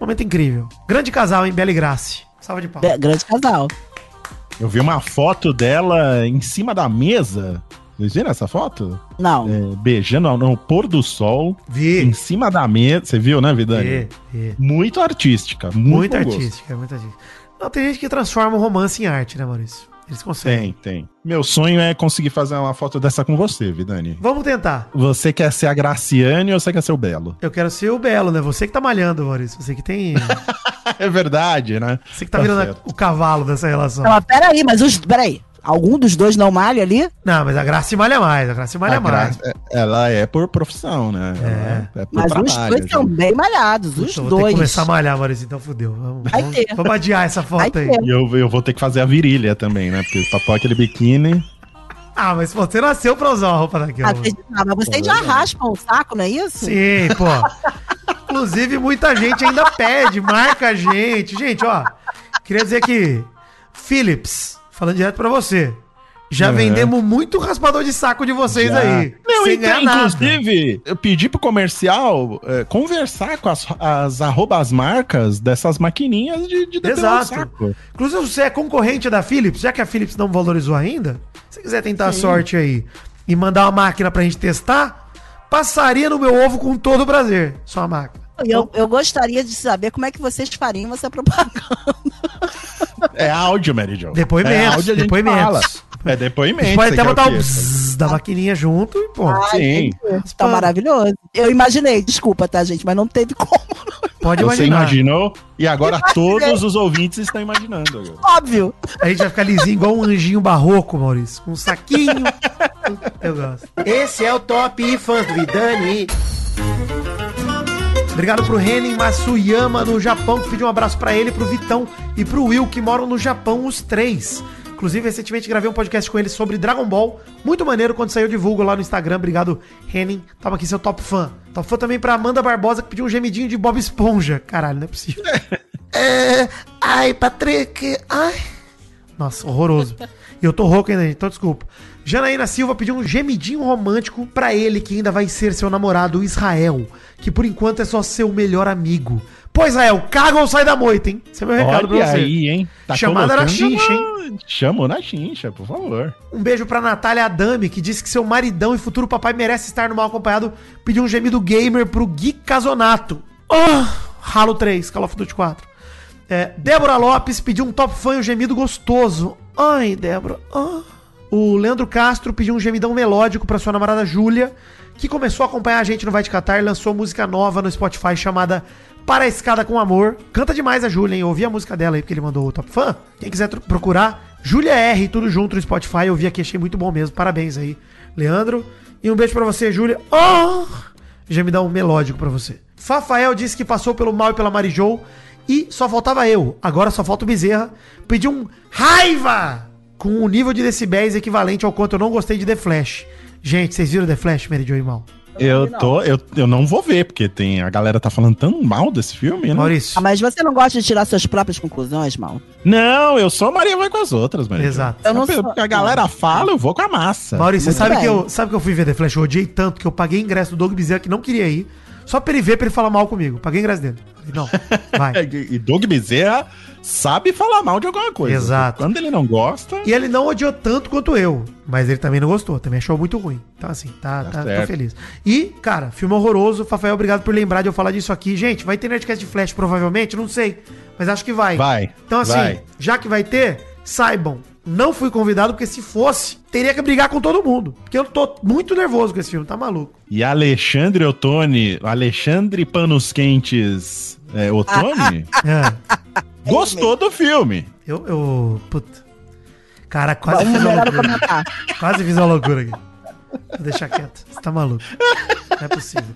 Speaker 3: Momento incrível. Grande casal, hein? Belo e Grace. Salva de palmas.
Speaker 4: Be- Grande casal.
Speaker 2: Eu vi uma foto dela em cima da mesa. Vocês viram essa foto?
Speaker 4: Não.
Speaker 2: É, beijando ao no pôr do sol, em
Speaker 3: Vi.
Speaker 2: cima da mesa. Você viu, né, Vidani?
Speaker 3: Vi. vi.
Speaker 2: Muito artística. Muito,
Speaker 3: Muito
Speaker 2: bom gosto.
Speaker 3: artística, muito artística. Não, tem gente que transforma o romance em arte, né, Maurício? Eles conseguem.
Speaker 2: Tem, tem. Meu sonho é conseguir fazer uma foto dessa com você, Vidani.
Speaker 3: Vamos tentar.
Speaker 2: Você quer ser a Graciane ou você quer ser o Belo?
Speaker 3: Eu quero ser o Belo, né? Você que tá malhando, Maurício. Você que tem.
Speaker 2: É verdade, né?
Speaker 3: Você que tá virando
Speaker 2: certo.
Speaker 3: a- o cavalo dessa relação.
Speaker 4: Não, mas peraí, mas os. Peraí. Algum dos dois não malha ali?
Speaker 3: Não, mas a Graça se malha mais, a Graça se malha
Speaker 2: A
Speaker 3: mais.
Speaker 2: Gra- Ela é por profissão, né? Ela é por
Speaker 4: Mas os
Speaker 2: trabalho.
Speaker 4: dois são bem malhados, os
Speaker 3: Puta, vou ter que
Speaker 4: dois.
Speaker 3: começar a malhar, Maurício, então fudeu. Vamos,
Speaker 4: Vai
Speaker 3: vamos,
Speaker 4: ter.
Speaker 3: vamos adiar essa foto
Speaker 4: Vai
Speaker 3: aí.
Speaker 4: ter.
Speaker 2: E eu, eu vou ter que fazer a virilha também, né? Porque pra pôr aquele biquíni.
Speaker 3: Ah, mas pô, você nasceu pra usar uma roupa daquela.
Speaker 4: Ah, vocês- ah, mas vocês já raspam o saco, não é isso?
Speaker 3: Sim, pô. Inclusive, muita gente ainda pede, marca a gente. Gente, ó, queria dizer que Philips, falando direto pra você, já
Speaker 2: É.
Speaker 3: vendemos muito raspador de saco de vocês É aí.
Speaker 2: Não,
Speaker 3: sem
Speaker 2: então,
Speaker 3: ganhar nada.
Speaker 2: inclusive, eu pedi pro comercial eh, conversar com as, as arrobas marcas dessas maquininhas de, de depilar o
Speaker 3: Exato.
Speaker 2: saco.
Speaker 3: Inclusive, se você é concorrente da Philips, já que a Philips não valorizou ainda, se você quiser tentar a sorte aí e mandar uma máquina pra gente testar, passaria no meu ovo com todo o prazer. Só a máquina.
Speaker 4: Eu, eu gostaria de saber como é que vocês fariam essa propaganda.
Speaker 2: É áudio, Mary Jo.
Speaker 3: Depoimentos,
Speaker 2: é a gente
Speaker 3: depoimentos.
Speaker 2: fala. É depoimento.
Speaker 3: Pode
Speaker 2: você
Speaker 3: até
Speaker 2: quer
Speaker 3: botar um
Speaker 2: o
Speaker 3: o
Speaker 2: quê?
Speaker 3: bzzz da maquininha junto e pô.
Speaker 2: Sim.
Speaker 4: Tá maravilhoso. Eu imaginei, desculpa, tá, gente, mas não teve como.
Speaker 3: Pode
Speaker 2: Você
Speaker 3: imaginar.
Speaker 2: imaginou? E agora todos os ouvintes estão imaginando. agora.
Speaker 4: Óbvio.
Speaker 3: A gente vai ficar lisinho igual um anjinho barroco, Maurício. Com um saquinho. Eu gosto.
Speaker 5: Esse é o top fãs do Vidani.
Speaker 3: Obrigado pro Renin Masuyama no Japão, que pediu um abraço pra ele, pro Vitão e pro Will, que moram no Japão, os três. Inclusive, recentemente gravei um podcast com ele sobre Dragon Ball. Muito maneiro quando saiu, eu divulgo lá no Instagram. Obrigado, Henning. Tava aqui seu top fã. Top fã também pra Amanda Barbosa, que pediu um gemidinho de Bob Esponja. Caralho, não é possível. É, ai, Patrick, ai. Nossa, horroroso. E eu tô rouco ainda, gente, então desculpa. Janaína Silva pediu um gemidinho romântico pra ele que ainda vai ser seu namorado, o Israel, que por enquanto é só seu melhor amigo. Pô, Israel, caga ou sai da moita, hein? Esse é meu recado
Speaker 2: Olha
Speaker 3: pra você.
Speaker 2: aí, hein? Tá
Speaker 3: Chamada na
Speaker 2: colocando
Speaker 3: chincha,
Speaker 2: na- Chamou na chincha, por favor.
Speaker 3: Um beijo pra Natália Adame, que disse que seu maridão e futuro papai merece estar no mal acompanhado. Pediu um gemido gamer pro Gui Casonato. Oh, Halo 3, Call of Duty 4. É, Débora Lopes pediu um top fã e um gemido gostoso. Ai, Débora. ah. O Leandro Castro pediu um gemidão melódico pra sua namorada Júlia, que começou a acompanhar a gente no Vai de Catar e lançou música nova no Spotify chamada Para a Escada com Amor. Canta demais a Júlia, hein? Ouvi a música dela aí, porque ele mandou o top fã. Quem quiser tro- procurar, Júlia R, tudo junto no Spotify. Eu vi aqui, achei muito bom mesmo. Parabéns aí, Leandro. E um beijo pra você, Júlia. Oh! Já me dá um melódico pra você. Fafael disse que passou pelo mal e pela Marijou e só faltava eu. Agora só falta o Bezerra. Pediu um raiva com um nível de decibéis equivalente ao quanto eu não gostei de The Flash. Gente, vocês viram The Flash, Mary Jo e Mal?
Speaker 2: Eu tô, eu, eu não vou ver, porque tem, a galera tá falando tão mal desse filme, né?
Speaker 3: Maurício.
Speaker 4: Ah, mas você não gosta de tirar suas próprias conclusões, mal?
Speaker 2: Não, eu sou Maria vai com as outras, Maria.
Speaker 3: Exato.
Speaker 4: Eu não
Speaker 2: Porque
Speaker 4: sou-
Speaker 2: a galera fala, eu vou com a massa.
Speaker 3: Maurício, você
Speaker 4: Muito
Speaker 3: sabe
Speaker 4: bem.
Speaker 3: que, eu, sabe que eu fui ver The Flash? Eu odiei tanto que eu paguei ingresso do Doug Bezerra que não queria ir. Só pra ele ver, pra ele falar mal comigo. Paguei ingresso dele. Falei, Não, vai.
Speaker 2: É, E Doug Bezerra sabe falar mal de alguma coisa.
Speaker 3: Exato.
Speaker 2: Quando ele não gosta,
Speaker 3: E ele não odiou tanto quanto eu, mas ele também não gostou, também achou muito ruim. Então, assim, tá,
Speaker 2: Tá
Speaker 3: tá, tô
Speaker 2: certo.
Speaker 3: feliz. E, cara, filme horroroso. Fafael, obrigado por lembrar de eu falar disso aqui. Gente, vai ter Nerdcast de Flash, provavelmente, não sei, mas acho que vai.
Speaker 2: Vai,
Speaker 3: Então, assim,
Speaker 2: vai.
Speaker 3: já que vai ter, saibam, não fui convidado, porque se fosse, teria que brigar com todo mundo. Porque eu tô muito nervoso com esse filme, tá maluco?
Speaker 2: E Alexandre Ottoni, Alexandre Panos Quentes é, Ottoni,
Speaker 3: É,
Speaker 2: gostou do filme.
Speaker 3: eu, eu. Puta. Cara, quase
Speaker 4: Vamos
Speaker 3: fiz uma
Speaker 4: Então, melhor eu
Speaker 3: loucura.
Speaker 4: comentar.
Speaker 3: Quase fiz uma loucura aqui. Vou deixar quieto. Você tá maluco. Não é possível.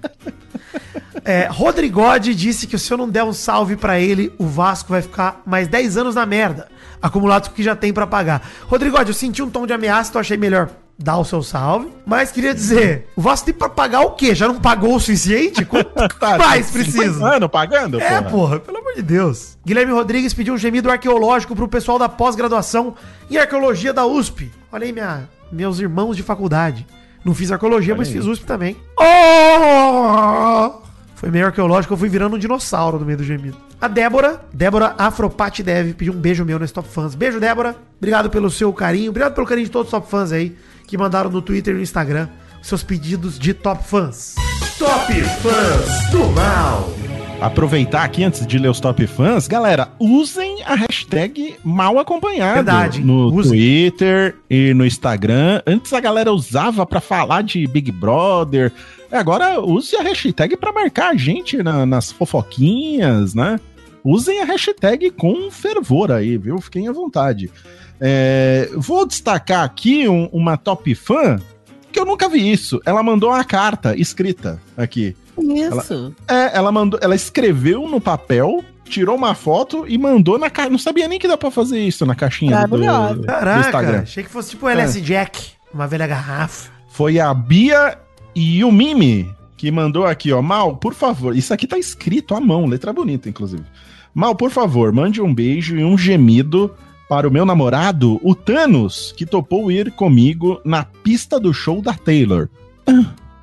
Speaker 3: É, Rodrigode disse que se eu não der um salve pra ele, o Vasco vai ficar mais 10 anos na merda. Acumulado com o que já tem pra pagar. Rodrigode, eu senti um tom de ameaça, então achei melhor dar o seu salve. Mas queria dizer, o Vasco tem pra pagar o quê? Já não pagou o suficiente? Quanto mais precisa?
Speaker 2: Mano, Tá, pagando,
Speaker 3: É,
Speaker 2: porra.
Speaker 3: porra, pelo amor de Deus. Guilherme Rodrigues pediu um gemido arqueológico pro pessoal da pós-graduação em arqueologia da USP. Olha aí, minha, meus irmãos de faculdade. Não fiz arqueologia, mas fiz USP também. Oh! Foi meio arqueológico, eu fui virando um dinossauro no meio do gemido. A Débora, Débora Afropati Dev, pediu um beijo meu nesse Top Fãs. Beijo, Débora. Obrigado pelo seu carinho. Obrigado pelo carinho de todos os Top Fãs aí que mandaram no Twitter e no Instagram seus pedidos de Top Fãs.
Speaker 1: Top Fãs do Mal.
Speaker 2: Aproveitar aqui antes de ler os top fãs, galera, usem a hashtag mal acompanhado
Speaker 3: Verdade,
Speaker 2: no
Speaker 3: usem.
Speaker 2: Twitter e no Instagram. Antes a galera usava pra falar de Big Brother. Agora use a hashtag pra marcar a gente na- nas fofoquinhas, né? Usem a hashtag com fervor aí, viu? Fiquem à vontade. É, vou destacar aqui um- uma top fã que eu nunca vi isso. Ela mandou uma carta escrita aqui.
Speaker 4: Isso.
Speaker 2: É, ela mandou, ela escreveu no papel, tirou uma foto e mandou na caixa. Não sabia nem que dá pra fazer isso na caixinha do,
Speaker 4: Maravilhosa.
Speaker 2: do
Speaker 3: Caraca,
Speaker 2: Instagram.
Speaker 3: achei que fosse tipo o LS Jack, uma velha garrafa.
Speaker 2: Foi a Bia Yumimi que mandou aqui, ó. Mal, por favor. Isso aqui tá escrito à mão, letra bonita, inclusive. Mal, por favor, mande um beijo e um gemido para o meu namorado, o Thanos, que topou ir comigo na pista do show da Taylor.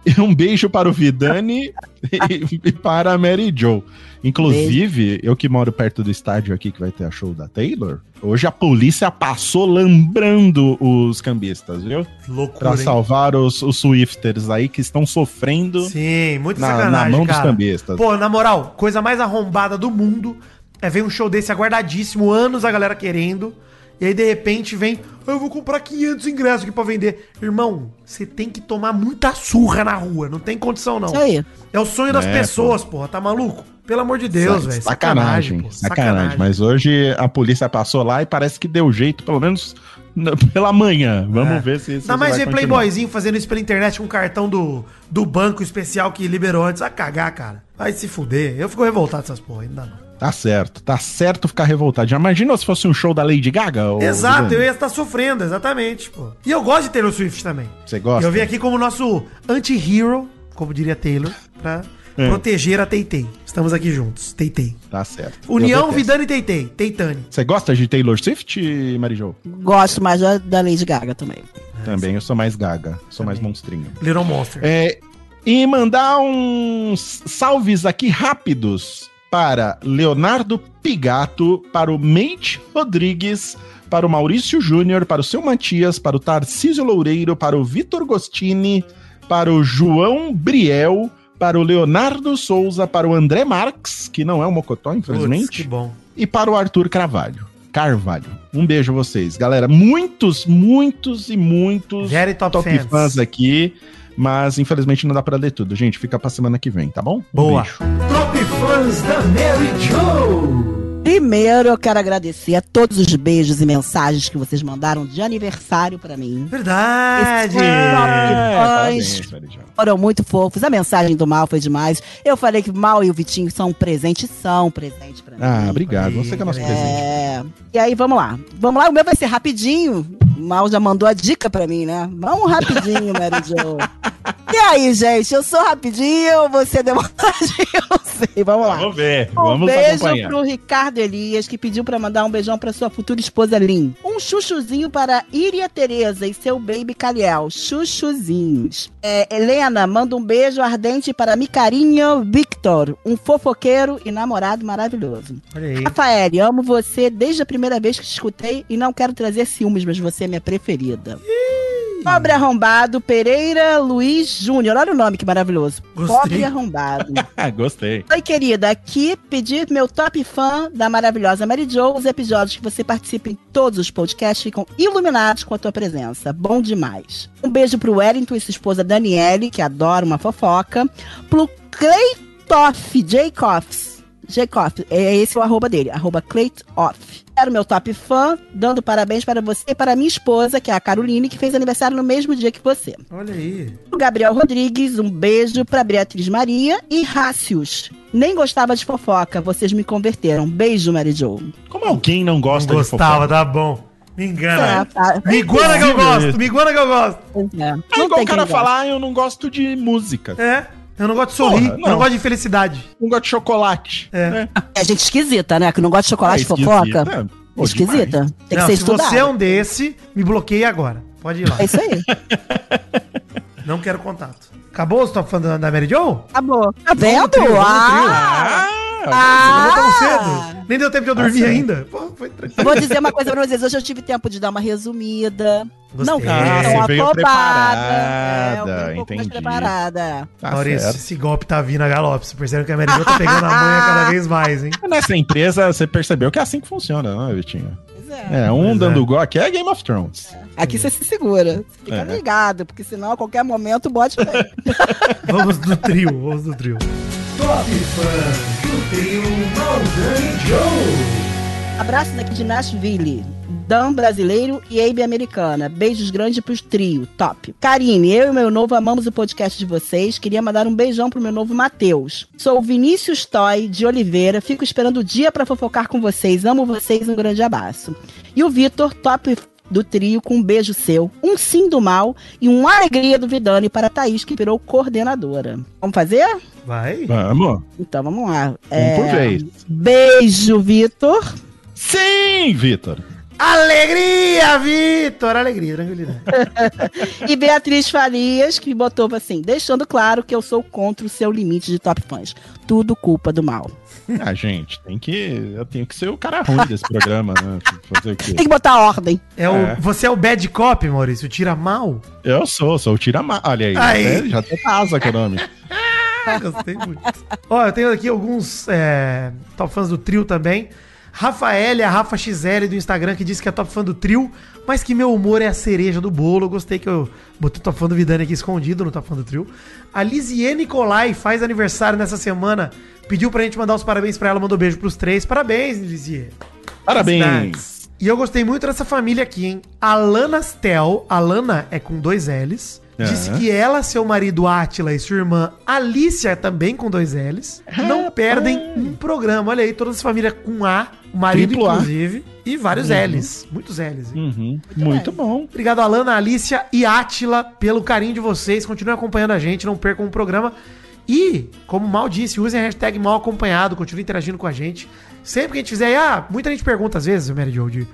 Speaker 2: E um beijo para o Vidani e e para a Mary Joe. Inclusive, eu que moro perto do estádio aqui que vai ter a show da Taylor, hoje a polícia passou lambrando os cambistas, viu? Pra
Speaker 3: Loucura, hein?
Speaker 2: salvar os, os Swifters aí que estão sofrendo
Speaker 3: Sim, muito
Speaker 2: na, na
Speaker 3: sacanagem,
Speaker 2: mão dos
Speaker 3: cara.
Speaker 2: cambistas.
Speaker 3: Pô, na moral, coisa mais arrombada do mundo é ver um show desse aguardadíssimo, anos a galera querendo, e aí de repente vem, "Ah, eu vou comprar 500 ingressos aqui pra vender. Irmão, você tem que tomar muita surra na rua, não tem condição não.
Speaker 4: Isso aí.
Speaker 3: É o sonho das
Speaker 2: É,
Speaker 3: pessoas, porra, tá maluco? Pelo amor de Deus,
Speaker 2: Sa-
Speaker 3: velho.
Speaker 2: Sacanagem,
Speaker 3: pô,
Speaker 2: sacanagem, Mas hoje a polícia passou lá e parece que deu jeito, pelo menos n- pela manhã. Vamos
Speaker 3: É.
Speaker 2: ver se isso
Speaker 3: Ainda mais
Speaker 2: vai
Speaker 3: ver
Speaker 2: continuar.
Speaker 3: Playboyzinho fazendo isso pela internet com o cartão do, do banco especial que liberou antes. A cagar, cara. Vai se fuder. Eu fico revoltado com essas porra, ainda não.
Speaker 2: Tá certo, tá certo ficar revoltado. Já imaginou se fosse um show da Lady Gaga? ô,
Speaker 3: Exato,
Speaker 2: Vidani?
Speaker 3: eu ia estar ofrenda, exatamente, pô. E eu gosto de Taylor Swift também.
Speaker 2: Você gosta?
Speaker 3: Eu vim aqui como nosso anti-hero, como diria Taylor, pra
Speaker 2: É.
Speaker 3: proteger a Teitei. Estamos aqui juntos, Teitei.
Speaker 2: Tá certo.
Speaker 3: União
Speaker 2: Eu detesto.
Speaker 3: Vidani Teitei, Teitane.
Speaker 2: Você gosta de Taylor Swift, Marijou?
Speaker 4: Gosto mais da, da Lady Gaga também.
Speaker 3: É,
Speaker 2: Também, eu sou mais gaga, sou mais monstrinho.
Speaker 3: Little Monster.
Speaker 2: É, e mandar uns salves aqui rápidos para Leonardo Pigato, para o Mente Rodrigues, para o Maurício Júnior, para o seu Matias, para o Tarcísio Loureiro, para o Vitor Gostini, para o João Briel, para o Leonardo Souza, para o André Marques, que não é o Mocotó,
Speaker 3: Putz, que
Speaker 2: infelizmente
Speaker 3: bom.
Speaker 2: e para o Arthur Carvalho. Carvalho. Um beijo a vocês. Galera, muitos, muitos e muitos
Speaker 3: Gere top, fans.
Speaker 2: fãs aqui, mas infelizmente não dá pra ler tudo. Gente, fica pra semana que vem, tá bom? Um
Speaker 3: Boa.
Speaker 2: beijo.
Speaker 1: Top fãs da Mary Joe.
Speaker 4: Primeiro, eu quero agradecer a todos os beijos e mensagens que vocês mandaram de aniversário pra mim.
Speaker 3: Verdade.
Speaker 2: É,
Speaker 4: parabéns.
Speaker 2: parabéns, Marijão.
Speaker 4: Foram muito fofos. A mensagem do Mal foi demais. Eu falei que o Mal e o Vitinho são um presente, são um presente pra mim.
Speaker 2: Ah, obrigado. Você que é nosso
Speaker 3: É.
Speaker 2: presente.
Speaker 4: É. E aí, vamos lá. Vamos lá, o meu vai ser rapidinho. O Mal já mandou a dica pra mim, né? Vamos rapidinho, Mary Jo. E aí, gente? Eu sou rapidinho, você demoradinho, eu sei. Vamos lá.
Speaker 2: ver.
Speaker 4: um beijo pro Ricardo Elias, que pediu pra mandar um beijão pra sua futura esposa Lin. Um chuchuzinho para Iria Tereza e seu baby Caliel. Chuchuzinhos. É, Helena, manda um beijo ardente para Micarinho Victor, um fofoqueiro e namorado maravilhoso.
Speaker 3: Olha aí.
Speaker 4: Rafael, amo você desde a primeira vez que te escutei e não quero trazer ciúmes, mas você é minha preferida. Pobre arrombado, Pereira Luiz Júnior. Olha o nome que maravilhoso.
Speaker 3: Gostei.
Speaker 4: Pobre arrombado.
Speaker 2: Ah, gostei.
Speaker 4: Oi, querida. Aqui pedir meu top fã da maravilhosa Mary Jo. Os episódios que você participa em todos os podcasts ficam iluminados com a tua presença. Bom demais. Um beijo pro Wellington e sua esposa Daniele, que adora uma fofoca. Pro Cleitoff Jacobs. Jacob, é esse o arroba dele, arroba Cleitoff. Era o meu top fã, dando parabéns para você e para minha esposa, que é a Caroline, que fez aniversário no mesmo dia que você.
Speaker 3: Olha aí.
Speaker 4: O Gabriel Rodrigues, um beijo pra Beatriz Maria e Rácios. Nem gostava de fofoca, vocês me converteram. Beijo, Mary Jo.
Speaker 2: Como alguém não gosta
Speaker 3: Não
Speaker 2: de fofoca?
Speaker 3: gostava, tá bom. Me
Speaker 2: É.
Speaker 3: engana.
Speaker 4: tá.
Speaker 3: Me engana que eu
Speaker 2: Impossível
Speaker 3: gosto,
Speaker 2: né? isso.
Speaker 3: me engana que eu gosto.
Speaker 4: É,
Speaker 2: É
Speaker 4: não
Speaker 2: igual
Speaker 4: tem
Speaker 2: o cara
Speaker 4: quem goste.
Speaker 2: falar, "Ah, eu não gosto de música,
Speaker 3: É. Eu não gosto de sorrir,
Speaker 2: Porra,
Speaker 3: eu não
Speaker 2: não.
Speaker 3: gosto de felicidade.
Speaker 2: não gosto de chocolate.
Speaker 3: É.
Speaker 2: né?
Speaker 4: É gente esquisita, né? Que não gosta de chocolate
Speaker 2: É
Speaker 4: e fofoca. É
Speaker 2: esquisita. Pô,
Speaker 4: esquisita.
Speaker 2: demais.
Speaker 4: Tem que
Speaker 3: não,
Speaker 4: ser
Speaker 3: se você é
Speaker 4: estudado.
Speaker 3: um desse, me bloqueia agora. Pode ir lá.
Speaker 4: É isso aí.
Speaker 3: Não quero contato. Acabou o Top Fã da da Mary Joe?
Speaker 4: Acabou. Tá
Speaker 2: É
Speaker 3: Vamos pro trio,
Speaker 4: vendo?
Speaker 3: vamos pro
Speaker 4: Ah!
Speaker 2: Ah,
Speaker 3: Não tão
Speaker 4: Ah!
Speaker 3: cedo. Nem deu tempo de
Speaker 2: Tá
Speaker 3: eu dormir ainda. Pô, foi tranquilo.
Speaker 4: Vou dizer uma coisa pra vocês. Hoje eu tive tempo de dar uma resumida. Não fui
Speaker 3: Ah,
Speaker 4: tão
Speaker 2: você veio
Speaker 4: afobada. É, eu
Speaker 2: preparada,
Speaker 4: vim um pouco mais
Speaker 2: entendi.
Speaker 4: preparada.
Speaker 2: Tá
Speaker 3: Maurício,
Speaker 2: certo.
Speaker 3: esse golpe tá vindo a galope. Você percebe que a Mary Jo tá pegando a manha cada vez mais, hein?
Speaker 2: Nessa empresa, você percebeu que é assim que funciona, não é, Vitinho?
Speaker 4: Pois é.
Speaker 2: É, um
Speaker 3: Pois é.
Speaker 2: dando gol aqui é Game of Thrones.
Speaker 4: Aqui você se segura. Fica
Speaker 2: É.
Speaker 4: ligado, porque senão a qualquer momento o bote vem.
Speaker 3: Vamos do trio, vamos do trio.
Speaker 1: Top fãs do trio Maldani Joe.
Speaker 4: Abraços aqui de Nashville. Dan brasileiro e Abe americana. Beijos grandes pros trio. Top. Karine, eu e meu novo amamos o podcast de vocês. Queria mandar um beijão pro meu novo Matheus. Sou o Vinícius Toy de Oliveira. Fico esperando o dia pra fofocar com vocês. Amo vocês. Um grande abraço. E o Vitor, top do trio, com um beijo seu, um sim do mal e uma alegria do Vidani para a Thaís, que virou coordenadora. Vamos fazer?
Speaker 3: Vai.
Speaker 2: Vamos, um
Speaker 4: Então vamos lá.
Speaker 2: por
Speaker 4: É,
Speaker 2: vez.
Speaker 4: Beijo, Vitor.
Speaker 2: Sim, Vitor.
Speaker 3: Alegria, Vitor! Alegria, tranquilidade.
Speaker 4: E Beatriz Farias, que botou assim, deixando claro que eu sou contra o seu limite de top fãs. Tudo culpa do mal.
Speaker 2: Ah, gente, tem que. Eu tenho que ser o cara ruim desse programa, né? Fazer o quê?
Speaker 4: Tem que botar ordem.
Speaker 3: É o,
Speaker 2: É.
Speaker 3: Você é o bad cop, Maurício? Tira mal?
Speaker 2: Eu sou, sou o Tiramar. Olha aí,
Speaker 3: Aí.
Speaker 2: até- já até casa com o nome.
Speaker 3: Gostei muito. Ó, eu tenho aqui alguns é, top fãs do trio também. Rafael, a Rafa XL do Instagram, que disse que é top fã do trio, mas que meu humor é a cereja do bolo. Eu gostei que eu botei o top fã do Vidani aqui escondido no top fã do trio. A Lisiane Nicolai faz aniversário nessa semana. Pediu pra gente mandar os parabéns pra ela, mandou beijo pros três. Parabéns, Lisiane.
Speaker 2: Parabéns.
Speaker 3: Felicidades. E eu gostei muito dessa família aqui, hein? Alana Stel. Alana é com dois L's. Disse que ela, seu marido Átila e sua irmã Alicia, também com dois L's, não perdem um programa. Olha aí, todas as famílias com A, o marido
Speaker 2: Triplo A.
Speaker 3: inclusive, e vários L's. Muitos L's. hein?
Speaker 2: Uhum, Muito bom.
Speaker 3: Obrigado, Alana, Alicia e Átila, pelo carinho de vocês. Continuem acompanhando a gente, não percam o programa. E, como mal disse, usem a hashtag mal acompanhado, continuem interagindo com a gente. Sempre que a gente fizer, ah, muita gente pergunta às vezes, Mary Jo, de,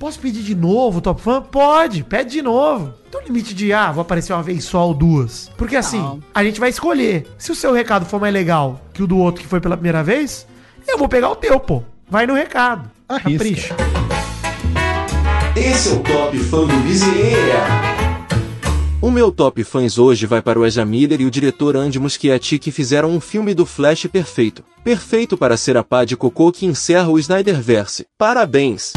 Speaker 3: posso pedir de novo o Top Fan? Pode, pede de novo. Não Tem um limite de, ah, vou aparecer uma vez só ou duas. Porque assim,
Speaker 4: Não.
Speaker 3: a gente vai escolher. Se o seu recado for mais legal que o do outro que foi pela primeira vez, eu vou pegar o teu, pô. Vai no recado.
Speaker 2: Arrisca.
Speaker 3: Capricha.
Speaker 7: Esse é o Top Fã do Lisieira. O meu Top Fãs hoje vai para o Ezra Miller e o diretor Andy Muschietti que fizeram um filme do Flash perfeito. Perfeito para ser a pá de cocô que encerra o Snyderverse. Parabéns!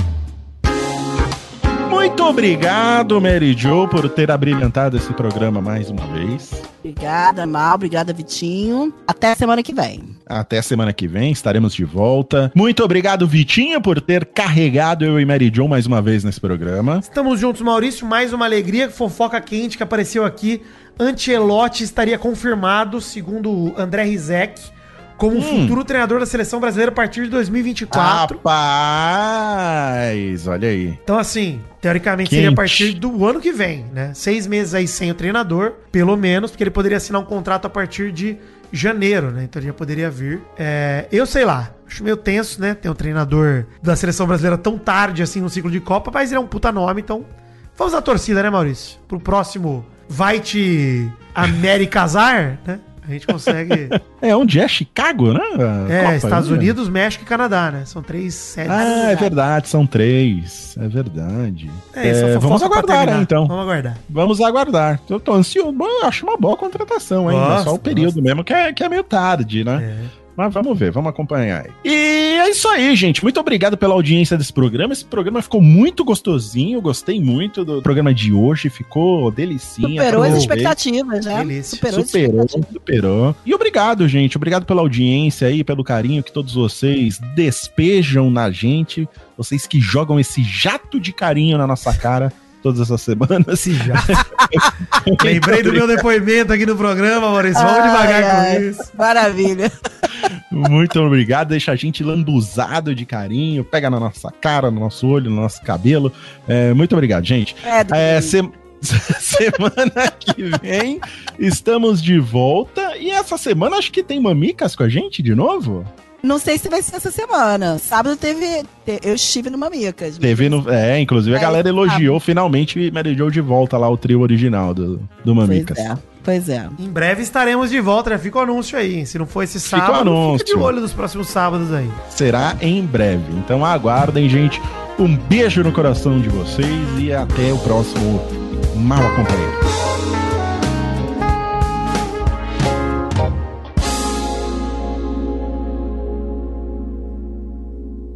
Speaker 2: Muito obrigado, Mary Jo, por ter abrilhantado esse programa mais uma vez.
Speaker 4: Obrigada, Mal. Obrigada, Vitinho. Até semana que vem.
Speaker 2: Até semana que vem, estaremos de volta. Muito obrigado, Vitinho, por ter carregado eu e Mary Jo mais uma vez nesse programa.
Speaker 3: Estamos juntos, Maurício. Mais uma alegria, fofoca quente que apareceu aqui. Ancelotti estaria confirmado, segundo André Rizek, como futuro treinador da seleção brasileira a partir de 2024.
Speaker 2: Rapaz, olha aí.
Speaker 3: Então, assim, teoricamente seria a
Speaker 2: Quente.
Speaker 3: partir do ano que vem, né? Seis meses aí sem o treinador, pelo menos, porque ele poderia assinar um contrato a partir de janeiro, né? Então ele já poderia vir. É, eu sei lá, acho meio tenso, né? Ter um treinador da seleção brasileira tão tarde assim no ciclo de Copa, mas ele é um puta nome, então. Vamos à torcida, né, Maurício? Pro próximo Vai te Americazar, né? A gente consegue.
Speaker 2: É onde é Chicago, né? A
Speaker 3: É,
Speaker 2: Copa,
Speaker 3: Estados
Speaker 2: né?
Speaker 3: Unidos, México e Canadá, né? São três sedes.
Speaker 2: Ah, é verdade, são três. É verdade.
Speaker 3: só
Speaker 2: É,
Speaker 3: fofoca
Speaker 2: vamos
Speaker 3: pra
Speaker 2: aguardar,
Speaker 3: terminar.
Speaker 2: né, então.
Speaker 3: Vamos aguardar.
Speaker 2: Vamos aguardar. Eu tô ansioso. Bom, Eu acho uma boa contratação, hein?
Speaker 3: Gosto,
Speaker 2: É Só o período mesmo, que é, que é meio tarde, né? Mas vamos ver, vamos acompanhar aí. E é isso aí, gente. Muito obrigado pela audiência desse programa. Esse programa ficou muito gostosinho. Gostei muito do programa de hoje. Ficou delicinha.
Speaker 4: Superou as
Speaker 2: Aproveitei.
Speaker 4: expectativas, né?
Speaker 3: É, Delícia.
Speaker 4: Superou,
Speaker 2: Superou,
Speaker 4: as expectativas.
Speaker 2: superou. E obrigado, gente. Obrigado pela audiência aí, pelo carinho que todos vocês despejam na gente. Vocês que jogam esse jato de carinho na nossa cara todas essas semanas.
Speaker 3: Esse já. Lembrei do meu depoimento aqui no programa, Maurício. Vamos
Speaker 4: Ai,
Speaker 3: devagar com
Speaker 4: ai.
Speaker 3: isso.
Speaker 4: Maravilha.
Speaker 2: Muito obrigado. Deixa a gente lambuzado de carinho. Pega na nossa cara, no nosso olho, no nosso cabelo. É, muito obrigado, gente.
Speaker 4: É, do
Speaker 2: É, se- Semana que vem estamos de volta. E essa semana acho que tem mamicas com a gente de novo?
Speaker 4: Não sei se vai ser essa semana. Sábado teve. te- eu estive no Mamicas.
Speaker 2: Teve no. É, inclusive a
Speaker 4: É,
Speaker 2: galera
Speaker 4: tá.
Speaker 2: elogiou finalmente Mary Jo de volta lá, o trio original do, do
Speaker 4: Pois
Speaker 2: Mamicas.
Speaker 4: é. Pois é.
Speaker 3: Em breve estaremos de volta, já fica o anúncio aí. Se não for esse
Speaker 2: o
Speaker 3: sábado,
Speaker 2: anúncio.
Speaker 3: fica de olho nos próximos sábados aí.
Speaker 2: Será em breve. Então aguardem, gente. Um beijo no coração de vocês e até o próximo Mal Acompanhado.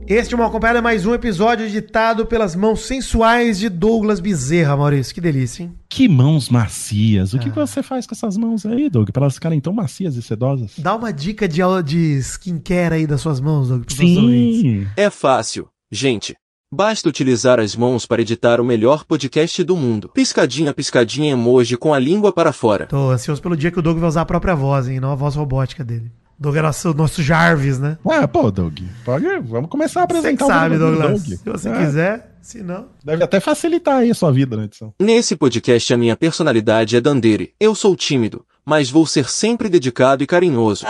Speaker 3: Este Mal Acompanhado é mais um episódio editado pelas mãos sensuais de Douglas Bezerra, Maurício. Que delícia, hein?
Speaker 2: Que mãos macias. O que
Speaker 3: Ah.
Speaker 2: você faz com essas mãos aí, Doug? Pra elas ficarem tão macias e sedosas?
Speaker 3: Dá uma dica de, de skincare aí das suas mãos, Douglas. pros nossos ouvintes.
Speaker 2: Sim.
Speaker 7: É fácil, gente. Basta utilizar as mãos para editar o melhor podcast do mundo. Piscadinha, piscadinha, emoji com a língua para fora.
Speaker 3: Tô ansioso pelo dia que o Douglas vai usar a própria voz, hein? Não a voz robótica dele. Doug é nosso, nosso Jarvis, né?
Speaker 2: Ah, pô, Doug. Pode, vamos começar a
Speaker 3: Você que
Speaker 2: apresentar
Speaker 3: sabe,
Speaker 2: programa do
Speaker 3: Douglas. Se você
Speaker 2: Ah,
Speaker 3: quiser, se não.
Speaker 2: Deve até facilitar aí a sua vida né, na edição.
Speaker 7: Nesse podcast a minha personalidade é Dandere. Eu sou tímido, mas vou ser sempre dedicado e carinhoso.